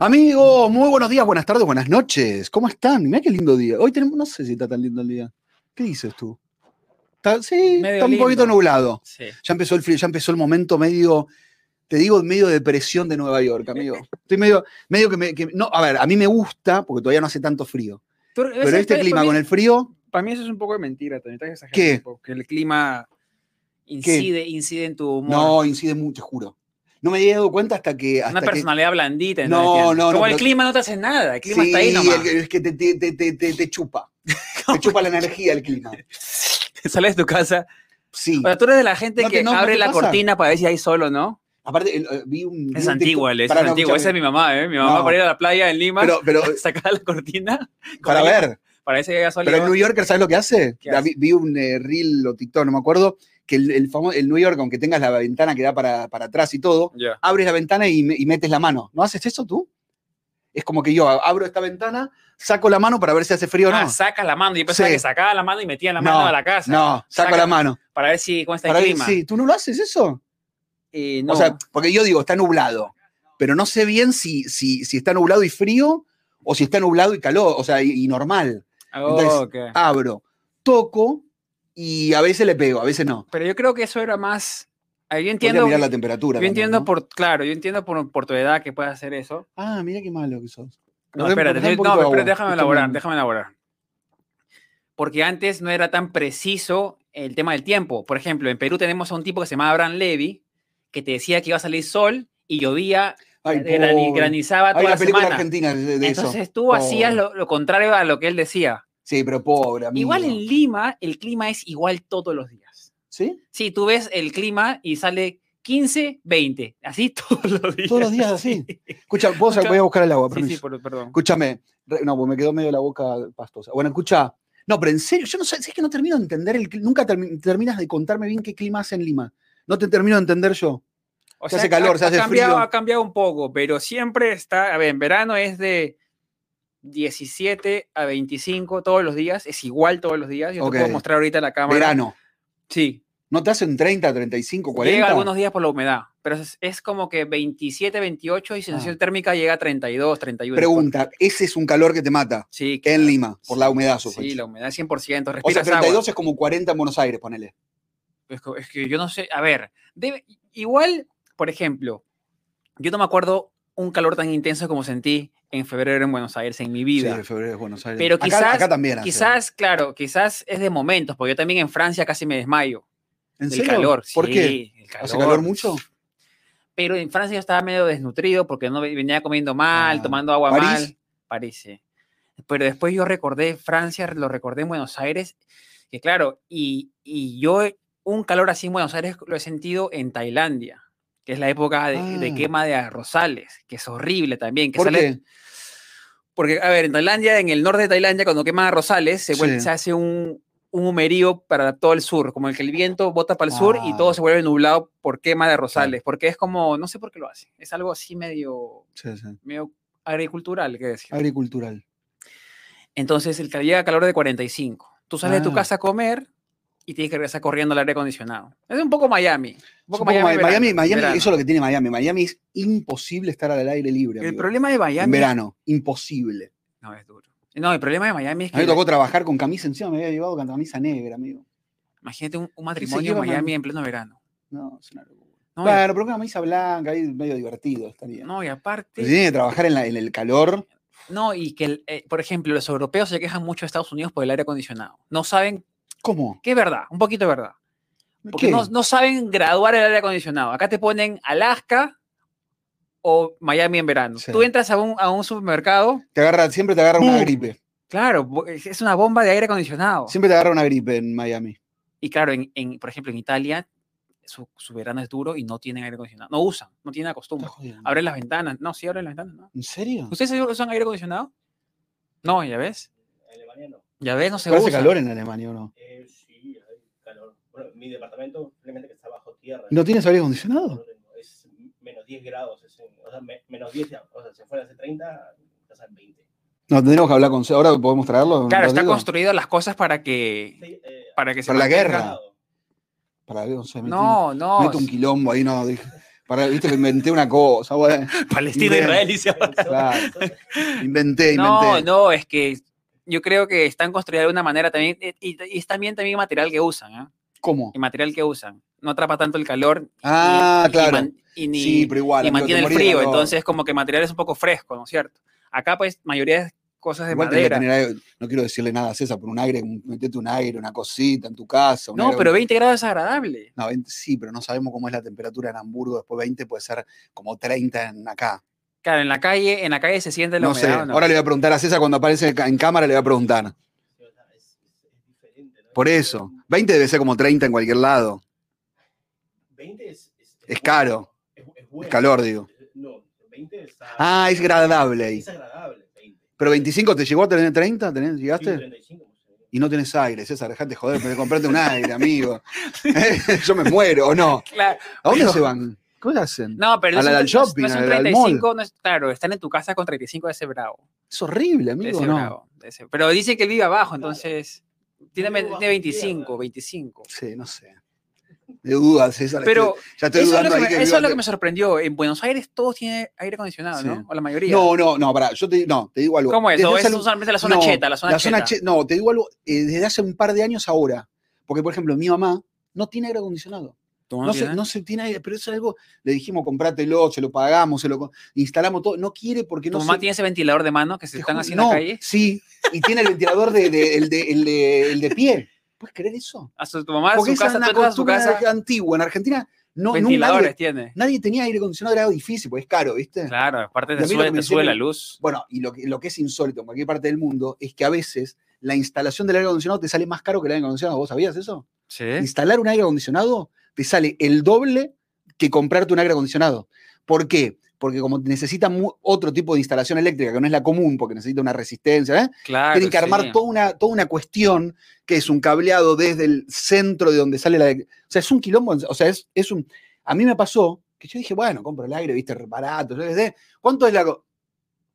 Amigos, muy buenos días, buenas tardes, buenas noches. ¿Cómo están? Mirá qué lindo día. Hoy tenemos, no sé si está tan lindo el día. ¿Qué dices tú? Está- sí, Medio está un lindo. poquito nublado. Sí. Ya empezó el frío, ya empezó el momento medio, te digo, medio depresión de Nueva York, amigo. Estoy medio, medio que, me, que- no, a ver, a mí me gusta porque todavía no hace tanto frío. Pero este clima con el frío, Para mí eso es un poco de mentira, también estás exagerando. ¿Qué? un poco, Que el clima incide, incide en tu humor. no incide mucho, te juro. No me había dado cuenta hasta que hasta Una que- personalidad blandita. No, no, entiendo. no, Como el pero- clima no te hace nada, el clima está ahí Sí, nomás. el- es que te, te- te- te- te- te chupa. te chupa pues. la energía el clima. Sales de tu casa. Sí. O sea, tú eres de la gente No te- que no, ¿no abre te la pasa? cortina para ver si hay solo, ¿no? Aparte, el- eh, vi un. vi Es un antigua, TikTok- Ale, es Pará, no, antigua. Esa es escúchame. mi mamá, ¿eh? Mi mamá No. para ir a la playa en Lima, Pero, pero, sacaba la cortina. para como- ver. Para ver si hay sol. y Pero el luego- New Yorker, ¿sabes lo que hace? ¿Qué hace? Vi, vi un eh, reel o TikTok, no me acuerdo, que el, el, famo- el New York, aunque tengas la ventana que da para, para atrás y todo, Ya. abres la ventana y, me- y metes la mano. ¿No haces eso tú? Es como que yo abro esta ventana, saco la mano para ver si hace frío o no. Ah, sacas la mano. Yo pensaba Sí. que sacaba la mano y metía la No, mano a la casa. no, saco Saca- la mano. Para ver si cómo está Para el ver- clima. sí, ¿Tú no lo haces eso? Eh, no. O sea, porque yo digo, está nublado, pero no sé bien si, si, si está nublado y frío o si está nublado y calor, o sea, y- y normal. Oh, entonces- ok. abro, toco y a veces le pego, a veces no. Pero yo creo que eso era más. ah, Yo Voy a entiendo, mirar la temperatura. yo también, entiendo ¿no? por, claro, yo entiendo por, por tu edad que puedas hacer eso. Ah, mira qué malo que sos. No, Cortá- espérate, cortá un yo- poquito no, de espérate, agua. déjame Esto elaborar, me- déjame elaborar. Porque antes no era tan preciso el tema del tiempo. Por ejemplo, en Perú tenemos a un tipo que se llama Abraham Levy, que te decía que iba a salir sol y llovía, Ay, grani- pobre. granizaba Hay toda una la película semana. argentina de, de eso. Entonces tú hacías lo, lo contrario a lo que él decía. Sí, pero pobre, amigo. Igual en Lima, el clima es igual todos los días. ¿Sí? Sí, tú ves el clima y sale 15, 20, así todos los días. Todos los días así. Escucha, vos voy a buscar el agua, Sí, permiso. sí, por- perdón. Escúchame. re- No, pues me quedó medio la boca pastosa. Bueno, escucha. No, pero en serio, yo no sé, es que no termino de entender el cli- Nunca termi- terminas de contarme bien qué clima hace en Lima. No te termino de entender yo. O hace calor, se hace cambiado, frío. Ha cambiado un poco, pero siempre está, a ver, en verano es de 17 a 25 todos los días, es igual todos los días. Yo Ok. te puedo mostrar ahorita la cámara. Verano. Sí, ¿No te hacen 30, 35, 40? llega algunos días por la humedad, pero es, es como que 27, 28 y sensación térmica llega a 32, 31. Ah. Pregunta, ese es un calor que te mata Sí, claro. en Lima, por la humedad, Sí, sospecho. la humedad 100%, o sea, respiras 32 agua. es como 40 en Buenos Aires, ponele. Es que, es que yo no sé, a ver, debe- igual, por ejemplo, yo no me acuerdo un calor tan intenso como sentí en febrero en Buenos Aires en mi vida. Sí, febrero es Buenos Aires. Pero Acá- quizás- acá, también. hace. quizás, claro, quizás es de momentos, porque yo también en Francia casi me desmayo. ¿En El serio? calor, ¿Por sí, qué? el ¿Hace calor mucho? Pero en Francia yo estaba medio desnutrido porque no ve- venía comiendo mal, Ah, tomando agua ¿París? mal. París, sí. Pero después yo recordé Francia, lo recordé en Buenos Aires, que claro, y, y yo he- un calor así en Buenos Aires lo he sentido en Tailandia, que es la época de, de Ah. quema de arrozales, que es horrible también, que ¿Por sale qué? porque, a ver, en Tailandia, en el norte de Tailandia, cuando queman rosales, se, vuelve- Sí. se hace un, un humerío para todo el sur, como el que el viento bota para el sur y todo Ah. se vuelve nublado por quema de rosales, porque es como, no sé por qué lo hacen, es algo así medio, Sí, sí. medio agricultural, que decir. Agricultural. Entonces, el que llega calor de 45. Tú sales de Ah. tu casa a comer y tienes que regresar corriendo al aire acondicionado. Es un poco Miami. Un Es poco un poco Miami, Ma- Miami, verano, Miami, verano. eso es lo que tiene Miami. Miami es imposible estar al aire libre. El amigo. problema de en Miami... verano, imposible. No, es duro. No, el problema de Miami es A mí que... me tocó trabajar con camisa encima, me había llevado con camisa negra, amigo. Imagínate un, un matrimonio en lleva, Miami man? en pleno verano. No, es una locura. No, y- Claro, pero con camisa blanca, ahí medio divertido estaría. no, y aparte... Pero tiene que trabajar en, la- en el calor. No, y que, el- eh, por ejemplo, los europeos se quejan mucho de Estados Unidos por el aire acondicionado. No saben, ¿Cómo? que es verdad, un poquito de verdad. Porque ¿Qué? no, no saben graduar el aire acondicionado. Acá te ponen Alaska o Miami en verano. Sí. Tú entras a un, a un supermercado, Te agarra, siempre te agarra una ¡Bum! gripe. claro, bo- es es una bomba de aire acondicionado. Siempre te agarra una gripe en Miami. Y claro, en, en- por ejemplo, en Italia, su, su verano es duro y no tienen aire acondicionado. No usan, no tienen la Estás costumbre. jodiendo. Abren las ventanas. No, sí, abren las ventanas. ¿no? ¿En serio? ¿Ustedes usan aire acondicionado? No, ya ves. Eh, Alemania no. Ya ves, no se Pero hace usa. calor en Alemania o no? Eh, sí, hay calor. Bueno, mi departamento simplemente que está bajo tierra. ¿No tienes aire No acondicionado? tengo, Es menos 10 grados. es en- o sea, me- menos 10, ya, o sea, si fuera hace 30, estás en 20. No, tendríamos que hablar con. Ahora podemos traerlo. Claro, ¿Lo está digo? construidas las cosas para que, Sí, eh, para que se Para la mantenga- guerra. Para ver, o sea, metí- No, no. meto un quilombo ahí, no. dije, Para, viste, me inventé una cosa, güey. Palestina, Bien. Israel y se va. Claro. Inventé, inventé. No, no, es que yo creo que están construidas de una manera también, y, y- y es también también el material que usan, ¿ah? ¿Cómo? El material que usan. No atrapa tanto el calor. y- Ah, y claro. man- y ni- sí, pero igual. y amigo, te mantiene el morís de frío, calor. entonces como que el material es un poco fresco, ¿no es cierto? Acá pues mayoría es cosas de Igual tenés que madera. tener algo- no quiero decirle nada a César, por un aire, un- metete un aire, una cosita en tu casa. un No, aire- pero 20 grados es agradable. No, 20 sí, pero no sabemos cómo es la temperatura en Hamburgo. Después 20 puede ser como 30 en acá. Claro, en la calle, en la calle se siente la No sé. humedad. ¿o no? Ahora le voy a preguntar a César cuando aparece ca- en cámara, le voy a preguntar. o sea, es- es- es diferente, ¿no? Por eso. 20 debe ser como 30 en cualquier lado. 20 es, es, Es caro. Es, bueno. Eh, Es calor, digo. No, 20 es, a- Ah, es agradable ahí. es agradable. 20. Pero 25 te llegó a tener 30, ¿Tenés- Sí, llegaste. 35, no sé. Y no tenés aire, César, dejate joder, pero comprate un aire, amigo. Yo me muero, ¿o no? Claro. ¿A dónde Pero- se van? ¿Cómo hacen? No, pero A no es la del un- no es- no es shopping, un a la del 35, no es, claro, están en tu casa con 35 de ese bravo. Es horrible, de amigo, ese ¿no? bravo, de ese- Pero dice que él vive abajo, Claro. entonces tiene, Vivo ve- bajo tiene 25, tierra. 25. Sí, no sé. De duda, César. Pero estoy- ya estoy eso es lo dudando que ahí me, que eso viva- es lo que me sorprendió. En Buenos Aires todos tienen aire acondicionado, Sí. ¿no? O la mayoría. No, no, no, pará, yo te, no, te digo algo. ¿Cómo es? Desde ¿O hace es algún- solamente la zona no, cheta? La zona la cheta. zona che- no, te digo algo, eh, desde hace un par de años ahora. Porque, por ejemplo, mi mamá no tiene aire acondicionado. ¿Tú No, se, tienes? no se tiene aire, pero eso es algo, le dijimos, comprátelo, se lo pagamos, se lo co- instalamos todo. No quiere porque ¿Tu no mamá se- tiene ese ventilador de mano que se te están ju- haciendo en no, la calle? Sí, y tiene el ventilador de, de- el, de, el, de, el de pie. ¿Puedes creer eso? A su, tu mamá en Porque Ah, su esa casa, es tú una entras a su costumbre casa, antigua. En Argentina no, nunca ventiladores nadie, tiene. nadie tenía aire acondicionado, era algo difícil, porque es caro, ¿viste? Claro, aparte Y te a mí lo sube, que me te sube la hicieron- luz. Bueno, y lo que, lo que es insólito en cualquier parte del mundo es que a veces la instalación del aire acondicionado te sale más caro que el aire acondicionado. ¿Vos sabías eso? Sí. Instalar un aire acondicionado te sale el doble que comprarte un aire acondicionado. ¿Por qué? Porque como necesita mu- otro tipo de instalación eléctrica que no es la común, porque necesita una resistencia, ¿eh? Claro. tienen que armar sí. toda, una, toda una cuestión que es un cableado desde el centro de donde sale la... O sea, es un quilombo, o sea, es, es un... A mí me pasó que yo dije, bueno, compro el aire, viste, barato, yo qué sé. ¿Cuánto es la... co-?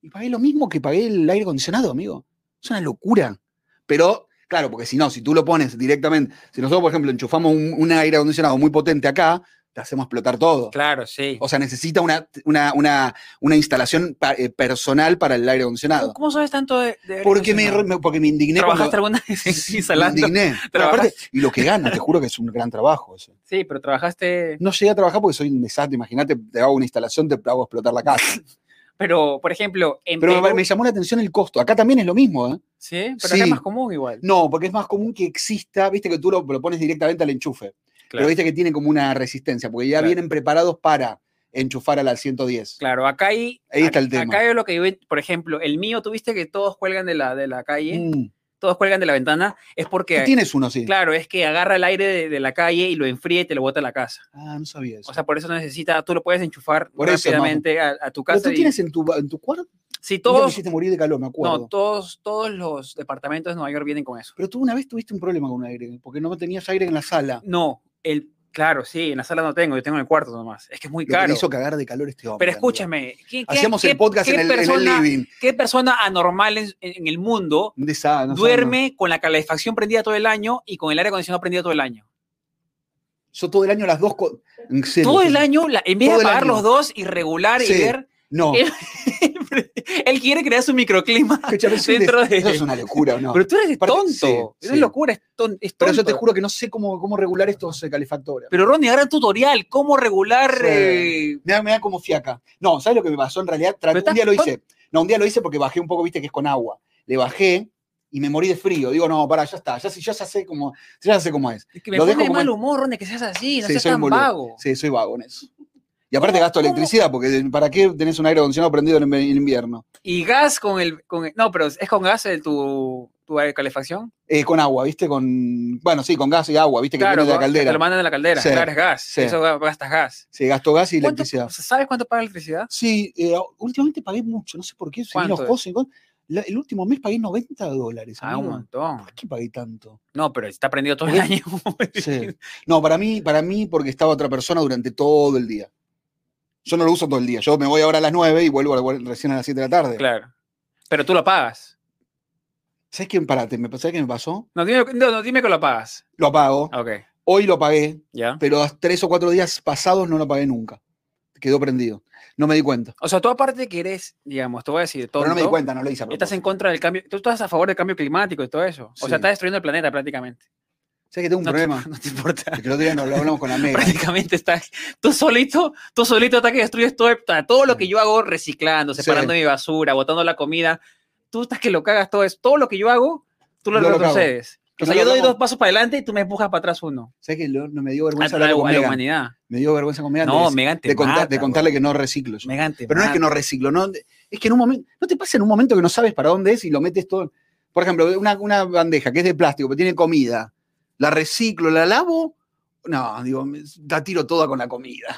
Y pagué lo mismo que pagué el aire acondicionado, amigo. Es una locura. Pero, claro, porque si no, si tú lo pones directamente, si nosotros, por ejemplo, enchufamos un, un aire acondicionado muy potente acá, te hacemos explotar todo. Claro, sí. O sea, necesita una, una, una, una instalación pa- eh, personal para el aire ¿Cómo, acondicionado. cómo sabes tanto de, de aire Porque me, acondicionado? me- porque me indigné cuando- ¿Trabajaste alguna vez Sí, instalando? Me indigné. Pero Trabajaste. aparte, y lo que gana, te juro que es un gran trabajo. ese. Sí, pero trabajaste. No llegué a trabajar porque soy un desastre. Imagínate, te hago una instalación, te hago explotar la casa. Pero, por ejemplo, en Pero me, Perú- me llamó la atención el costo. Acá también es lo mismo, ¿eh? Sí, pero acá Sí. es más común igual. No, porque es más común que exista, viste que tú lo, lo pones directamente al enchufe. Pero Claro. viste que tiene como una resistencia, porque ya Claro. vienen preparados para enchufar al 110. Claro, acá hay. Ahí está el acá tema. hay lo que yo ve- por ejemplo, el mío, tuviste que todos cuelgan de la, de la calle, Mm. todos cuelgan de la ventana, es porque. Tú tienes uno, sí. Claro, es que agarra el aire de, de la calle y lo enfría y te lo bota a la casa. Ah, no sabía eso. O sea, por eso necesita, tú lo puedes enchufar Por eso, rápidamente a, a tu pero casa. tú y- tienes en tu, en tu cuarto. Sí, Mira, me todos, hiciste morir de calor, me acuerdo. no, todos, todos los departamentos de Nueva York vienen con eso. Pero tú una vez tuviste un problema con aire, porque no tenías aire en la sala. No, el, claro, sí, en la sala no tengo, yo tengo en el cuarto nomás. Es que es muy Lo que le caro. hizo cagar de calor este hombre. Pero amigo. escúchame, ¿qué, qué- Hacíamos qué- el podcast qué en el, en el persona, living. ¿Qué persona anormal en, en el mundo Un desastre, no saben, duerme con la calefacción prendida todo el año y con el aire acondicionado prendido todo el año? no. Yo todo el año las dos. co- en serio, Todo sí. el año, la- en vez Todo de el apagar año. los dos y regular Sí. y ver, No. él, él quiere crear su microclima. escúchame, es un dentro des- de- Eso es una locura, ¿o ¿no? Pero, Pero tú eres Aparte- tonto, sí, es sí. locura, es, ton- es tonto. yo te juro que no sé cómo, cómo regular estos eh, calefactores. Pero Ronnie, hagan tutorial, cómo regular... Sí. eh, Me da, me da como fiaca. No, ¿sabes lo que me pasó en realidad? Traté- Pero un estás- día lo hice. No, un día lo hice porque bajé un poco, viste que es con agua. Le bajé y me morí de frío. Digo, no, para, ya está. Ya, sé- ya sé cómo, ya sé cómo es. Es eh, que me Lo pone dejo de como mal es. humor, Ronnie, que seas así, no Sí, seas soy un tan boludo. vago. Sí, soy vago en eso. Y aparte ¿Cómo- gasto cómo? electricidad, porque ¿para qué tenés un aire acondicionado prendido en en invierno? Y gas con el, con el- No, pero es con gas el, tu, tu aire de calefacción. Eh, con agua, ¿viste? Con, bueno, sí, con gas y agua, ¿viste? Que claro, depende de la gas, que caldera. te lo mandan a la caldera. Sí, claro, es gas. sí. Eso ga- gastas gas. Sí, gasto gas y ¿Cuánto- electricidad. ¿Sabes cuánto paga la electricidad? Sí, eh, últimamente pagué mucho, no sé por qué, se me ¿Cuánto enojó, se me- la- el último mes pagué 90 dólares. Ah, un amigo. montón. ¿Por qué pagué tanto? No, pero está prendido todo el año. Sí. No, para mí, para mí, porque estaba otra persona durante todo el día. Yo no lo uso todo el día. Yo me voy ahora a las 9 y vuelvo a la- recién a las 7 de la tarde. claro. Pero tú lo pagas. ¿Sabes quién parate? ¿Me ¿sabes qué me pasó? No, dime, no, no, dime que lo pagas. Lo pago. Ok, Hoy lo pagué, ya. pero a tres o cuatro días pasados no lo pagué nunca. Quedó prendido. No me di cuenta. O sea, tú aparte que eres, digamos, te voy a decir, todo. Pero no me di cuenta, no lo hice. a Estás en propósito. contra del cambio, tú estás a favor del cambio climático y todo eso. O Sí. sea, estás destruyendo el planeta prácticamente. ¿Sabes que tengo un No te- problema? No te importa. Que el otro día nos lo hablamos con la Mega. prácticamente estás tú solito, tú solito hasta que destruyes todo, el- todo lo que yo hago reciclando, Sí. separando mi basura, botando la comida, tú estás que lo cagas todo eso, todo lo que yo hago, tú lo Yo lo cago. retrocedes. Que o sea, no yo lo doy hablamos. dos pasos para adelante y tú me empujas para atrás uno. ¿Sabes que lo- no me dio A, vergüenza a- hablar con a la Megan? humanidad. Me dio vergüenza con Megan de No, decir- Megan te de, contar- mata, de contarle que no reciclo yo. Megan te Pero no es que mata. no reciclo, no, es que en un momento, ¿no te pasa en un momento que no sabes para dónde es y lo metes todo? Por ejemplo, una, una bandeja que es de plástico, que tiene comida, la reciclo, la lavo, no, digo, me- la tiro toda con la comida.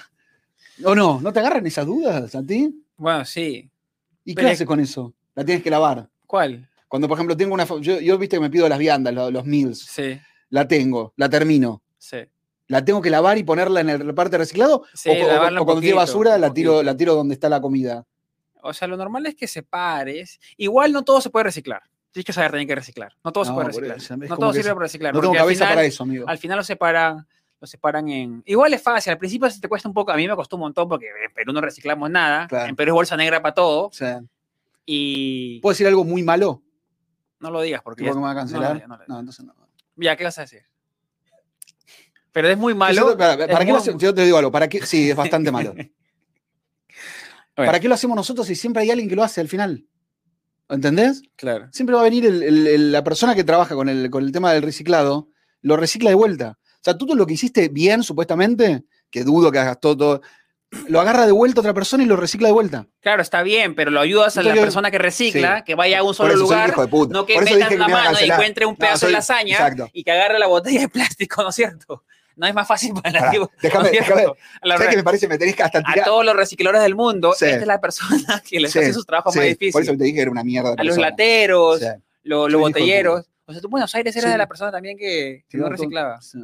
¿O no? ¿No te agarran esas dudas a ti? Bueno, sí. ¿Y Pero qué es- haces con eso? La tienes que lavar. ¿Cuál? Cuando, por ejemplo, tengo una... fa- Yo, yo, viste que me pido las viandas, lo- los, meals. Sí, La tengo, la termino. sí. ¿La tengo que lavar y ponerla en el parte de reciclado? Sí, o, co- o co- lavarla un o cuando tiene poquito, basura un la tiro, poquito. la tiro donde está la comida. O sea, lo normal es que separes. Igual no todo se puede reciclar. Tienes que saber también que reciclar. No todo se No, puede por reciclar. eso, es no como todo que sirve se- para reciclar. No tengo porque al cabeza final- para eso, amigo. al final lo separan, lo separan en. Igual es fácil, al principio se te cuesta un poco, a mí me costó un montón porque en Perú no reciclamos nada, Claro. en Perú es bolsa negra para todo O sea, y ¿Puedo decir algo muy malo? no lo digas porque Tipo ya, que me va a no lo cancelar. digas, no lo digas. No, entonces no. ya, ¿qué vas a decir? Pero es muy Yo siento- malo. para, para es qué muy- lo hacemos? Yo te digo algo. ¿para qué? Sí, es bastante malo. ¿Para qué lo hacemos nosotros si siempre hay alguien que lo hace al final? ¿Entendés? Claro. Siempre va a venir el- el- el- la persona que trabaja con el, con el tema del reciclado, lo recicla de vuelta. O sea, tú todo lo que hiciste bien, supuestamente, que dudo que hagas todo, todo, lo agarra de vuelta otra persona y lo recicla de vuelta. Claro, está bien, pero lo ayudas a Entonces la yo- persona que recicla, que vaya a un Por solo eso soy un lugar, hijo de puta. no que Por eso metan dije la me iba a mano y cancelar. encuentre un No, pedazo soy- de lasaña Exacto. y que agarre la botella de plástico, ¿no es cierto? No es más fácil para Pará, la ¿no es déjame- cierto? déjame- A la ¿Sabés que me parece? Me tenés que hasta a tirar. todos los recicladores del mundo, Sí. esta es la persona que les Sí, hace sus trabajos Sí, más por eso difíciles. te dije que era una mierda. de A los persona. lateros, Sí. lo- los, hijo de botelleros. O sea, tú en Buenos Aires eras Sí. de la persona también que, que Sí, no un montón. reciclaba. Sí.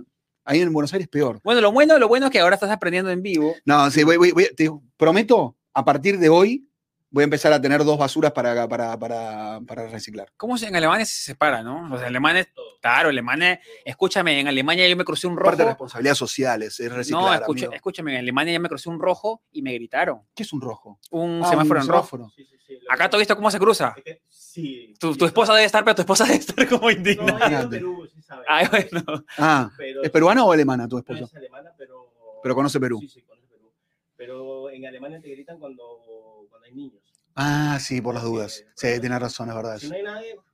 Ahí en Buenos Aires peor. Bueno, lo bueno, lo bueno es que ahora estás aprendiendo en vivo. No, sí, voy, voy- voy- te digo, prometo, a partir de hoy voy a empezar a tener dos basuras para, para, para, para reciclar. ¿Cómo se- en Alemania se separa, no? Los alemanes, claro, alemanes, escúchame, en Alemania yo me crucé un Parte de rojo. responsabilidades sociales, es reciclar. No, escucha- amigo. escúchame, en Alemania yo me crucé un rojo y me gritaron. ¿Qué es un rojo? Un Ah, semáforo en rojo. semáforo. Sí, sí, sí, lo- Acá tú viste cómo se cruza. Es que- Sí. Ah. Tu, tu sí, esposa no. debe estar, pero tu esposa debe estar como No, indignada. ella es de Perú, sí sabe. Ay, bueno. Ah, Pero- ¿es peruana o alemana tu No esposa? es alemana, pero. Pero conoce Perú. Sí, sí, conoce Perú. Pero en Alemania te gritan cuando, cuando hay niños. Este, Ah, sí, por las dudas. Sí, tienes razón, es verdad. Si eso. no hay nadie. pues,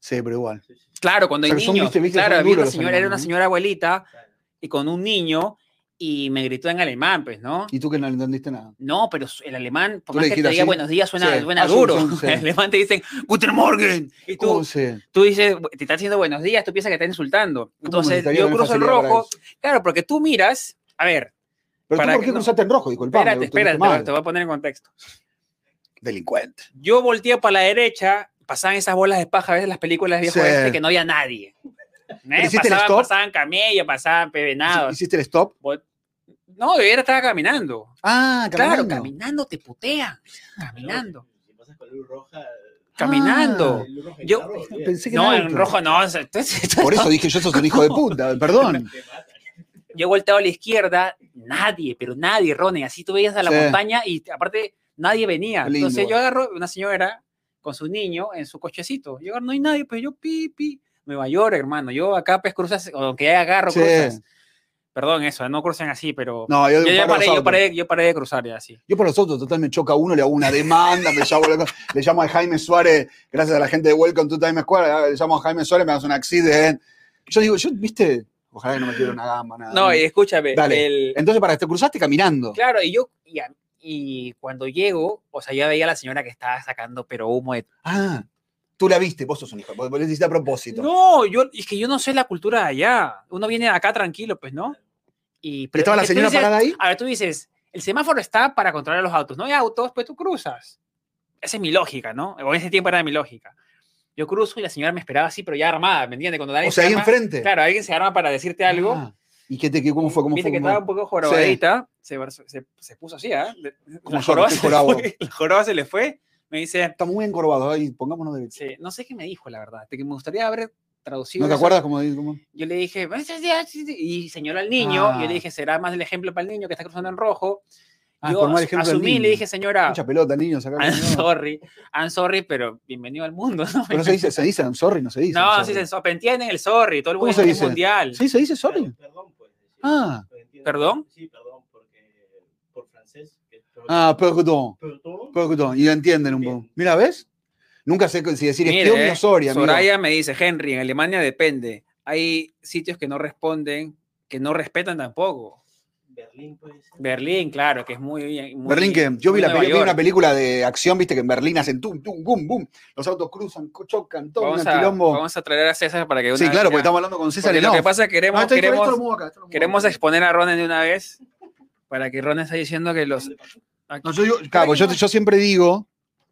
Sí, pero igual. sí, sí, Claro, cuando hay Pero son, niños. viste, viste, claro, son había una duros los señora, era una alemanes, ¿no? señora abuelita claro. y con un niño y me gritó en alemán, pues, ¿no? ¿Y tú que no entendiste nada? No, pero su- el alemán, por ¿Tú le más que te dijiste diga así? buenos días, suena, Sí. suena Ah, sí, duro. son- sí. El alemán te dicen, Guten Morgen. Y ¿Cómo tú, se? tú dices, te está diciendo buenos días, tú piensas que te está insultando. cómo Entonces necesitaría yo tener cruzo el facilidad para rojo. eso? Claro, porque tú miras, a ver, ¿Pero tú Para por que qué no- cruzaste en rojo? Disculpame. espérate, estuviste espérate, te mal. voy- te voy a poner en contexto. Delincuente. Yo volteé para la derecha, pasaban esas bolas de paja a veces en las películas de viejo Sí. este que no había nadie. ¿Eh? hiciste el Pasaban, stop? pasaban camellos, pasaban pevenados. ¿Hiciste el stop? Vol- No, yo era estaba caminando. Ah, Claro, caminando. Ah, caminando te putea. Caminando. Si pasas con luz roja. Ah, Caminando. luz roja en Yo- carro, olvídate, Pensé que No, eh, era en auto. rojo no. o sea, entonces- entonces- Por eso dije, yo sos un hijo de puta, perdón. te mata. Yo he volteado a la izquierda, nadie, pero nadie, Ronnie. Así tú veías a la Sí. montaña y aparte nadie venía. Qué lindo. Entonces yo agarro una señora con su niño en su cochecito. Yo agarro, no hay nadie, pues yo pipi. Nueva York, hermano. Yo acá pues cruzas, aunque ya agarro Sí. cruzas. Perdón eso, no crucen así, pero... No, yo, yo, ya paro los paré, yo, autos. paré, yo paré de cruzar ya así. Yo por los autos, total, me choca uno, le hago una demanda, me llamo, le llamo a Jaime Suárez, gracias a la gente de Welcome to Time Square, ah, le llamo a Jaime Suárez, me hace un accidente. Yo digo, yo, viste, ojalá que no me quiera una gamba, nada. No, y escúchame. Ah, Dale. el- Entonces, para, te cruzaste caminando. Claro, y yo, y, a- y cuando llego, o sea, ya veía a la señora que estaba sacando pero humo de... Ah, tú la viste, vos sos un hijo, vos vos lo hiciste a propósito. No, yo, es que yo no sé la cultura de allá. Uno viene acá tranquilo, pues, ¿no? Y, Pero estaba la es que tú señora dices- parada ahí. A ver, tú dices, el semáforo está para controlar los autos. No hay autos, pues tú cruzas. Esa es mi lógica, ¿no? O en ese tiempo era mi lógica. Yo cruzo y la señora me esperaba así, pero ya armada, ¿me entiendes? Cuando O alguien sea, se ahí arma- enfrente. Claro, alguien se arma para decirte algo. Ah, ¿Y qué te, qué- cómo fue? ¿Cómo Viste fue? que ¿Cómo- estaba un poco jorobadita, se, bar- se, se puso así, ¿ah? Le- Como la yo, joroba estoy se le jorabo. fue, la joroba se le fue, Me dice, Estamos muy encorvados ahí, pongámonos derechos. sí, no sé qué me dijo, la verdad, que me gustaría haber traducido. ¿No te eso. acuerdas cómo dice? cómo? Yo le dije, y señaló al niño, Ah. yo le dije, será más el ejemplo para el niño que está cruzando en rojo. Ah, yo por mal as- ejemplo del asumí y le niño. dije, "Ah". señora, Mucha pelota, niños. acá. I'm no. sorry, I'm sorry, pero bienvenido al mundo. No, Pero no se dice, se dice I'm sorry, no se dice. no I'm sí, sorry. se so- pero entienden el sorry, todo el ¿Cómo se mundo es dice? mundial. Sí, se dice sorry. Claro, Perdón, pues. sí, Ah. pues, entiendo. ¿Perdón? Sí, perdón, porque por francés. que es per- Ah, perdón, perdón. perdón. Y lo entienden un poco. Mira, ¿ves? Nunca sé si decir Mire, eh, espión o sorry, amigo. Soraya me dice, Henry, en Alemania depende. Hay sitios que no responden, que no respetan tampoco. Berlín, pues. Berlín, claro, que es muy... muy- Berlín, que yo vi, muy la Nueva peli- vi una York. película de acción, viste que en Berlín hacen tum, tum, bum, bum. Los autos cruzan, co- chocan, todo Vamos un a, quilombo. vamos a traer a César para que... una sí, vez claro, porque ya- estamos hablando con César porque y lo no. que pasa es que queremos, Ah, esto- esto- queremos, esto lo muevo acá, esto lo muevo queremos acá. exponer a Ronen de una vez para que Ronen esté diciendo que los... No, yo, digo- claro, porque yo, yo siempre digo,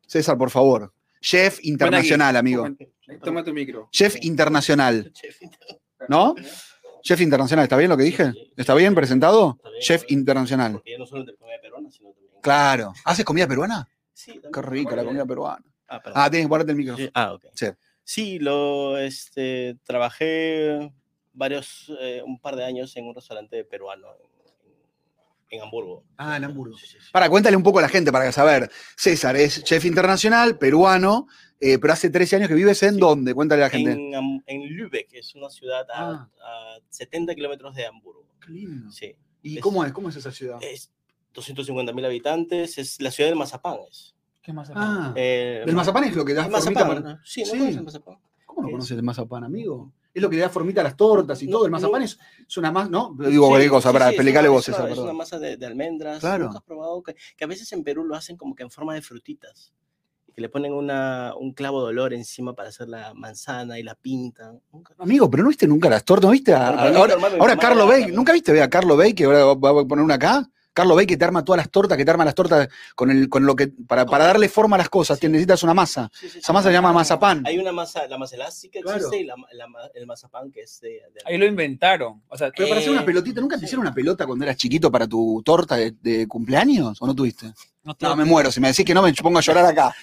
César, por favor, chef internacional, amigo. Toma tu micro. Chef internacional, Chef, ¿no? Chef internacional, ¿está bien lo que dije? Sí, sí. ¿Está bien presentado? Está bien, Chef está bien. internacional. Porque ya no solo te comida peruana, sino también. Claro. Ah, ¿Haces comida peruana? Sí, también. Qué rica la comida peruana. Ah, perdón. Ah, tienes que guardarte el micrófono. Sí, Ah, ok. Sí. Sí, lo, este, trabajé varios, eh, un par de años en un restaurante peruano en, en Hamburgo. Ah, en Hamburgo. Sí, sí, sí. Para, cuéntale un poco a la gente para saber. César es chef internacional, peruano, eh, pero hace 13 años que vives en Sí. dónde? Cuéntale a la gente. Ah. En, Ham- en Lübeck, es una ciudad a, a 70 kilómetros de Hamburgo. Sí. Eh, ¿Y es- cómo es? ¿Cómo es esa ciudad? Es 250.000 habitantes, es la ciudad del mazapán. Es. ¿Qué más? Ah, Eh, el mazapán es lo que le da el formita. mazapán, ¿no? Sí, ¿no Sí. conoces el mazapán? ¿Cómo no Sí. conoces el mazapán, amigo? Es lo que le da formita a las tortas y No, todo. El mazapán no. es, es una más, ¿no? Digo, Sí, cualquier cosa, sí, para sí, es explicarle una- vos, es una- César. Es una perdón. masa de, de almendras. Claro. Nunca has probado que, que a veces en Perú lo hacen como que en forma de frutitas. Que le ponen una, un clavo de olor encima para hacer la manzana y la pintan. Nunca. Amigo, pero no viste nunca las tortas, ¿no viste? A- Bueno, a- para mí Ah, ahora, normal, mi ahora mamá Carlo la- Bay, la- ¿nunca viste ve, a Carlo Bay que ahora va, va a poner una acá? Carlo Bay que te arma todas las tortas, que te arma las tortas con, el, con lo que. Para, para darle forma a las cosas, te necesitas una masa. Sí, sí, sí. Esa masa se llama mazapán. Hay una masa, la masa elástica Claro. existe y la, la ma- el mazapán que es de. de Ahí lo inventaron. O sea, Pero para hacer una Eh, pelotita, ¿nunca te sí. hicieron una pelota cuando eras chiquito para tu torta de, de cumpleaños? ¿O no tuviste? no te- No, me muero. Si me decís que no, me pongo a llorar acá.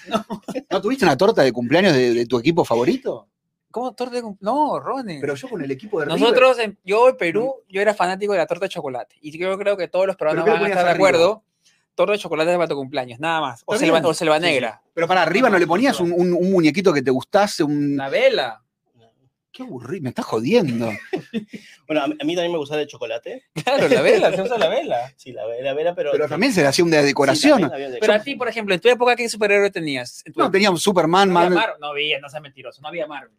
¿No tuviste una torta de cumpleaños de, de tu equipo favorito? ¿Cómo torta de cum- No, Ronen. Pero yo con el equipo de River- Nosotros, en- yo en Perú, yo era fanático de la torta de chocolate. Y yo creo que todos los peruanos ¿qué le van a ponías estar de arriba? acuerdo. Torta de chocolate para tu cumpleaños, nada más. O Está selva, bien. o selva Sí, sí. negra. Pero para arriba no le ponías un, un- un muñequito que te gustase, un. La vela. Qué aburrido, me estás jodiendo. Bueno, a, mí- a mí también me gusta el chocolate. Claro, la vela, se usa la vela. Sí, la, la vela, pero. Pero también se le hacía una sí, decoración. también había de- Pero a ti, por ejemplo, en tu época, ¿qué superhéroe tenías? En tu no época, teníamos Superman, no había Marvel. Mar- No había, no seas mentiroso, no había Marvel.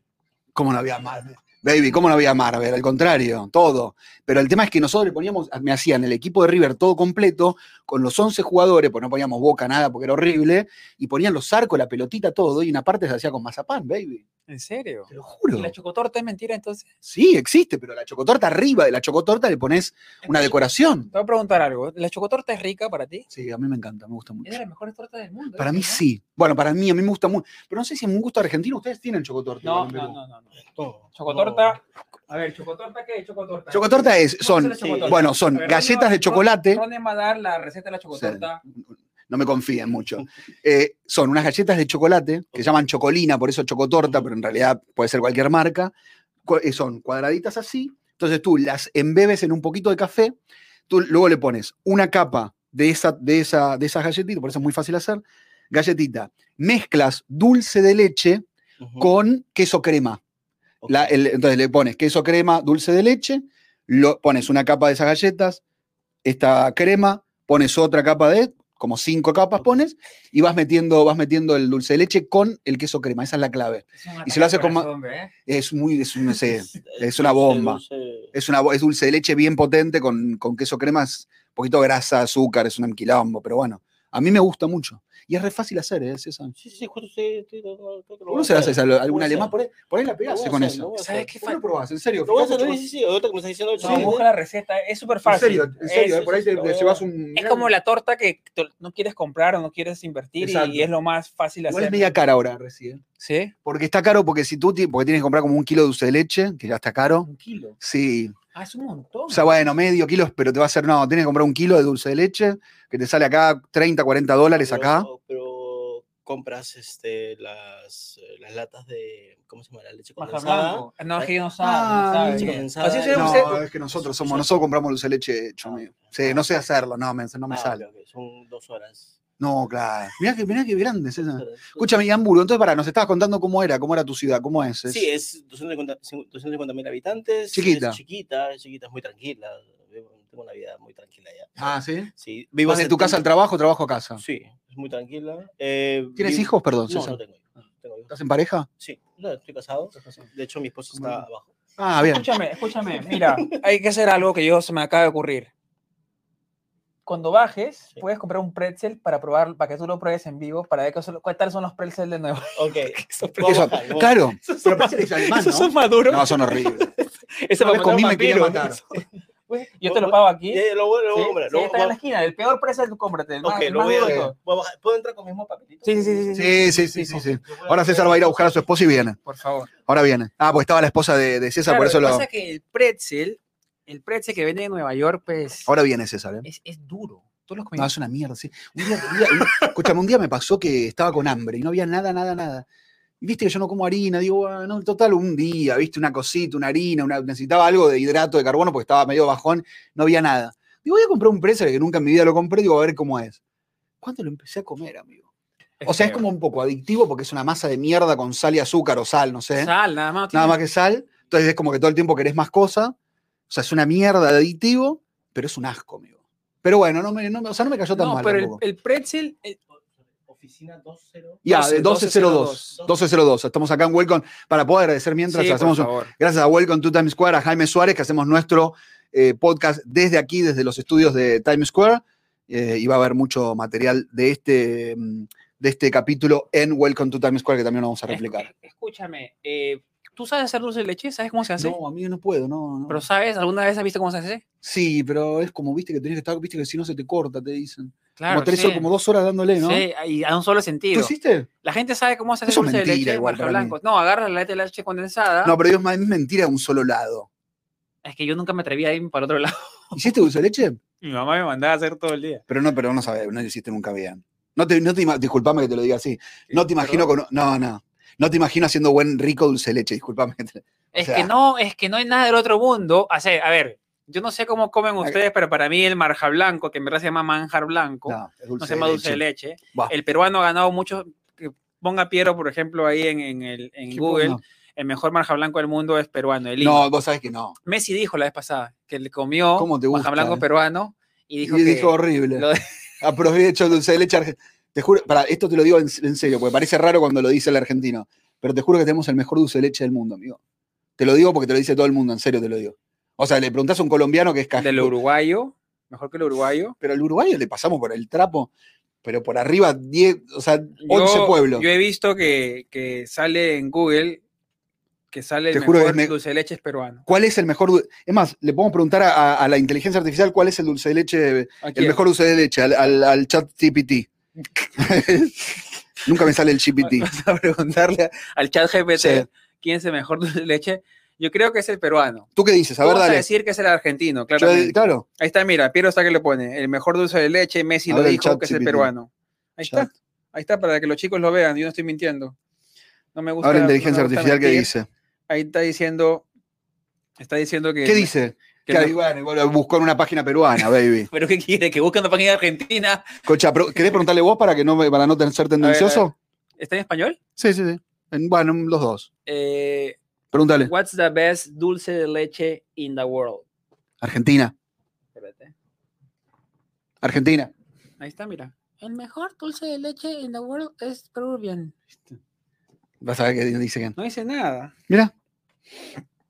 ¿Cómo no había Marvel? Baby, ¿cómo no había Marvel? Al contrario, todo. Pero el tema es que nosotros le poníamos, me hacían el equipo de River todo completo, con los 11 jugadores, pues no poníamos boca, nada, porque era horrible, y ponían los arcos, la pelotita, todo, y una parte se hacía con mazapán, baby. ¿En serio? Te lo ¿Y juro. la chocotorta es mentira entonces? Sí, existe, pero la chocotorta arriba de la chocotorta le pones una decoración. Te voy a preguntar algo. ¿La chocotorta es rica para ti? Sí, a mí me encanta, me gusta Es de mucho. las mejores tortas del mundo. Para ¿eh? mí sí. Bueno, para mí, a mí me gusta mucho. Pero no sé si en un gusto argentino ustedes tienen chocotorta. No, igual en no, Perú. no, no. no. No, Chocotorta. A ver, ¿chocotorta qué es chocotorta? Chocotorta es, ¿Cómo se son, hace la chocotorta? bueno, son A ver, galletas Ronnie- de chocolate. Ronnie va a dar la receta de la chocotorta. no me confíen mucho. Eh, son unas galletas de chocolate que se llaman chocolina, por eso chocotorta, pero en realidad puede ser cualquier marca. Cu- eh, Son cuadraditas así. Entonces tú las embebes en un poquito de café, tú luego le pones una capa de, esa, de, esa, de esas galletitas, por eso es muy fácil hacer, galletita. Mezclas dulce de leche no. Ujú. con queso crema. Ok. La- el- entonces le pones queso crema, dulce de leche, lo, pones una capa de esas galletas, esta crema, pones otra capa de, como cinco capas pones, y vas metiendo, vas metiendo el dulce de leche con el queso crema. Esa es la clave. Es un Y se lo ataque hace con ma- corazón, ¿eh? ¿ve? Es muy, es, un- se- Es- es una dulce, bomba. dulce. es una, bo- es dulce de leche bien potente con, con queso crema, es un poquito grasa, azúcar, es un quilombo, pero bueno, a mí me gusta mucho. Y es re fácil hacer, ¿eh? César. Sí, sí, sí, justo sí. sí, no, no, creo que lo voy ¿Cómo a se hace hacer. esa? Lo voy ¿Algún a hacer. alemán? Por ahí, por ahí la Lo voy pegás a con hacer, lo eso. voy a ¿Sabes hacer. qué ¿Por qué fan? lo probás? En serio. Lo voy a fijate, hacer, chabón. sí, sí, sí, ahorita que me estás diciendo. No, sí, busca la receta, es súper fácil. En serio, en serio, Es, por ahí te, lo te voy a- llevas un. es como la torta que tú no quieres comprar o no quieres invertir y- Exacto. y es lo más fácil de Igual es hacer. media cara ahora, recién. ¿Sí? Porque está caro, porque si tú ti- porque tienes que comprar como un kilo de dulce de leche, que ya está caro. Un kilo. Sí. Ah, es un montón. O sea, bueno, medio kilo, pero te va a hacer. No, tienes que comprar un kilo de dulce de leche, que te sale acá 30, 40 dólares pero- acá. Pero compras este, las, eh, las latas de, ¿cómo se llama? La leche Baja condensada. blanco. No, es que yo no Ah, sabe. no leche bien. sabe. condensada Así y- es, No, usted- es que nosotros somos, nosotros compramos dulce de leche hecho, amigo. Sí, no sé hacerlo, no, me, no me Ah, sale. ok, ok, Son dos horas. No, claro. Mirá que, mirá que grande es esa. Dos horas. Escúchame, y Hamburgo, entonces para, nos estabas contando cómo era, cómo era tu ciudad, cómo es. es- Sí, es 250 mil habitantes. Chiquita. Es chiquita, es chiquita, es muy tranquila. vivo- Tengo una vida muy tranquila ya. Ah, sí. Sí, ¿Vas de tu casa al trabajo, trabajo a casa? Sí, es muy tranquila. Eh, ¿Tienes vivo- hijos? Perdón, No, César. no tengo hijos. no tengo hijos. ¿Estás en pareja? Sí, no, estoy casado. De hecho, mi esposa ¿Cómo está no? abajo. Ah, bien. Escúchame, escúchame. Mira, hay que hacer algo que yo se me acaba de ocurrir. Cuando bajes, Sí. puedes comprar un pretzel para probar, para que tú lo pruebes en vivo, para ver qué son- qué tal son los pretzels de nuevo. Ok. Porque eso- Vamos, vamos. claro. Esos Pero son, parece que es alemán, esos son ¿no? maduros. No, son horribles. Ese una vez para comí, matar me quería vampiros. matar. Yo te lo pago aquí. Ya, ya, eh, lo voy, lo Sí, voy a comprar. sí, lo voy- está en la esquina. El peor pretzel, cómprate. El voy- más, ok, el lo más voy a duro de hacer. todos. voy a bajar. ¿Puedo entrar con mis mismo papelito? Sí, sí, sí, sí, sí. Sí, sí, sí, sí, sí. Ahora César va a ir a buscar a su esposa y viene. Por favor. Ahora viene. Ah, pues estaba la esposa de, de César, Claro, por eso lo que lo. pasa es que el pretzel, el pretzel que venden en Nueva York, pues Ahora viene César, ¿eh? es, es duro. Tú los No, comías. es una mierda, sí. Un día, un día- un- escúchame, un día me pasó que estaba con hambre y no había nada, nada, nada. Y viste que yo no como harina, digo, ah, no, total, un día, viste, una cosita, una harina, una- necesitaba algo de hidrato de carbono porque estaba medio bajón, no había nada. Digo, voy a comprar un pretzel que nunca en mi vida lo compré, digo, a ver cómo es. ¿Cuándo lo empecé a comer, amigo? O sea, es como un poco adictivo porque es una masa de mierda con sal y azúcar o sal, no sé. Sal, nada más. no nada tiene- más que sal. Entonces es como que todo el tiempo querés más cosas. O sea, es una mierda de adictivo, pero es un asco, amigo. Pero bueno, no me, no me- o sea, no me cayó tan No, mal. pero el, tampoco. el pretzel, eh, el- Oficina 20. Ya, 12, de 1202. 1202. Estamos acá en Welcome para poder agradecer mientras Sí, por hacemos un- favor. Gracias a Welcome to Times Square, a Jaime Suárez, que hacemos nuestro eh, podcast desde aquí, desde los estudios de Times Square. Eh, y va a haber mucho material de este, mm, de este capítulo en Welcome to Times Square, que también lo vamos a Es- replicar. es- Escúchame, eh, ¿tú sabes hacer dulce de leche? ¿Sabes cómo se hace? No, amigo, no puedo, no. no. ¿Ah, Pero ¿sabes? ¿Alguna vez has visto cómo se hace? sí, pero es como, viste, que tenés que estar, viste, que si no se te corta, te dicen. Claro. como tres sí, o como dos horas dándole, ¿no? Sí, y a un solo ¿Tú sentido. hiciste? La gente sabe cómo se hace Eso es dulce de mentira leche en igual Marca para mí. Blancos. No, agarra la leche de leche condensada. No, pero Dios, ma- es mentira un solo lado. Es que yo nunca me atreví a irme para otro lado. ¿Hiciste dulce de leche? Mi mamá me mandaba a hacer todo el día. Pero no, pero no sabes, no lo hiciste nunca bien. No te, no te ima- disculpame que te lo diga así. No te imagino con. No, no. No te imagino haciendo buen rico dulce de leche, disculpame. que te- Es o sea- que no, es que no hay nada del otro mundo. O sea, a ver, yo no sé cómo comen ustedes, pero para mí el marja blanco, que en verdad se llama manjar blanco, no, No, es dulce se llama dulce de leche. Va. El peruano ha ganado mucho. que Ponga Piero, por ejemplo, ahí en, en el, en Qué Google. bueno. El mejor marja blanco del mundo es peruano. El No, vos sabés que no. Messi dijo la vez pasada que le comió ¿Cómo te gusta? marja blanco eh? peruano y dijo y que dijo horrible. lo- Aprovecho el dulce de leche. arge- Te juro, para, esto te lo digo en, en serio, porque parece raro cuando lo dice el argentino. Pero te juro que tenemos el mejor dulce de leche del mundo, amigo. Te lo digo porque te lo dice todo el mundo, en serio te lo digo. O sea, le preguntás a un colombiano que es cajú- del uruguayo, mejor que el uruguayo. Pero al uruguayo le pasamos por el trapo, pero por arriba 10, o sea, 11 Yo- pueblos. Yo he visto que, que sale en Google que sale el Te juro que mejor me- dulce de leche es peruano. ¿Cuál es el mejor dulce? Es más, le podemos preguntar a, a- a la inteligencia artificial cuál es el dulce de leche, Aquí el mejor dulce de leche, al, al, al chat GPT. Nunca me sale el GPT. Vas a preguntarle al chat GPT Sí. quién es el mejor dulce de leche. Yo creo que es el peruano. ¿Tú qué dices? A Tú ver, vas a dale. decir que es el argentino, Yo- eh, claramente. claro. Ahí está, mira, Piero está que le pone. El mejor dulce de leche, Messi A lo ver el dijo que es el ChatGPT. peruano. Ahí Chat. está. Ahí está, para que los chicos lo vean. Yo no estoy mintiendo. No me gusta. Ahora no me inteligencia gusta artificial, ¿qué mentir. dice? Ahí está diciendo. Está diciendo que. ¿Qué dice? que Que no- ahí, bueno, igual lo buscó en una página peruana, baby. ¿Pero qué quiere? ¿Que busquen una página argentina? Cocha, pero- ¿querés preguntarle vos para que no me- para no ten- ser A ver, tendencioso? ¿Está en español? Sí, sí, sí. En- bueno, los dos. Eh, Pregúntale. What's the best dulce de leche in the world? Argentina. Espérate. Argentina. Ahí está, mira. El mejor dulce de leche in the world es Peruvian. Vas a ver qué dice quién. No dice nada. Mira.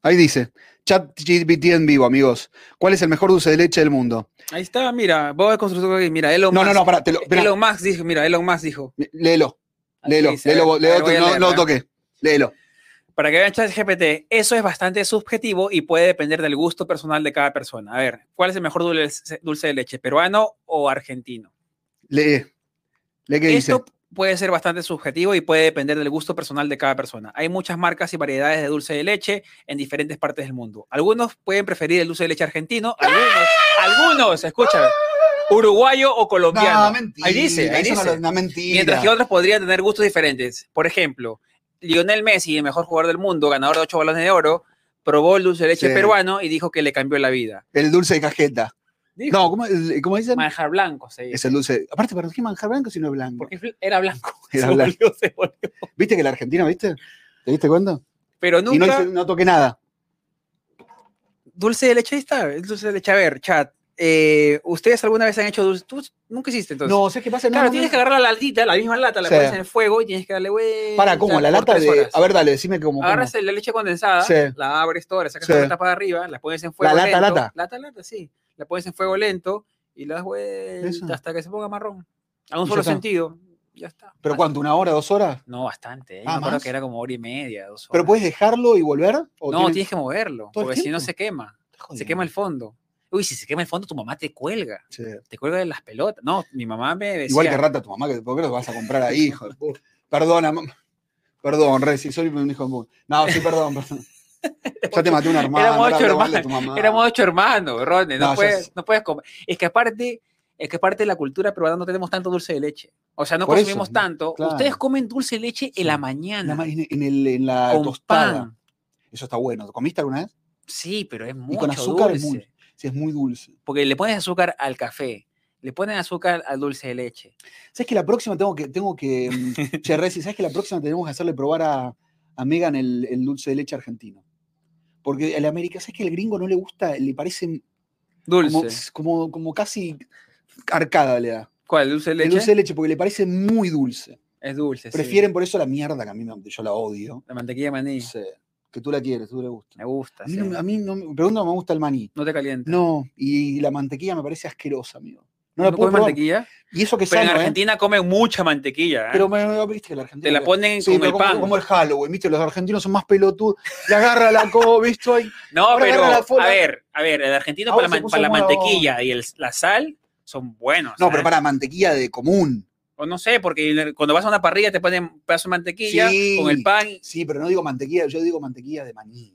Ahí dice. Chat GPT en vivo, amigos. ¿Cuál es el mejor dulce de leche del mundo? Ahí está, mira. Vos constructor aquí, mira, Elon No, no, Musk. no, pará, te lo, pará, Elon Musk dijo, mira, Elon Musk dijo. léelo. Aquí Léelo, dice, a léelo, ver, vos, a ver, léelo, voy a no, leer, no ¿ah? lo toqué. Léelo. Para que vean ChatGPT, eso es bastante subjetivo y puede depender del gusto personal de cada persona. A ver, ¿cuál es el mejor dulce, dulce de leche, peruano o argentino? Lee. Lee qué dice. Esto puede ser bastante subjetivo y puede depender del gusto personal de cada persona. Hay muchas marcas y variedades de dulce de leche en diferentes partes del mundo. Algunos pueden preferir el dulce de leche argentino, algunos, algunos, escúchame, uruguayo o colombiano. No, mentira. ahí dice, ahí eso no dice. lo- una mentira. Mientras que otros podrían tener gustos diferentes. Por ejemplo, Lionel Messi, el mejor jugador del mundo, ganador de ocho balones de oro, probó el dulce de leche Sí. peruano y dijo que le cambió la vida. El dulce de cajeta. Dijo, No, ¿cómo, cómo dicen? manjar blanco, se dice. Es el dulce. Aparte, ¿para qué manjar blanco si no es blanco? Porque fl- era blanco. Era se blanco. volvió- se volvió. ¿Viste que la Argentina, viste? ¿Te diste cuenta? Pero Y no, nunca. hice- no toqué nada. Dulce de leche, ahí está. el dulce de leche. A ver, chat. eh, ¿Ustedes alguna vez han hecho dulce? ¿Tú nunca hiciste entonces? No, ¿sabes qué pasa? No, Claro, no, tienes no. que agarrar la latita, la misma lata, la Sí. pones en el fuego y tienes que darle vuelta. Para, ¿cómo? La por lata tres de. horas. A ver, dale, decime cómo. cómo. Agarras la leche condensada, Sí. la abres toda, la sacas Sí. la tapa de arriba, la pones en fuego lata, lento. lata. Lata, lata, sí. La pones en fuego lento y la das vuelta Eso. hasta que se ponga marrón. A Y un ya solo está. sentido. Ya está. ¿Pero Ah, cuánto? ¿Una hora, dos horas? No, bastante. ¿eh? Ah, Yo me acuerdo ¿más? que era como hora y media, dos horas. ¿Pero puedes dejarlo y volver? ¿O No, tiene- tienes que moverlo, ¿Todo el porque si no tiempo? se quema. Joder. Se quema el fondo. Uy, si se quema el fondo, tu mamá te cuelga. Sí. Te cuelga de las pelotas. No, mi mamá me decía. Igual que rata tu mamá, que ¿por qué lo vas a comprar ahí, hijo? de puta? Perdona, mamá. Perdón, Rey, si soy un hijo de puta. No, sí, perdón, perdón. Ya te maté una hermana. Éramos no ocho hablo mal de hermanas, tu mamá. Éramos ocho hermanos, Ronnie. No, No, yo puedes, sé. no puedes comer. Es que aparte, es que aparte de la cultura peruana no tenemos tanto dulce de leche. O sea, no Por eso, consumimos ¿no? tanto. Claro. Ustedes comen dulce de leche Sí. en la En mañana la ma- en, el- en la con tostada. pan. Eso está bueno. ¿Lo comiste alguna vez? Sí, pero es mucho con azúcar es dulce. mucho. Sí, es muy dulce. Porque le pones azúcar al café, le pones azúcar al dulce de leche. ¿Sabes que la próxima tengo que. Tengo que mm, che, Reci, ¿sabes que la próxima tenemos que hacerle probar a, a Megan el, el dulce de leche argentino? Porque el americano, ¿sabes que el gringo no le gusta? Le parece Dulce. como, como, como casi arcada le da. ¿Cuál? ¿Dulce de leche? El dulce de leche, porque le parece muy dulce. Es dulce. sí. Prefieren por eso la mierda que a mí me- yo la odio. La mantequilla de maní. Sí, Que tú la quieres, tú le gusta. Me gusta. A mí, sí. no, me- a mí no me pregunto, me gusta el maní. No te calienta. No, y la mantequilla me parece asquerosa, amigo. No ¿No, la puedo comes probar. mantequilla? Y eso que es Pero en sano, ¿eh? Argentina comen mucha mantequilla. ¿eh? Pero me, viste que la Argentina. te la ponen Sí, con pero el como, pan. como el Halloween, ¿viste? Los argentinos son más pelotudos. Le agarra la co, ¿viste? Ay, No, Ahora pero agarra la fola. a ver, a ver, el argentino Ahora para, la se man- puso para la moda, mantequilla y el- la sal son buenos. No, ¿eh? pero para mantequilla de común. O no sé, porque en el- cuando vas a una parrilla te ponen un pedazo de mantequilla Sí. con el pan. Sí, pero no digo mantequilla, yo digo mantequilla de maní.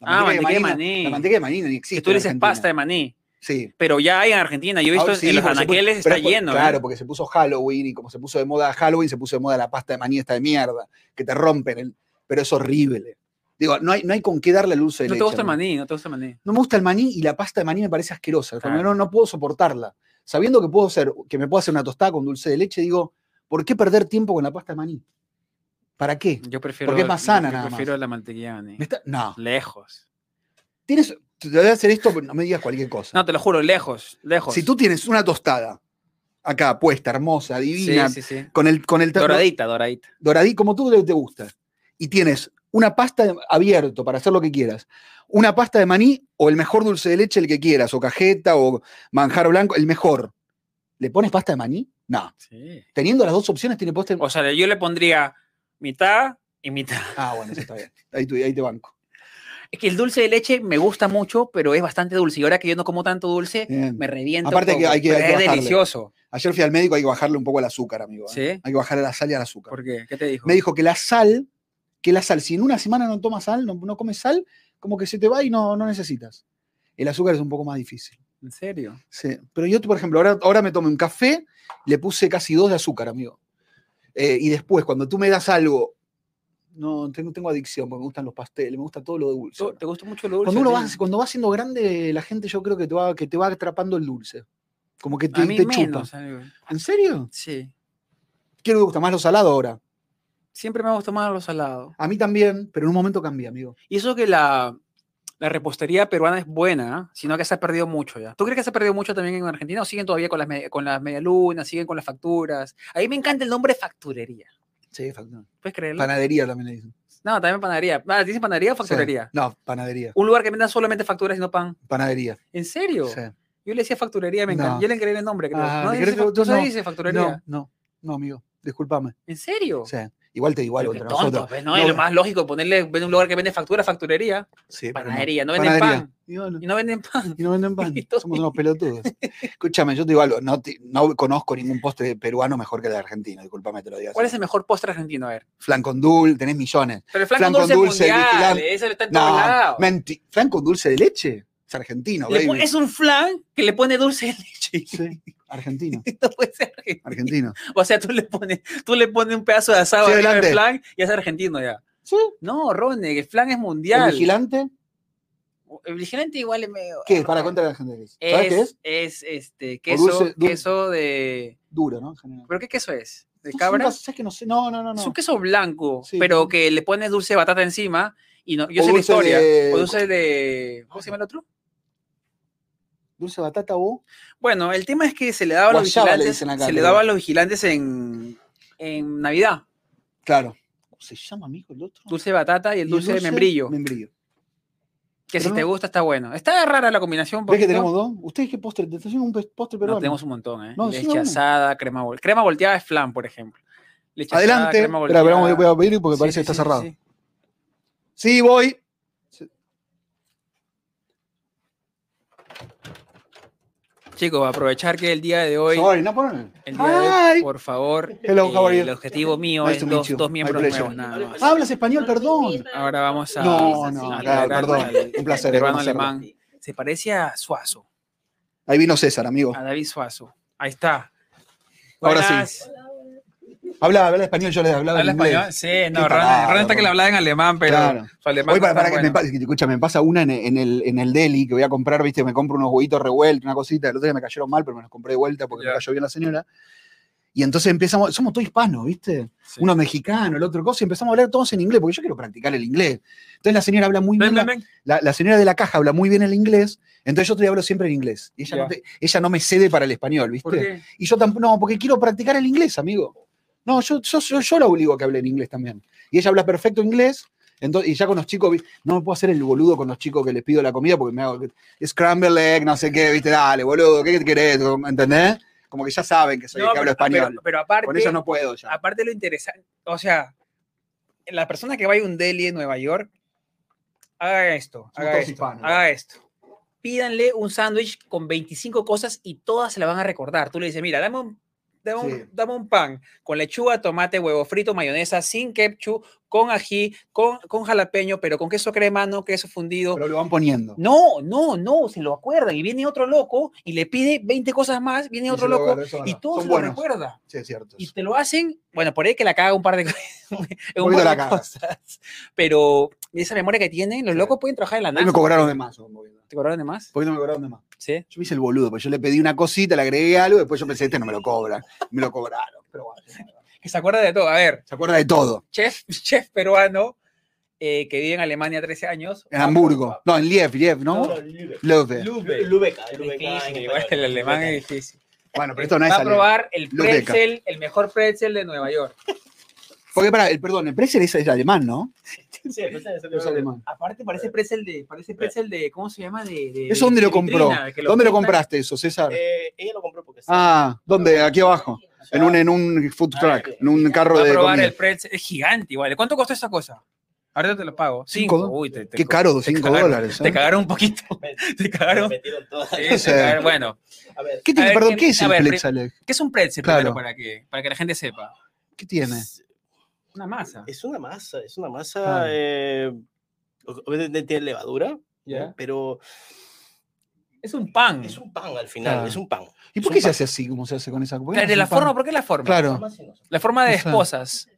Ah, mantequilla de no- maní. La mantequilla de maní no Que existe. tú en le dices Argentina. pasta de maní. Sí. Pero ya hay en Argentina. Yo he visto Ah, en- sí, en los porque se puso- anaqueles pero está es por- lleno. ¿eh? Claro, porque se puso Halloween y como se puso de moda Halloween, se puso de moda la pasta de maní esta de mierda, que te rompen. el- pero es horrible. Digo, no hay, no hay con qué darle luz de No leche, te gusta el amigo. maní, no te gusta el maní. no me gusta el maní y la pasta de maní me parece asquerosa. como Claro. No, no puedo soportarla. Sabiendo que puedo hacer, que me puedo hacer una tostada con dulce de leche, digo, ¿por qué perder tiempo con la pasta de maní? ¿Para qué? Yo prefiero. Porque es más sana yo nada más. prefiero la mantequilla de maní. Me está- No, Lejos. tienes, te voy a hacer esto, pero no me digas cualquier cosa. No, te lo juro, lejos. Lejos. si tú tienes una tostada acá puesta, hermosa, Sí, divina, sí, sí. con el con el ta- Doradita, doradita. doradí, como tú le- te gusta, y tienes una pasta de- abierto para hacer lo que quieras, una pasta de maní o el mejor dulce de leche, el que quieras, o cajeta o manjar blanco, el mejor. ¿Le pones pasta de maní? No. Sí. Teniendo las dos opciones, tiene pasta de O sea, yo le pondría mitad y mitad. Ah, bueno, eso está bien. Ahí, tu- ahí te banco. Es que el dulce de leche me gusta mucho, pero es bastante dulce. Y ahora que yo no como tanto dulce, Bien. me reviento. Mm. Aparte un que poco, hay que- pero hay que es bajarle. delicioso. Ayer fui al médico, hay que bajarle un poco el azúcar, amigo. ¿eh? ¿Sí? Hay que bajarle la sal y al azúcar. ¿Por qué? ¿Qué te dijo? Me dijo que la sal, que la sal, si en una semana no tomas sal, no, no comes sal, como que se te va y no, no necesitas. El azúcar es un poco más difícil. ¿En serio? Sí, pero yo, por ejemplo, ahora, ahora me tomé un café, le puse casi dos de azúcar, amigo. Eh, y después, cuando tú me das algo, no, tengo, tengo adicción, porque me gustan los pasteles, me gusta todo lo de dulce. ¿Tú- ahora. ¿Te gusta mucho lo dulce? Cuando uno a va, ti? cuando va siendo grande, la gente yo creo que te va, que te va atrapando el dulce. Como que A te, mí te chupa. menos, amigo. ¿En serio? Sí. ¿Qué le gusta? Más lo salado ahora. Siempre me gusta más lo salado. A mí también, pero en un momento cambié, amigo. Y eso que la, la repostería peruana es buena, ¿eh? sino que se ha perdido mucho ya. ¿Tú crees que se ha perdido mucho también en Argentina o siguen todavía con las, me- con las medialunas, siguen con las facturas? A mí me encanta el nombre facturería. Sí, factura. ¿Puedes creerlo? Panadería también le dicen. no, también panadería. Ah, ¿Dicen panadería o Sí. facturería? No, panadería. Un lugar que venda solamente facturas y no pan. Panadería. ¿En serio? sí. Yo le decía facturería, me encanta. No. Yo le encargué el nombre, creo. Ah, no, ¿le dice crees que fac- tú no se no? dice facturería. No, no, no, amigo. Discúlpame. ¿En serio? Sí. Igual te digo algo Pero qué entre tonto, nosotros. pues, no, es No, lo más lógico ponerle en un lugar que vende factura, facturería, Sí, pero no. panadería, no venden Panadería. pan. Y bueno, Y no venden pan. y no venden pan. y todo Somos unos pelotudos. Escúchame, yo te digo algo. No, te- no conozco ningún postre peruano mejor que el de Argentina. Disculpame, te lo digo. ¿Cuál es así. el mejor postre argentino? A ver. Flan con dulce, tenés millones. Pero el flan, Flan con con dulce, es dulce, mundial, vigilante. eso está en todos No, lados. menti. ¿Flan con dulce de leche? Es argentino, Le baby. pon- es un flan que le pone dulce de leche. Sí, argentino, No puede ser argentino. argentino. O sea, tú le pones, tú le pones un pedazo de asado Sí, arriba del adelante. flan y es argentino ya. Sí, No, Rone, el flan es el mundial. vigilante, El vigilante igual es medio. ¿qué es? Para contra la gente. ¿Sabes Es, qué es? es, este O queso, dulce- dul- queso de. Duro, ¿no? En general. ¿Pero qué queso es? ¿De Nunca- cabra? ¿Sabes que no sé? No, no, no. no. Es un queso blanco, Sí. pero que le pones dulce de batata encima. Y no, yo O sé la dulce historia. de- O dulce de. ¿Cómo se llama el otro? Dulce de batata o. Bueno, el tema es que se le daba a los Guayaba le vigilantes. dicen acá, se le creo. Ah. daba a los vigilantes en, en Navidad. Claro. ¿Cómo se llama, amigo, el otro? Dulce de batata y Y el dulce, de membrillo. Membrillo. Que si pero te no- gusta está bueno. Está rara la combinación. ¿Ves que poquito. tenemos dos? ¿Ustedes qué postre? ¿Te está haciendo un pe- postre No, peruano? tenemos un montón, ¿eh? No, Leche sí, bueno. asada, crema volteada. Crema volteada es flan, por ejemplo. Leche asada, Adelante. crema Espera, espera, volteada. voy a abrir porque Sí, parece sí, que está sí, sí, cerrado. sí. Sí, voy. Chicos, aprovechar que el día de hoy, Sorry, no ponen. el día de hoy, pues, Hi. por favor, eh, Hello, how are you? el objetivo mío Nice to es meet dos, you. dos My miembros pleasure. nuevos, nada más. Ah, hablas español, perdón. Ahora vamos a... No, no, a claro, lograr perdón. al Un placer, Peruano un placer. alemán. Se parece a Suazo, Ahí vino César, amigo. a David Suazo. Ahí está. Ahora sí. Buenas. Habla, habla español, yo les hablaba en ¿Habla inglés. español? Sí, no, Qué Ron, tarado, Ron está que le Ron. hablaba en alemán, pero Claro. su alemán Hoy para, no para está que me, bueno. pa- escucha, me pasa una en, en el, en el deli que voy a comprar, viste, me compro unos huevitos revueltos, una cosita, el otro día me cayeron mal, pero me los compré de vuelta porque Ya. me cayó bien la señora. Y entonces empezamos, somos todos hispanos, ¿viste? Sí. Uno mexicano, el otro cosa, y empezamos a hablar todos en inglés, porque yo quiero practicar el inglés. Entonces la señora habla muy Ven, bien, la, ven, ven. la- la señora de la caja habla muy bien el inglés, entonces yo te hablo siempre en inglés. Y ella, no, Ya. te- ella no me cede para el español, ¿viste? ¿Por qué? Y yo tampoco, no, porque quiero practicar el inglés, amigo. No, yo, yo, yo, yo la obligo a que hable en inglés también. Y ella habla perfecto inglés. Entonces, y ya con los chicos, vi- no me puedo hacer el boludo con los chicos que les pido la comida porque me hago scramble egg, no sé qué, viste, dale, boludo, ¿qué querés? ¿Entendés? Como que ya saben que soy el que hablo español. Pero, pero aparte, con ellos no puedo ya. aparte lo interesante, o sea, la persona que vaya a un deli en Nueva York, haga esto, haga todos esto, hispanos. haga esto. Pídanle un sándwich con 25 cosas y todas se la van a recordar. Tú le dices, mira, dame un, dame un- Sí. dame un pan con lechuga, tomate, huevo frito, mayonesa, sin ketchup, con ají, con, con jalapeño, pero con queso crema, no queso fundido. Pero lo van poniendo. No, no, no, se lo acuerdan. Y viene otro loco y le pide 20 cosas más, viene Y otro se lo loco guarda, eso es y verdad. todo Son se lo buenos. recuerda. Sí, es cierto. Y te lo hacen, bueno, por ahí que la caga un par de, un poquito par la de caga. cosas. Pero esa memoria que tienen, los Sí. locos pueden trabajar en la Ahí me NASA. cobraron de más. un poquito. ¿Te cobraron de más? ¿Por qué no me cobraron de más? Sí. Yo me hice el boludo, porque yo le pedí una cosita, le agregué algo, después yo pensé, este no me lo cobran. Me lo cobraron. Pero bueno, Que se acuerda de todo. A ver, se acuerda de todo. chef, chef peruano eh, que vive en Alemania 13 años. En ah, Hamburgo. No, en Lief, Lief, ¿no? Love. Lube. Lubeca, Es Lubeca. en difícil, igual, español. el alemán Lubeca. es difícil. Bueno, pero esto no es Va a alemán. probar el Lubeca. pretzel, el mejor pretzel de Nueva York. Porque, para, el, perdón, el precio es, es alemán, ¿no? Sí, pues, es Es alemán. alemán. Aparte parece pretzel de, parece pretzel de, ¿cómo se llama? De, de- ¿Eso dónde de lo compró? vitrina, que ¿Dónde lo pintan. compraste eso, César? Eh, ella lo compró porque sí. Ah, ¿dónde? Aquí abajo. En un, en un food Ah, truck, sí. en un carro eh, Va a de probar comida. el pretzel, es gigante igual. ¿Cuánto costó esa cosa? Ahorita te lo pago. Cinco Cinco. do- Uy, te, te Qué co- caro, te 5 cagaron- dólares. Te ¿eh? cagaron un poquito. Te Me cagaron. metieron todas. Sí, te sé. cagaron. Bueno, A ver, ¿Qué tiene, A ver, perdón, ¿qué- qué es a el ver, Plex, Alex? ¿qué es un pretzel Claro. primero para que, para que la gente sepa? ¿Qué tiene? Una masa. Es una masa, es una masa. Claro. eh, ob- obviamente tiene levadura, ¿ya? pero Es un pan. es un pan al final, Mm. Claro. es un pan. ¿Y por qué se hace así como se hace con esa? ¿Por qué no Claro, es ¿De un la pan? forma? ¿Por qué la forma? Claro. Más o menos. La forma de O sea. esposas.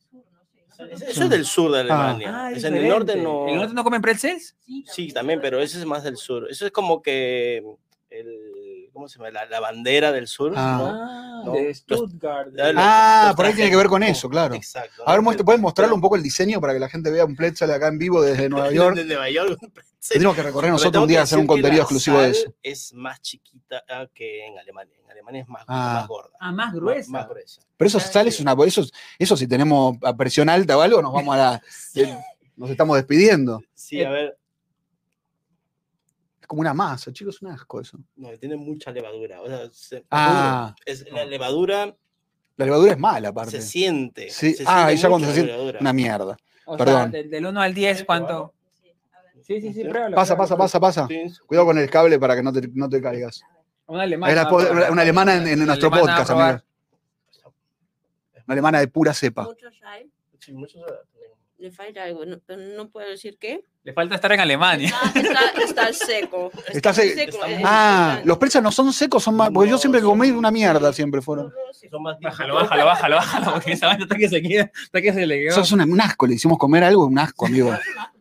Eso eso es del sur de Alemania. Ah, O es sea, en el norte diferente. no. ¿En el norte no comen pretzels? Sí, también, pero eso es más del sur. Eso es como que mm, el, ¿cómo se llama? La, la bandera del sur. Ah. Ah, no. de Los- Stuttgart. Ya lo- Ah, los por ahí tiene trajes. que ver con eso, claro. Exacto. A ver, muestra- ¿puedes mostrarle mostrarlo un poco el diseño para que la gente vea un Pletzel acá en vivo desde Nueva York? De Nueva York. Sí. Tenemos que recorrer nosotros Pero tengo un día que a hacer un decir que contenido la exclusivo de sal eso. Es más chiquita ah, que en Alemania. En Alemania es más, Ah. más gorda. Ah, más más- gruesa. Más, gruesa. Pero eso Claro, sal es sí. una. Eso, eso si tenemos a presión alta o algo, nos vamos a la. eh, nos estamos despidiendo. Sí, Eh. a ver. Es como una masa, chicos, es un asco eso. No, tiene mucha levadura. O sea, se- Ah. es- la levadura La levadura es mala, aparte. se siente. Sí. se Ah, siente y ya cuando se mucho la siente- levadura. Una mierda. O Perdón. sea, del, 1 al 10, ¿cuánto? Sí, sí, sí, pruébalo. Pasa, pruébalo, pasa, pruébalo. pasa, pasa. Sí, sí. Cuidado con el cable para que no te, no te caigas. Una alemana. Es ah, la po- una, una alemana en, en Una nuestro alemana a podcast, probar. amigo. Una alemana de pura cepa. eh, Sí, mucho- le falta algo, no, pero no puedo decir qué. Le falta estar en Alemania. Está, está- está seco. Está muy se- está eh, muy- Ah, está- los persas no son secos, son más. Porque yo No, siempre que son- comí una mierda, siempre fueron. Son más Bájalo, bájalo, bájalo, bájalo, porque esa vaina está que se queda, está que se le quedó. Sos un, un asco, le hicimos comer algo, un asco, amigo.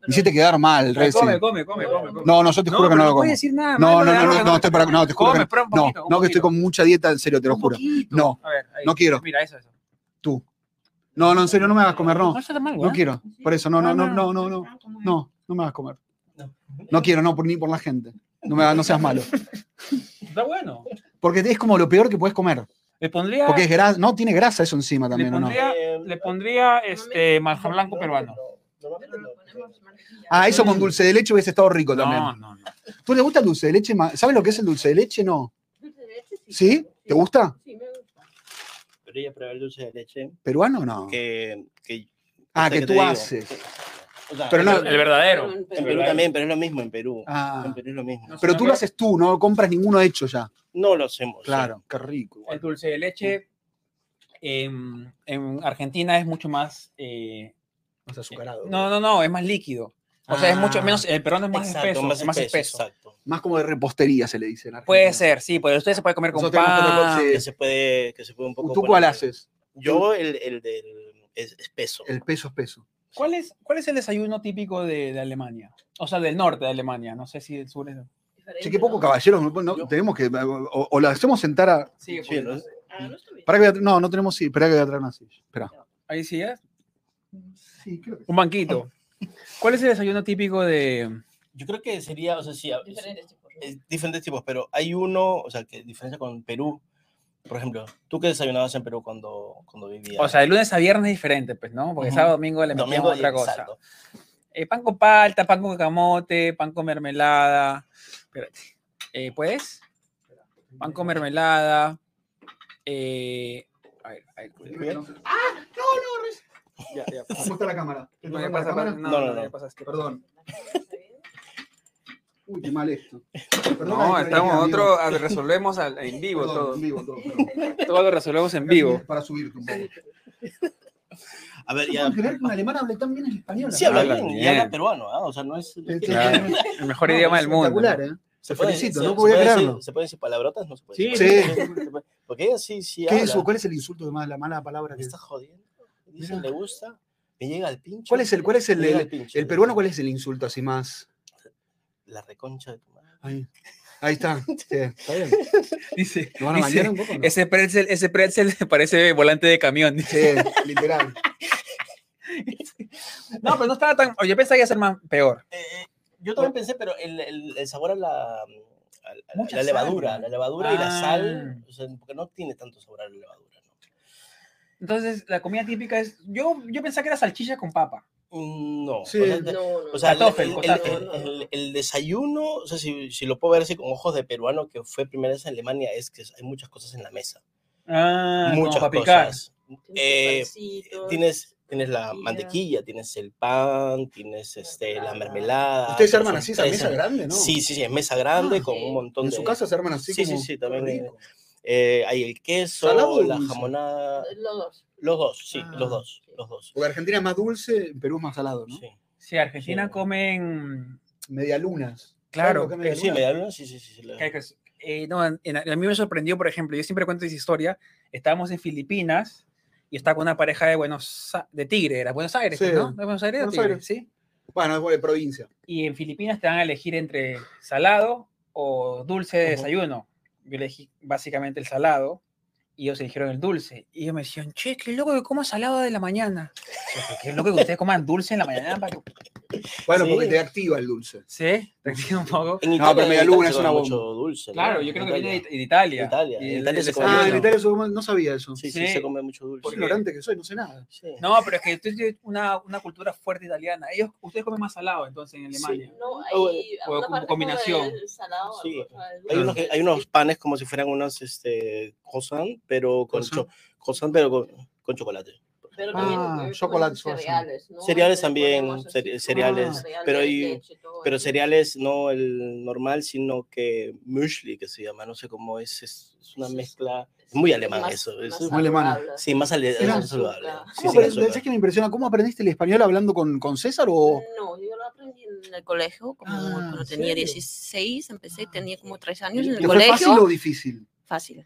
Me hiciste quedar mal, Come, Reci. come, come, come, come, come. No, no, yo te juro que pero no lo puedes como. decir nada No, malo no, de no, algo no, que no, estoy para, no, te juro Come, que no. espera un no. poquito, un No, que estoy poquito. con mucha dieta, en serio, te lo Un juro. poquito. No, A ver, ahí. no quiero. Mira, eso, eso. tú. No, no, en serio, no me hagas comer, no. No ¿eh? está tan mal, No weón. quiero. Por eso, no, no, no, no, no, no. Ah, No, no me hagas comer. No quiero, no, por, ni por la gente. No, me, hagas- no seas malo. Está bueno. Porque es como lo peor que puedes comer. Le pondría, Porque es grasa, no, tiene grasa eso encima le también, ¿o no? pondría, le pondría este, marja blanco peruano. Pero lo ponemos mantequilla. Ah, eso con dulce de leche hubiese estado rico también. No, no, no. ¿Tú le gusta el dulce de leche? ma- ¿Sabes lo que es el dulce de leche? No. Dulce de leche, ¿Sí? ¿Te gusta? Sí, me gusta. Pero ella prueba el dulce de leche ¿Peruano o no? que... que Ah, este que te tú digo. haces. O sea, Pero no- En El verdadero. Pero- pero- Perú también, pero es lo mismo en Perú. Ah, En Perú es lo mismo. No sé. pero tú lo haces tú, no compras ninguno hecho ya. No lo hacemos. Claro, qué rico. El dulce de leche em, en Argentina es mucho más. eh, Más azucarado. no, no, no, es más líquido. O sea, es mucho Ah. menos. El peruano es sí. más Exacto, espeso. es Más espeso. Exacto. Más como de repostería se le dice en Argentina. Puede ser, sí, pero usted se puede comer con Nosotros tenemos otro pan. concepto. Que se puede, que se puede un poco... ¿Tú poner- cuál haces? Yo el, el del es- espeso. El peso espeso. ¿Cuál es, ¿Cuál es el desayuno típico de, de Alemania? O sea, del norte de Alemania. No sé si del sur es. diferente, Che, qué poco ¿no? caballeros. no- no, tenemos que. O, o la hacemos sentar a. Sí, Sí, ¿no? Ah, no está bien. Pará que voy a tra- no, no tenemos sí. Espera que voy a traer una silla. Espera. Ahí sí es. Sí, creo que Un banquito. ¿Cuál es el desayuno típico de.? Yo creo que sería, o sea, sí, a- Diferentes tipos. es- diferentes tipos, pero hay uno, o sea, que diferencia con Perú. Por ejemplo, ¿tú qué desayunabas en Perú cuando, cuando vivías? O sea, de lunes a viernes es diferente, pues, ¿no? Porque Ujú. sábado domingo le metíamos domingo otra y- cosa. exacto. Eh, pan con palta, pan con camote, pan con mermelada. Espérate. Eh, ¿Puedes? Pan con mermelada. eh, a ver, a ver, cuidado. ¡Ah! No, no, Ya, ya. ¿Cómo está la cámara? No, ya pasa, pasa- no, No, no, no, no. ya pasaste. Perdón. Uy, qué mal esto. No, estamos otro, a- resolvemos al- en vivo todo. Todo lo resolvemos en vivo. Para subirte un poco. A ver, No ya. puedo creer que un alemán hable tan bien el español. Sí, habla Habla bien, y bien. habla peruano, ¿ah? o sea, no es... Eh, Claro, no, el mejor idioma del mundo. espectacular, ¿eh? Se Te puede- felicito, se- no se podía puede decir- creerlo. ¿Se puede decir palabrotas? No se puede Sí, decir. sí. se puede- Porque ella sí, sí ¿Qué habla. es, ¿Cuál es el insulto de más la mala palabra ¿Me que estás jodiendo? Dicen, Mira. ¿le gusta? ¿Me llega al pincho? ¿Cuál es el, cuál es el, Me llega el- al pincho. el peruano? ¿Cuál es el insulto así más? La reconcha de tu madre. Ahí, ahí está. sí, está bien. Dice, ¿Lo van a dice, manchar un poco? o no? ese pretzel, ese pretzel parece volante de camión. Sí, literal. No, pero no estaba tan. Yo pensaba que iba a ser más peor. Eh, yo también pensé, pero el, el- el sabor a la, a la- Mucha la sal, levadura, ¿no? la levadura y la sal, Ah. o sea, porque no tiene tanto sabor a la levadura. Entonces, la comida típica es. Yo, yo pensaba que era salchicha con papa. No, Mm, no. Sí. o sea, No, no. o sea, el, Catofel, el- catofel. el- el- el desayuno, o sea, si, si lo puedo ver así con ojos de peruano que fue primera vez en Alemania, es que hay muchas cosas en la mesa. Ah, muchas como para picar. cosas. Tiene eh, pancitos. Tienes, tienes la Mantequilla. mantequilla, tienes el pan, tienes este, la mermelada. Ustedes se que arman son así esa tres mesa en- grande, ¿no? Sí, sí, sí, es mesa grande Ah, con sí. un montón En de... su casa se arman así Sí, sí, como. sí, también Qué rico. Eh, hay el queso, ¿Salado o la dulce? jamonada. eh, Los dos. Los dos, sí, Ah. los dos, los dos. Porque Argentina es más dulce, Perú es más salado, ¿no? Sí, Sí, Argentina Sí. comen. Medialunas. Claro, ¿Sabes lo que Eh, es sí, medialuna? media luna, sí, sí, sí. sí, la- que- que- eh, no, en- en- a mí me sorprendió, por ejemplo, yo siempre cuento esa historia. Estábamos en Filipinas y estaba con una pareja de Buenos A- de Tigre, era Buenos Aires, Sí. ¿no? ¿De Buenos Aires? o Buenos Tigre? Aires. Sí. Bueno, es de provincia. Y en Filipinas te van a elegir entre salado o dulce de Ujú. desayuno. Yo elegí básicamente el salado y ellos eligieron el dulce. Y ellos me decían, che, qué loco que comas salado de la mañana. Yo, "Pero Qué loco que ustedes coman dulce en la mañana. Para que-". Bueno, Sí. porque te activa el dulce. Sí, te entiendo un poco. En pero media en Italia luna se es una come bomba. mucho dulce. ¿no? Claro, yo creo En que viene Italia. de de Italia. De Italia, y en el- Italia el se come Ah, desayuno. en bueno. Italia se come- no sabía eso. Sí, Sí. sí, se come mucho Por dulce. ignorante que soy, no sé nada. Sí. No, pero es que tú tienes una, una cultura fuerte italiana. Ellos, ustedes comen más salado, entonces, en Sí. Alemania. No, O- hay o una como parte como combinación. del salado, Ah, Sí. algo, algo Hay unos, así. que- hay unos panes como si fueran unos este, croissant, pero con, Croissant. cho- croissant, pero con, con chocolate. Pero Ah, también, eh, comen chocolates, cereales, ¿no? Cereales Entonces también, ponemos así cere- como cereales, cereales, pero hay- leche, todo Pero eso. cereales no el normal, sino que muesli, que se llama, no sé cómo es, es, es una mezcla es Muy alemán más- eso, más eso es muy alemán. saludable. Sí, más ale- Mira. saludable. Sí, ¿Cómo sí, apre- más ¿Sabes saludable. qué me impresiona? ¿Cómo aprendiste el español hablando con, con César o...? No, yo lo aprendí en el colegio, como Ah, cuando ¿en tenía serio? Ah, 16, empecé, tenía como 3 años en el ¿Le fue colegio. fácil o difícil? Fácil.